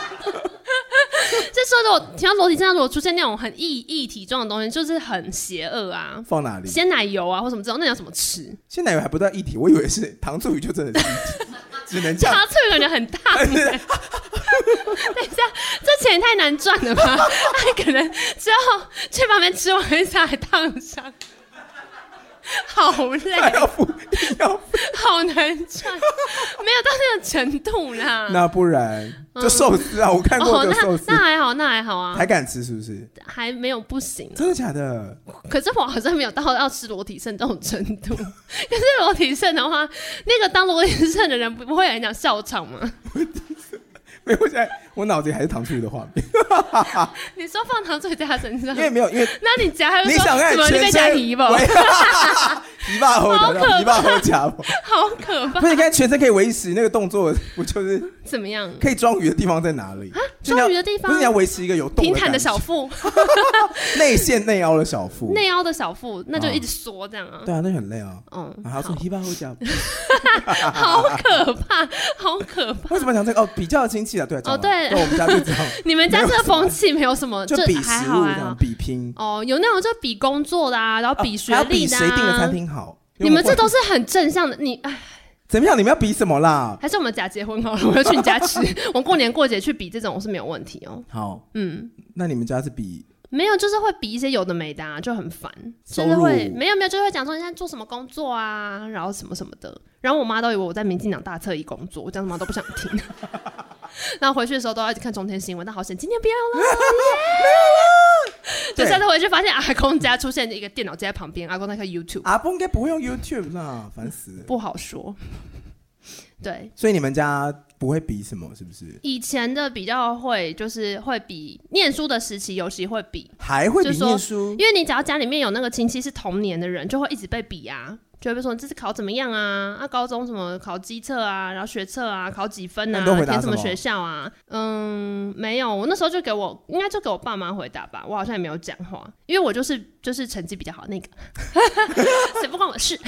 Speaker 2: 这说的我听到裸体身上如果出现那种很异异体状的东西，就是很邪恶啊，
Speaker 1: 放哪里？
Speaker 2: 鲜奶油啊或什么这种，那你要怎么吃？
Speaker 1: 鲜奶油还不到一体，我以为是糖醋鱼就真的是一体，只能 这样。
Speaker 2: 它这个感觉很大。 等一下，这钱也太难赚了吧？他可能之后去旁边吃完一餐还烫伤，好累，
Speaker 1: 还要付， 要付
Speaker 2: 好难赚，没有到那个程度啦。
Speaker 1: 那不然就寿司啊！我看过
Speaker 2: 哦，
Speaker 1: 就寿
Speaker 2: 那
Speaker 1: 司，
Speaker 2: 那还好，那还好啊，
Speaker 1: 还敢吃是不是？
Speaker 2: 还没有不行啊。
Speaker 1: 真的假的？
Speaker 2: 可是我好像没有到要吃裸体肾这种程度。 可是裸体肾的话，那个当裸体肾的人不不会很想笑场吗？
Speaker 1: 没有，我现在我脑子里还是糖醋鱼的画 面，
Speaker 2: 你说放糖水在他身上
Speaker 1: 因，为没有， 因为
Speaker 2: 那你夹还会
Speaker 1: 你
Speaker 2: 说
Speaker 1: 想看
Speaker 2: 怎么你
Speaker 1: 全
Speaker 2: 被夹
Speaker 1: 身
Speaker 2: 皮吧？
Speaker 1: 围一把后
Speaker 2: 好可怕
Speaker 1: 的，一把后夹吧。
Speaker 2: 好可怕！
Speaker 1: 不是，你看全身可以维持那个动作，不就是
Speaker 2: 怎么样？
Speaker 1: 可以装鱼的地方在哪里？ 就你要
Speaker 2: 啊装鱼的地
Speaker 1: 不是
Speaker 2: 方
Speaker 1: 你，要维持一个有动
Speaker 2: 平
Speaker 1: 感
Speaker 2: 坦的小
Speaker 1: 觉
Speaker 2: 腹，
Speaker 1: 内陷内凹的小腹。
Speaker 2: 内凹的小腹，那就
Speaker 1: 啊
Speaker 2: 一直缩这样啊。
Speaker 1: 对啊，那很累啊。
Speaker 2: 嗯，
Speaker 1: 然后他说一把后夹，啊
Speaker 2: 好可怕，好可怕！
Speaker 1: 为什么讲这个？哦，比较亲戚啊，对啊，
Speaker 2: 哦
Speaker 1: 讲完
Speaker 2: 对
Speaker 1: 对，我们家就这 样，
Speaker 2: 你们家
Speaker 1: 没有
Speaker 2: 这个
Speaker 1: 什么
Speaker 2: 风气没有什么，
Speaker 1: 就
Speaker 2: 这
Speaker 1: 比
Speaker 2: 还
Speaker 1: 食
Speaker 2: 好
Speaker 1: 物
Speaker 2: 还
Speaker 1: 这
Speaker 2: 好
Speaker 1: 样。比拼，
Speaker 2: 哦，有那种就比工作的啊，然后比
Speaker 1: 啊
Speaker 2: 学
Speaker 1: 还要
Speaker 2: 历
Speaker 1: 比
Speaker 2: 的
Speaker 1: 谁订的
Speaker 2: 啊
Speaker 1: 餐。厅好。
Speaker 2: 你们这都是很正向的，你哎，
Speaker 1: 怎么样？你们要比什么啦？
Speaker 2: 还是我们假结婚好了，我要去你家吃。 我过年过节去比这种我是没有问题哦。
Speaker 1: 好，
Speaker 2: 嗯，
Speaker 1: 那你们家是比
Speaker 2: 没有，就是会比一些有的没的、啊，就很烦，
Speaker 1: 收
Speaker 2: 就是会
Speaker 1: 入
Speaker 2: 没有没有，就是会讲说你现在做什么工作啊，然后什么什么的。然后我妈都以为我在民进党大侧翼工作，我讲什么都不想听。 然后回去的时候都要一直看中天新闻，但好险今天不要 了，耶！就
Speaker 1: 对
Speaker 2: 下次回去发现阿公家出现一个电脑机在旁边，阿公在看 YouTube，
Speaker 1: 阿峰应该不会用 YouTube 啦，烦死了。
Speaker 2: 不好说。对，
Speaker 1: 所以你们家不会比什么，是不是？
Speaker 2: 以前的比较会，就是会比念书的时期，尤其会比，
Speaker 1: 还会
Speaker 2: 就
Speaker 1: 比
Speaker 2: 说
Speaker 1: 念书
Speaker 2: 因？为你只要家里面有那个亲戚是同年的人，就会一直被比啊，就会被说你这次考怎么样啊？啊，高中什么考机测啊，然后学测啊，考几分
Speaker 1: 那
Speaker 2: 啊
Speaker 1: 你都回，答
Speaker 2: 填什么
Speaker 1: 什么
Speaker 2: 学校啊？嗯，没有，我那时候就给我应该就给我爸妈回答吧，我好像也没有讲话，因为我就是就是成绩比较好那个， 谁不关我事。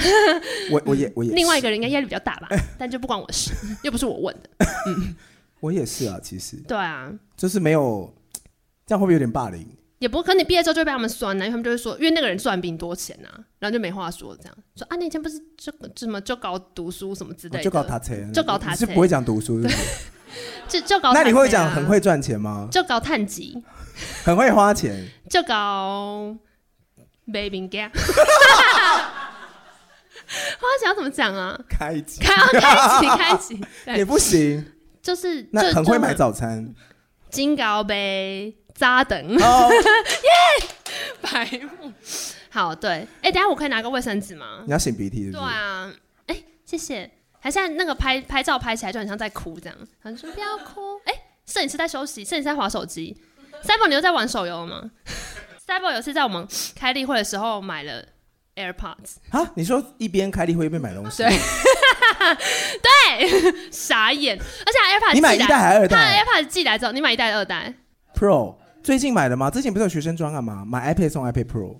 Speaker 1: 我我也我也
Speaker 2: 嗯另外一
Speaker 1: 个
Speaker 2: 个人应该压力比较大吧，但就不关我事，又不是我问的。
Speaker 1: 我也是啊，其实
Speaker 2: 对啊，
Speaker 1: 就是没有，这样会不会有点霸凌？
Speaker 2: 也不，可你毕业之后就会被他们酸呢、因为他们就会说，因为那个人赚比你多钱呐、然后就没话说，这样说啊，你以前不是就什么就搞读书什么之类的，
Speaker 1: 哦就搞他车，
Speaker 2: 就搞
Speaker 1: 他
Speaker 2: 他
Speaker 1: 是
Speaker 2: 车
Speaker 1: 不会讲读书，是不是？
Speaker 2: 就就搞、
Speaker 1: 那你会讲很，会赚钱吗？
Speaker 2: 就搞探级，
Speaker 1: 很会花钱？
Speaker 2: 就搞 baby g a 花想怎么讲啊？
Speaker 1: 开机
Speaker 2: 开开启开启，
Speaker 1: 也
Speaker 2: 对，
Speaker 1: 不行，
Speaker 2: 就是
Speaker 1: 那
Speaker 2: 就
Speaker 1: 很会
Speaker 2: 就
Speaker 1: 买早餐
Speaker 2: 金高呗，扎等
Speaker 1: 哦。
Speaker 2: 白目。好，对，哎、等一下我可以拿个卫生纸吗？
Speaker 1: 你要擤鼻涕是不
Speaker 2: 对
Speaker 1: 是？
Speaker 2: 啊，哎、谢谢。还现在那个拍拍照拍起来就很像在哭这样，然后就说不要哭。哎、摄影师在休息，摄影师在划手机。Cyber，你又在玩手游了吗 ？Cyber 有次在我们开例会的时候买了 AirPods，
Speaker 1: 啊，你说一边开例会一边买东西，
Speaker 2: 对傻眼。而且他 AirPods
Speaker 1: 你买
Speaker 2: 寄
Speaker 1: 一
Speaker 2: 来
Speaker 1: 代还是二
Speaker 2: 他的
Speaker 1: 代
Speaker 2: AirPods 寄来之后，你买一代还是二代，
Speaker 1: ？Pro 最近买的吗？之前不是有学生专案吗？买 iPad 送 iPad Pro，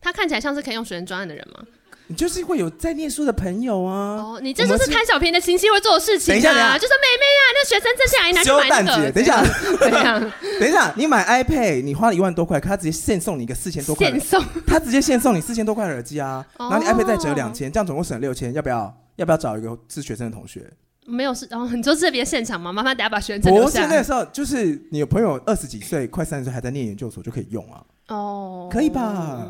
Speaker 2: 他看起来像是可以用学生专案的人吗？
Speaker 1: 你就是会有在念书的朋友啊。
Speaker 2: 哦，你这就是贪小便宜的亲戚会做的事情
Speaker 1: 等一下等一
Speaker 2: 啊！
Speaker 1: 下
Speaker 2: 就是妹妹啊，那学生证下来拿去
Speaker 1: 修
Speaker 2: 买
Speaker 1: 蛋
Speaker 2: 那
Speaker 1: 姐，
Speaker 2: 个，啊
Speaker 1: 等一下，
Speaker 2: 怎样，
Speaker 1: 等一下，你买 iPad，你花了一万多块，可他直接现送你一个四千 多
Speaker 2: 怎样
Speaker 1: 块的
Speaker 2: 现，送。
Speaker 1: 他直接现送你四千多块的耳机啊，
Speaker 2: 哦
Speaker 1: 然后你 iPad 再折两千，这样总共省六千，要不要？要不要找一个是学生的同学？
Speaker 2: 没有是哦，你说这边现场吗？麻烦等下把学生证留
Speaker 1: 不是
Speaker 2: 下
Speaker 1: 那个
Speaker 2: 来。
Speaker 1: 时候，就是你有朋友二十几岁、快三十岁还在念研究所就可以用啊，
Speaker 2: 哦，
Speaker 1: 可以吧？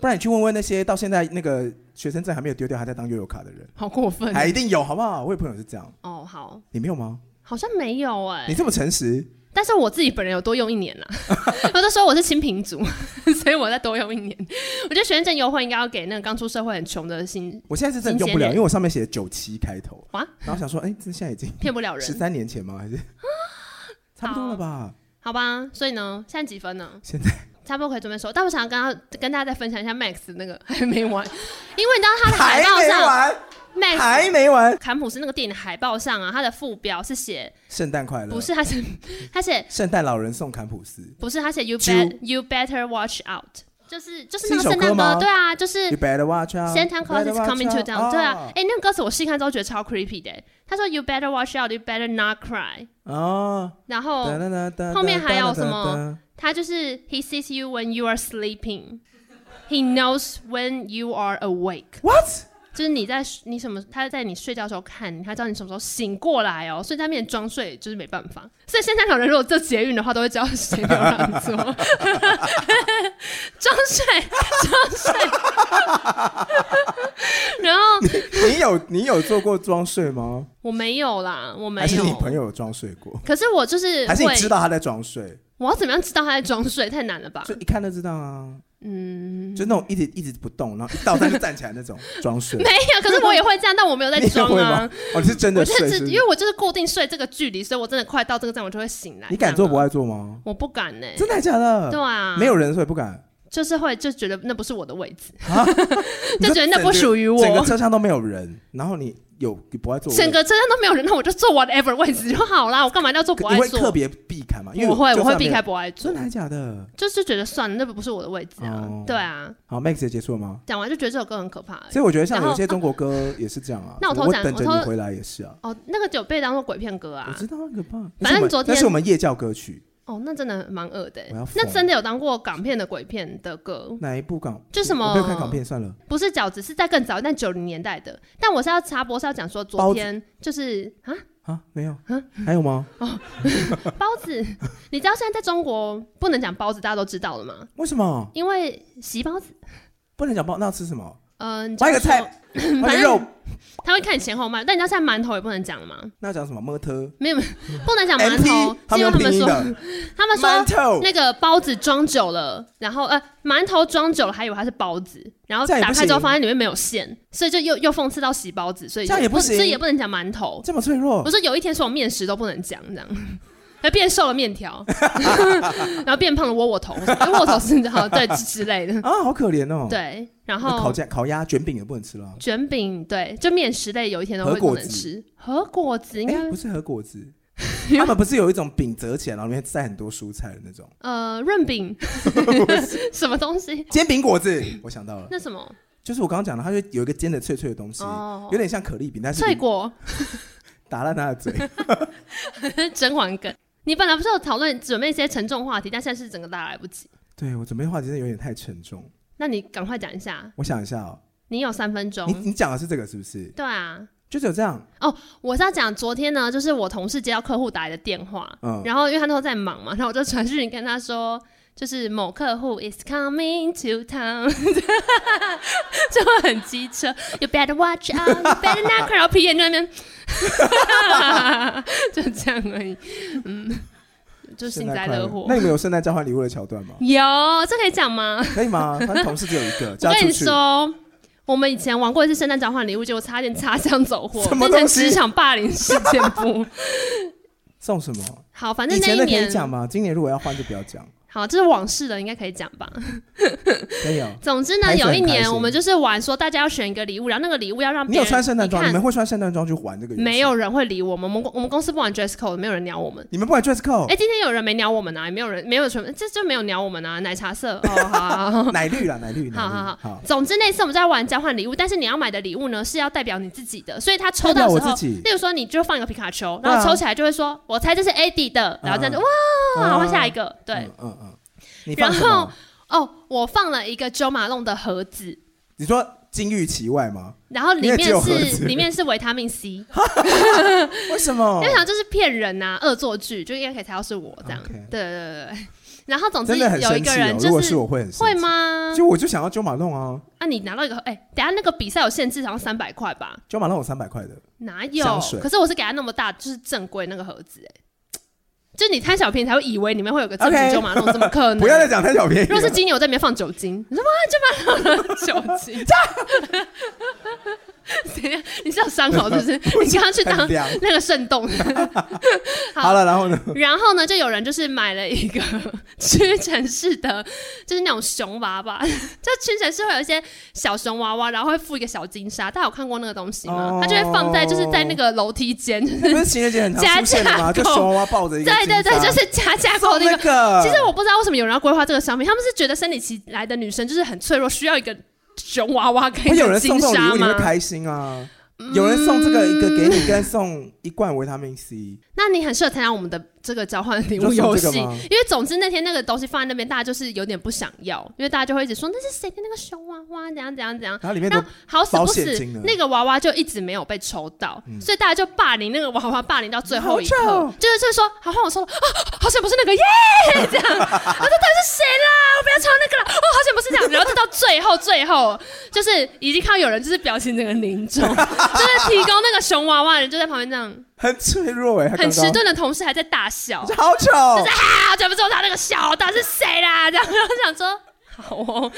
Speaker 1: 不然你去问问那些到现在那个学生证还没有丢掉，还在当悠游卡的人，
Speaker 2: 好过分
Speaker 1: 还一定有，好不好？我有朋友是这样，
Speaker 2: 哦，好，
Speaker 1: 你没有吗？
Speaker 2: 好像没有哎、
Speaker 1: 你这么诚实，
Speaker 2: 但是我自己本人有多用 一年啦，啊我都说我是清贫族， 所以我再多用一年。我觉得学生证优惠应该要给那个刚出社会很穷的新，
Speaker 1: 我现在是真的用不了，因为我上面写九七开头
Speaker 2: 哇，
Speaker 1: 然后想说，哎、这现在已经
Speaker 2: 骗不了
Speaker 1: 十
Speaker 2: 人，
Speaker 1: 三年前吗？ 还是差不多了吧？
Speaker 2: 好吧？所以呢，现在几分呢？
Speaker 1: 现在
Speaker 2: 差不多可以准备收。但我想要跟他跟大家再分享一下 Max 的那个还没 完，因为你知道他的海
Speaker 1: 还
Speaker 2: 报
Speaker 1: 没
Speaker 2: 上哎
Speaker 1: 完，
Speaker 2: ，Max
Speaker 1: 还没完，
Speaker 2: 坎普斯那个电影的海报上啊，它的副标是写
Speaker 1: 圣诞快乐！
Speaker 2: 不是，他写他写
Speaker 1: 圣诞老人送坎普斯
Speaker 2: 不是他写 You
Speaker 1: 猪
Speaker 2: bet you better watch out，就是就是那个
Speaker 1: 是一首
Speaker 2: 圣诞
Speaker 1: 歌吗
Speaker 2: 歌，对啊，就是
Speaker 1: ，You better watch out.
Speaker 2: Santa Claus
Speaker 1: you
Speaker 2: is
Speaker 1: better
Speaker 2: coming to
Speaker 1: watch
Speaker 2: town。对啊，
Speaker 1: out
Speaker 2: 哎、那个歌词我细看之后觉得超 creepy 的、他说 You better watch out, you better not cry。
Speaker 1: 哦，
Speaker 2: 然
Speaker 1: 哒
Speaker 2: 后
Speaker 1: 哒哒哒
Speaker 2: 后面还有什么
Speaker 1: 哒哒哒
Speaker 2: 他就是 He sees you when you are sleeping, he knows when you are awake。
Speaker 1: ？What？
Speaker 2: 就是你在你什么，他在你睡觉的时候看你，他知道你什么时候醒过来哦，所以在面前装睡就是没办法。所以现在老人如果做捷运的话，都会知道谁没有让你做， 装睡，装睡。 然后
Speaker 1: 你有你有做过装睡吗？
Speaker 2: 我没有啦，我没
Speaker 1: 还是
Speaker 2: 有。
Speaker 1: 你朋友有装睡过？
Speaker 2: 可是我就是
Speaker 1: 还是你
Speaker 2: 会
Speaker 1: 知道他在装睡？
Speaker 2: 我要怎么样知道他在装睡？太难 了吧
Speaker 1: 就？一看就知道啊，
Speaker 2: 嗯，
Speaker 1: 就那种一直一直不动，然后一到站就站起来那种装睡。
Speaker 2: 没有。可是我也会这样，但我 没有在
Speaker 1: 你也
Speaker 2: 装
Speaker 1: 会吗
Speaker 2: 啊。？
Speaker 1: 哦，你是真
Speaker 2: 我
Speaker 1: 的
Speaker 2: 就
Speaker 1: 睡
Speaker 2: 是
Speaker 1: 是
Speaker 2: 只
Speaker 1: 不是
Speaker 2: 因为我就是固定睡这个距离，所以我真的快到这个站我就会醒来。
Speaker 1: 你敢做不
Speaker 2: 这样啊？
Speaker 1: 爱做吗？
Speaker 2: 我不敢呢、
Speaker 1: 真的还假的？
Speaker 2: 对啊，
Speaker 1: 没有人所以不敢，
Speaker 2: 就是会就觉得那不是我的位置，
Speaker 1: 你说
Speaker 2: 就觉得那
Speaker 1: 整
Speaker 2: 不
Speaker 1: 个
Speaker 2: 属于我。
Speaker 1: 整个车厢都没有人，然后你有你不爱做，
Speaker 2: 整个车厢都没有人，那我就坐 whatever 位置就好啦。我干嘛要做不
Speaker 1: 你
Speaker 2: 爱
Speaker 1: 会特
Speaker 2: 坐？
Speaker 1: 别避开吗？因为
Speaker 2: 我会
Speaker 1: 就
Speaker 2: 我会
Speaker 1: 算没
Speaker 2: 避
Speaker 1: 有
Speaker 2: 开，不爱坐
Speaker 1: 真的，还假的？
Speaker 2: 就是觉得算了，那不是我的位置啊。
Speaker 1: 哦
Speaker 2: 对啊，
Speaker 1: 好，Max 也结束了吗？
Speaker 2: 讲完就觉得这首歌很可怕、欸。
Speaker 1: 所以我觉得像
Speaker 2: 然后
Speaker 1: 有一些中国歌也是这样啊，
Speaker 2: 那我
Speaker 1: 什
Speaker 2: 偷
Speaker 1: 么
Speaker 2: 讲
Speaker 1: 等着
Speaker 2: 我
Speaker 1: 你
Speaker 2: 偷
Speaker 1: 回来也是啊，
Speaker 2: 哦，那个酒被当做鬼片歌啊
Speaker 1: 我。知道很可怕。那
Speaker 2: 反
Speaker 1: 是
Speaker 2: 正
Speaker 1: 我们
Speaker 2: 昨
Speaker 1: 那
Speaker 2: 天
Speaker 1: 是我们夜教歌曲，
Speaker 2: 哦，那真的蛮恶的欸
Speaker 1: 我要疯
Speaker 2: 那真的有当过港片的鬼片的歌，
Speaker 1: 哪一部港？
Speaker 2: 就什么
Speaker 1: 我没有看港片算了。
Speaker 2: 不是饺子，是在更早，但九零年代的。但我是要插播，是要讲说
Speaker 1: 包
Speaker 2: 昨
Speaker 1: 子
Speaker 2: 天就是啊，
Speaker 1: 啊，没有，还有吗？
Speaker 2: 包子， 你知道现在在中国不能讲包子，大家都知道了吗？
Speaker 1: 为什么
Speaker 2: 因为洗包子，
Speaker 1: 不能讲包？那要吃什么？
Speaker 2: 嗯、你就
Speaker 1: 挖一个
Speaker 2: 说
Speaker 1: 菜，挖一
Speaker 2: 反
Speaker 1: 个
Speaker 2: 正
Speaker 1: 肉，
Speaker 2: 他会看你前后脉，但你知道现在馒头也不能讲了吗？
Speaker 1: 那要讲什么？么特
Speaker 2: 没有，不能讲馒
Speaker 1: MT，
Speaker 2: 头，
Speaker 1: 他
Speaker 2: 是因
Speaker 1: 们用
Speaker 2: 为他
Speaker 1: 拼
Speaker 2: 们
Speaker 1: 音
Speaker 2: 说，
Speaker 1: 的
Speaker 2: 他们说
Speaker 1: 馒头，
Speaker 2: 那个包子装久了，然后呃，馒头装久了，还以为它是包子，然后
Speaker 1: 这样也
Speaker 2: 打
Speaker 1: 不
Speaker 2: 开之后
Speaker 1: 行
Speaker 2: 发现里面没有馅，所以就又又讽刺到洗包子，所以
Speaker 1: 这样也
Speaker 2: 不
Speaker 1: 不行
Speaker 2: 所以也不能讲馒头。
Speaker 1: 这么脆弱
Speaker 2: 我，说有一天所有面食都不能讲，这样。 还变瘦了面条， 然后变胖了窝窝头，哎窝窝头是好对之之类的，
Speaker 1: 啊，好可怜哦。，
Speaker 2: 对，然
Speaker 1: 那烤
Speaker 2: 后
Speaker 1: 架、烤鸭、卷饼也不能吃了啊。
Speaker 2: 卷饼，对，就面食类有一天都会
Speaker 1: 和果
Speaker 2: 不能
Speaker 1: 子
Speaker 2: 吃，和果子应该
Speaker 1: 哎，不是和果子， 他们不是有一种饼折起来，然后里面塞很多蔬菜的那种
Speaker 2: 呃润饼 什么东西？
Speaker 1: 煎饼果子？我想到了，
Speaker 2: 那什么
Speaker 1: 就是我刚刚讲的，它就有一个煎的脆脆的东西，
Speaker 2: 哦
Speaker 1: 有，点像可丽饼，但是
Speaker 2: 脆果，
Speaker 1: 打烂他的 嘴。
Speaker 2: 甄嬛梗。你本来不是有讨论准备一些沉重话题，但现在是整个大来不及。
Speaker 1: 对我准备的话题真的有点太沉重，
Speaker 2: 那你赶快讲一下，
Speaker 1: 我想一下哦，
Speaker 2: 你有三分
Speaker 1: 你
Speaker 2: 钟。
Speaker 1: 你讲的是这个是不是？
Speaker 2: 对啊，
Speaker 1: 就只有这样，
Speaker 2: 我是要讲昨天呢，就是我同事接到客户打来的电话，
Speaker 1: 嗯，
Speaker 2: 然后因为他那时候在忙嘛，然后我就传讯息跟他说，就是某客户 is coming to town，就会很机车，you better watch out，you better not cry，然后皮眼就在那边， 就这样而已，嗯，就幸
Speaker 1: 圣
Speaker 2: 灾
Speaker 1: 诞快
Speaker 2: 乐
Speaker 1: 乐
Speaker 2: 祸？
Speaker 1: 那。你们有圣诞交换礼物的桥段吗
Speaker 2: 有，这可以讲吗？
Speaker 1: 可以吗？反正同事只有一个，
Speaker 2: 我
Speaker 1: 叫他
Speaker 2: 跟
Speaker 1: 出
Speaker 2: 你
Speaker 1: 去。
Speaker 2: 说，我们以前玩过一次圣诞交换礼物，结果差点擦枪走火，
Speaker 1: 什么
Speaker 2: 变成
Speaker 1: 东西
Speaker 2: 职场霸凌事件簿。
Speaker 1: 送什么？
Speaker 2: 好，反正
Speaker 1: 以
Speaker 2: 那
Speaker 1: 前
Speaker 2: 一
Speaker 1: 的可以
Speaker 2: 年，
Speaker 1: 讲吗？今年如果要换就不要讲，
Speaker 2: 好，这是往事了，应该可以讲吧。
Speaker 1: 可以哦。
Speaker 2: 总之呢，
Speaker 1: 还是
Speaker 2: 有
Speaker 1: 很
Speaker 2: 一
Speaker 1: 开
Speaker 2: 年
Speaker 1: 心
Speaker 2: 我们就是玩说，大家要选一个礼物，然后那个礼物要让
Speaker 1: 你
Speaker 2: 别
Speaker 1: 有
Speaker 2: 人
Speaker 1: 穿圣诞装？
Speaker 2: 你
Speaker 1: 你
Speaker 2: 看
Speaker 1: 们会穿圣诞装去玩这个游戏？
Speaker 2: 没，有人会理我们，我们公我们公司不玩 dress code，没有人鸟我们。
Speaker 1: 你们不玩 dress
Speaker 2: 哎、
Speaker 1: code？
Speaker 2: 今天有人没鸟我们啊，也没有人，没有什么，这就没有鸟我们啊。奶茶色，哦， 好好好，
Speaker 1: 奶绿啦，奶绿，奶
Speaker 2: 好好
Speaker 1: 绿
Speaker 2: 好。总之那次我们在玩交换礼物，但是你要买的礼物呢是要代表你自己的，所以他抽
Speaker 1: 代
Speaker 2: 到的时
Speaker 1: 表
Speaker 2: 候
Speaker 1: 我自己，
Speaker 2: 例如说你就放一个皮卡丘，
Speaker 1: 对啊
Speaker 2: 然后抽起来就会说，我猜这是 AD 的，然后这样就哇，
Speaker 1: 啊
Speaker 2: 然后下一个，对
Speaker 1: 嗯，嗯嗯。你
Speaker 2: 然
Speaker 1: 放
Speaker 2: 后
Speaker 1: 什么？
Speaker 2: 哦，我放了一个九马弄的盒子，
Speaker 1: 你说金玉其外吗？
Speaker 2: 然后里
Speaker 1: 你也只有
Speaker 2: 面
Speaker 1: 盒
Speaker 2: 是
Speaker 1: 子
Speaker 2: 里面是维他 命 C，
Speaker 1: 为什么
Speaker 2: 因？为想这是骗人呐，恶作剧，就应该可以猜到是我这样，对
Speaker 1: OK
Speaker 2: 对对对对。 然后总之
Speaker 1: 真的很
Speaker 2: 有
Speaker 1: 生
Speaker 2: 一
Speaker 1: 气
Speaker 2: 个
Speaker 1: 哦
Speaker 2: 人！
Speaker 1: 如
Speaker 2: 就
Speaker 1: 果是我会很生气
Speaker 2: 会？吗？
Speaker 1: 就我就想要九马弄啊，
Speaker 2: 啊，你拿到一个，哎，等一下那个比赛有限制，好像三百块吧？
Speaker 1: 九马弄有三百块的，
Speaker 2: 哪有
Speaker 1: 香水？
Speaker 2: 可是我是给他那么大，就是正规那个盒子、哎，就你贪小便宜才会以为里面会有个正
Speaker 1: OK
Speaker 2: 品九马桶，怎么可能？
Speaker 1: 不要再讲贪小便宜
Speaker 2: 如果
Speaker 1: 了
Speaker 2: 是。金牛在里面放酒精， 你说妈这马桶酒精， 等一下你是要伤口是不是？你刚刚去当
Speaker 1: 很凉
Speaker 2: 那个渗洞，好
Speaker 1: 好了，然后 呢？
Speaker 2: 然后呢，就有人就是买了一个屈臣氏的，就是那种熊娃娃，就屈臣氏会有一些小熊娃娃，然后会附一个小金沙，大家有看过那个东西吗？
Speaker 1: 哦
Speaker 2: 它就会放在就是在那个楼梯间，就是
Speaker 1: 不是情人节很常出现的吗？
Speaker 2: 加价
Speaker 1: 就
Speaker 2: 购
Speaker 1: 熊娃娃抱着一个
Speaker 2: 对对对，
Speaker 1: 金莎
Speaker 2: 就是加价购
Speaker 1: 送
Speaker 2: 那
Speaker 1: 那
Speaker 2: 个。
Speaker 1: 个。
Speaker 2: 其实我不知道为什么有人要规划这个商品，他们是觉得生理期来的女生就是很脆弱，需要一个熊娃娃跟
Speaker 1: 会
Speaker 2: 一
Speaker 1: 有
Speaker 2: 个
Speaker 1: 人送
Speaker 2: 金
Speaker 1: 这种礼
Speaker 2: 沙
Speaker 1: 物，你会
Speaker 2: 吗？嗯
Speaker 1: 开心啊？有人送这个一个给你，跟送一罐维他命 C，
Speaker 2: 那你很适合参加我们的这个交换礼物
Speaker 1: 就送
Speaker 2: 游
Speaker 1: 这个
Speaker 2: 戏，因
Speaker 1: 吗
Speaker 2: 为总之那天那个东西放在那边，大家就是有点不想要，因为大家就会一直说那是谁的那个熊娃娃，怎样怎样怎样。
Speaker 1: 然后里面
Speaker 2: 那
Speaker 1: 都
Speaker 2: 好死
Speaker 1: 包
Speaker 2: 不
Speaker 1: 现
Speaker 2: 死
Speaker 1: 金呢，嗯
Speaker 2: 那个娃娃就一直没有被抽到，所以大家就霸凌那个娃娃，霸凌到最后一刻
Speaker 1: 好丑，
Speaker 2: 就是就是说，好换我抽了啊，好险不是那个耶，这样， 我说到底是谁啦？我不要抽那个了，哦，好险不是这样，然后就到最后最后，就是已经看到有人就是表情整个凝重，就是提供那个熊娃娃的人就在旁边这样，
Speaker 1: 很脆弱 哎，他
Speaker 2: 很
Speaker 1: 刚刚
Speaker 2: 迟钝的同事还在大 笑，
Speaker 1: 就好丑，
Speaker 2: 啊，讲不出他那个小到底是谁啦， 这样，然后想说。好哦，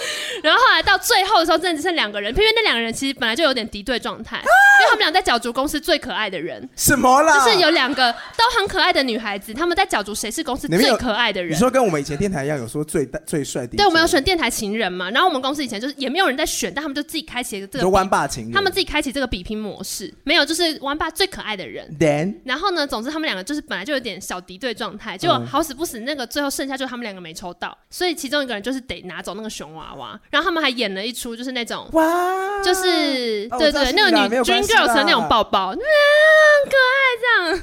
Speaker 2: 然后后来到最后的时候，真的只剩两个人，偏偏那两个人其实本来就有点敌对状
Speaker 1: 啊
Speaker 2: 态，因为他们俩在角逐公司最可爱的人，
Speaker 1: 什么
Speaker 2: 就
Speaker 1: 啦？
Speaker 2: 是有两个都很可爱的女孩子，他们在角逐谁是公司
Speaker 1: 你们
Speaker 2: 最
Speaker 1: 有
Speaker 2: 可爱的
Speaker 1: 你
Speaker 2: 人。
Speaker 1: 说跟我们以前电台一样，有说最大最帅的，
Speaker 2: 对，我们有选电台情人嘛，然后我们公司以前就是也没有人在选，但他们就自己开启了这
Speaker 1: 你说
Speaker 2: 个比，
Speaker 1: 弯霸情人，
Speaker 2: 他们自己开启这个比拼模式，没有就是玩霸最可爱的人，
Speaker 1: then
Speaker 2: 然后呢，总之他们两个就是本来就有点小敌对状态，结果
Speaker 1: 嗯
Speaker 2: 好死不死那个最后剩下就他们两个没抽到，所以其中一个人就是得拿走那个熊娃娃，然后他们还演了一出就是那种。
Speaker 1: 哇，
Speaker 2: 就是、
Speaker 1: 啊哦我知
Speaker 2: 对
Speaker 1: 道
Speaker 2: 对，
Speaker 1: 是啦
Speaker 2: 那个女
Speaker 1: 没有
Speaker 2: Dream
Speaker 1: 关系啦
Speaker 2: Girls 的那种抱抱，嗯，可爱这样。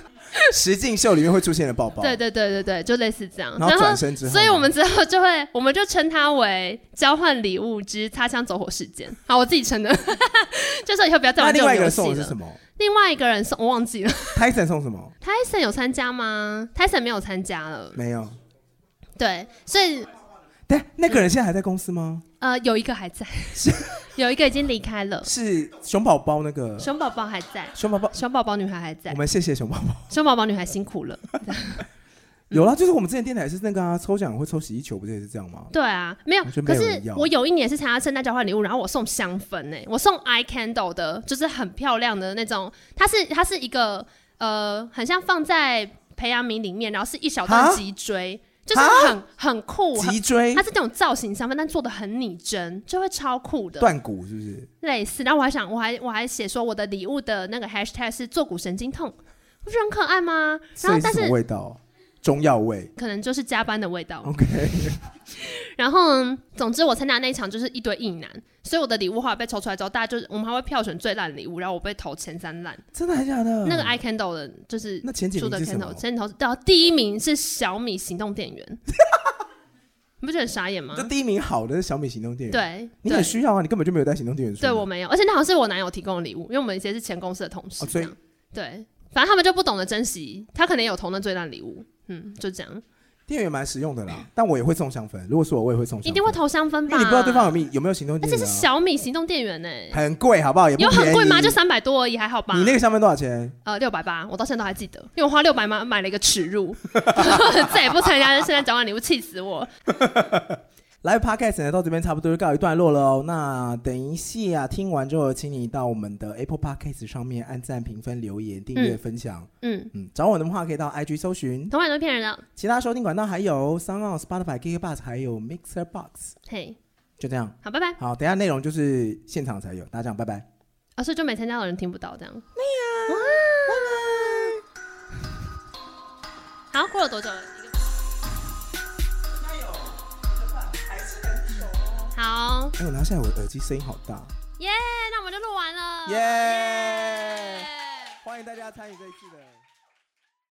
Speaker 1: 实境秀里面会出现的抱抱，
Speaker 2: 对对对对对，就类似这样。
Speaker 1: 然后转身之后呢
Speaker 2: 所以我们之后就会，我们就称它为交换礼物之擦枪走火事件。好，我自己称的， 就说以后不要再
Speaker 1: 那
Speaker 2: 玩这
Speaker 1: 另
Speaker 2: 种
Speaker 1: 外一个
Speaker 2: 游
Speaker 1: 人
Speaker 2: 戏
Speaker 1: 送的是
Speaker 2: 了。
Speaker 1: 什么
Speaker 2: 另外一个人送，我忘记了。
Speaker 1: ？Tyson 送什么？
Speaker 2: Tyson 有参加吗？Tyson 没有参加了。
Speaker 1: 没有。
Speaker 2: 对，所以
Speaker 1: 但那个人现在还在公司吗？
Speaker 2: 呃，有一个 还在，有一个已经离开了，
Speaker 1: 是熊宝宝那个
Speaker 2: 熊宝宝还在，
Speaker 1: 熊宝宝，
Speaker 2: 熊宝宝女孩还在
Speaker 1: 我，们谢谢熊宝宝。
Speaker 2: 熊宝宝女孩辛苦了。
Speaker 1: 有啦，就是我们之前电台是那个啊，抽奖会抽洗衣球，不是也是这样吗？
Speaker 2: 对啊，没有，
Speaker 1: 完全没
Speaker 2: 可
Speaker 1: 有人
Speaker 2: 是
Speaker 1: 要
Speaker 2: 我有一年是参加圣诞交换礼物，然后我送香氛呢、我送 i candle 的，就是很漂亮的那种，它是它是一个呃，很像放在培养皿里面，然后是一小段
Speaker 1: 哈
Speaker 2: 脊椎，就是
Speaker 1: 哈
Speaker 2: 很很酷，很
Speaker 1: 脊椎
Speaker 2: 它是那种造型香氛，但做的很拟真，就会超酷的。
Speaker 1: 断骨是不是？
Speaker 2: 类似。然后我还想，我还我还写说我的礼物的那个 hashtag 是坐骨神经痛，不是很可爱吗？然
Speaker 1: 所
Speaker 2: 后
Speaker 1: 以是
Speaker 2: 但
Speaker 1: 什么哦
Speaker 2: 是
Speaker 1: 味道？中药味。
Speaker 2: 可能就是加班的味道。
Speaker 1: OK，
Speaker 2: 然后嗯总之我参加那一场就是一堆硬男，所以我的礼物后来被抽出来之后，大家就是我们还会票选最烂礼物，然后我被投前三烂。
Speaker 1: 真的还假的？
Speaker 2: 那个 i candle 的就是
Speaker 1: 那前几
Speaker 2: 出
Speaker 1: 嗯名
Speaker 2: 的
Speaker 1: 是什
Speaker 2: candle，
Speaker 1: 么？
Speaker 2: 前头到第一名是小米行动 电源，你不觉得很傻眼吗
Speaker 1: 就？第一名好的是小米行动电源，，
Speaker 2: 对，
Speaker 1: 你
Speaker 2: 对
Speaker 1: 很需要啊，你根本就没有带行动电源出
Speaker 2: 对
Speaker 1: 门。
Speaker 2: 我没有，而且那好像是我男友提供的礼物，因为我们以前是前公司的同事，
Speaker 1: 哦所
Speaker 2: 这
Speaker 1: 以
Speaker 2: 样、对，反正他们就不懂得珍惜，他可能有投那最烂礼物，嗯，就这样，
Speaker 1: 电源蛮实用的啦，但我也会送香氛。如果是我，我也会送香氛，
Speaker 2: 一定会，投香氛
Speaker 1: 因哎
Speaker 2: 吧？
Speaker 1: 为你不知道对方有没有有没有行动
Speaker 2: 而
Speaker 1: 电
Speaker 2: 且
Speaker 1: 源、啊。
Speaker 2: 是小米行动电源呢、
Speaker 1: 很贵，好不好？也不
Speaker 2: 有很
Speaker 1: 便
Speaker 2: 贵吗？
Speaker 1: 宜
Speaker 2: 就三百多而已，还好吧
Speaker 1: 你。那个香氛多少钱？
Speaker 2: 呃，六百八，我到现在都还记得，因为我花六百买买了一个耻辱， 再也不参加圣诞交换礼物，气死我！
Speaker 1: Live Podcast 呢，到这边差不多就告一段落了哦。那等一下听完之后，请你到我们的 Apple Podcast 上面按赞、评分、留言、订阅、
Speaker 2: 嗯
Speaker 1: 分享。
Speaker 2: 嗯，
Speaker 1: 嗯，找我的话可以到 IG 搜寻，
Speaker 2: 同款都骗人的，
Speaker 1: 其他收听管道还有 s o n g on、Spotify、KKBox 还有 Mixer Box，
Speaker 2: 嘿，
Speaker 1: 就这样。
Speaker 2: 好，拜拜。
Speaker 1: 好，等一下内容就是现场才有，大家讲拜拜。
Speaker 2: 啊，所以就没参啊加的人听不到这样。对呀、啊。哇。好，过了多久了？一个哦好，
Speaker 1: 哎，我拿下来我的耳机，声音好大，
Speaker 2: 哦耶、那我们就录完了。
Speaker 1: 耶！
Speaker 2: 耶
Speaker 1: 欢迎大家参与这一次的。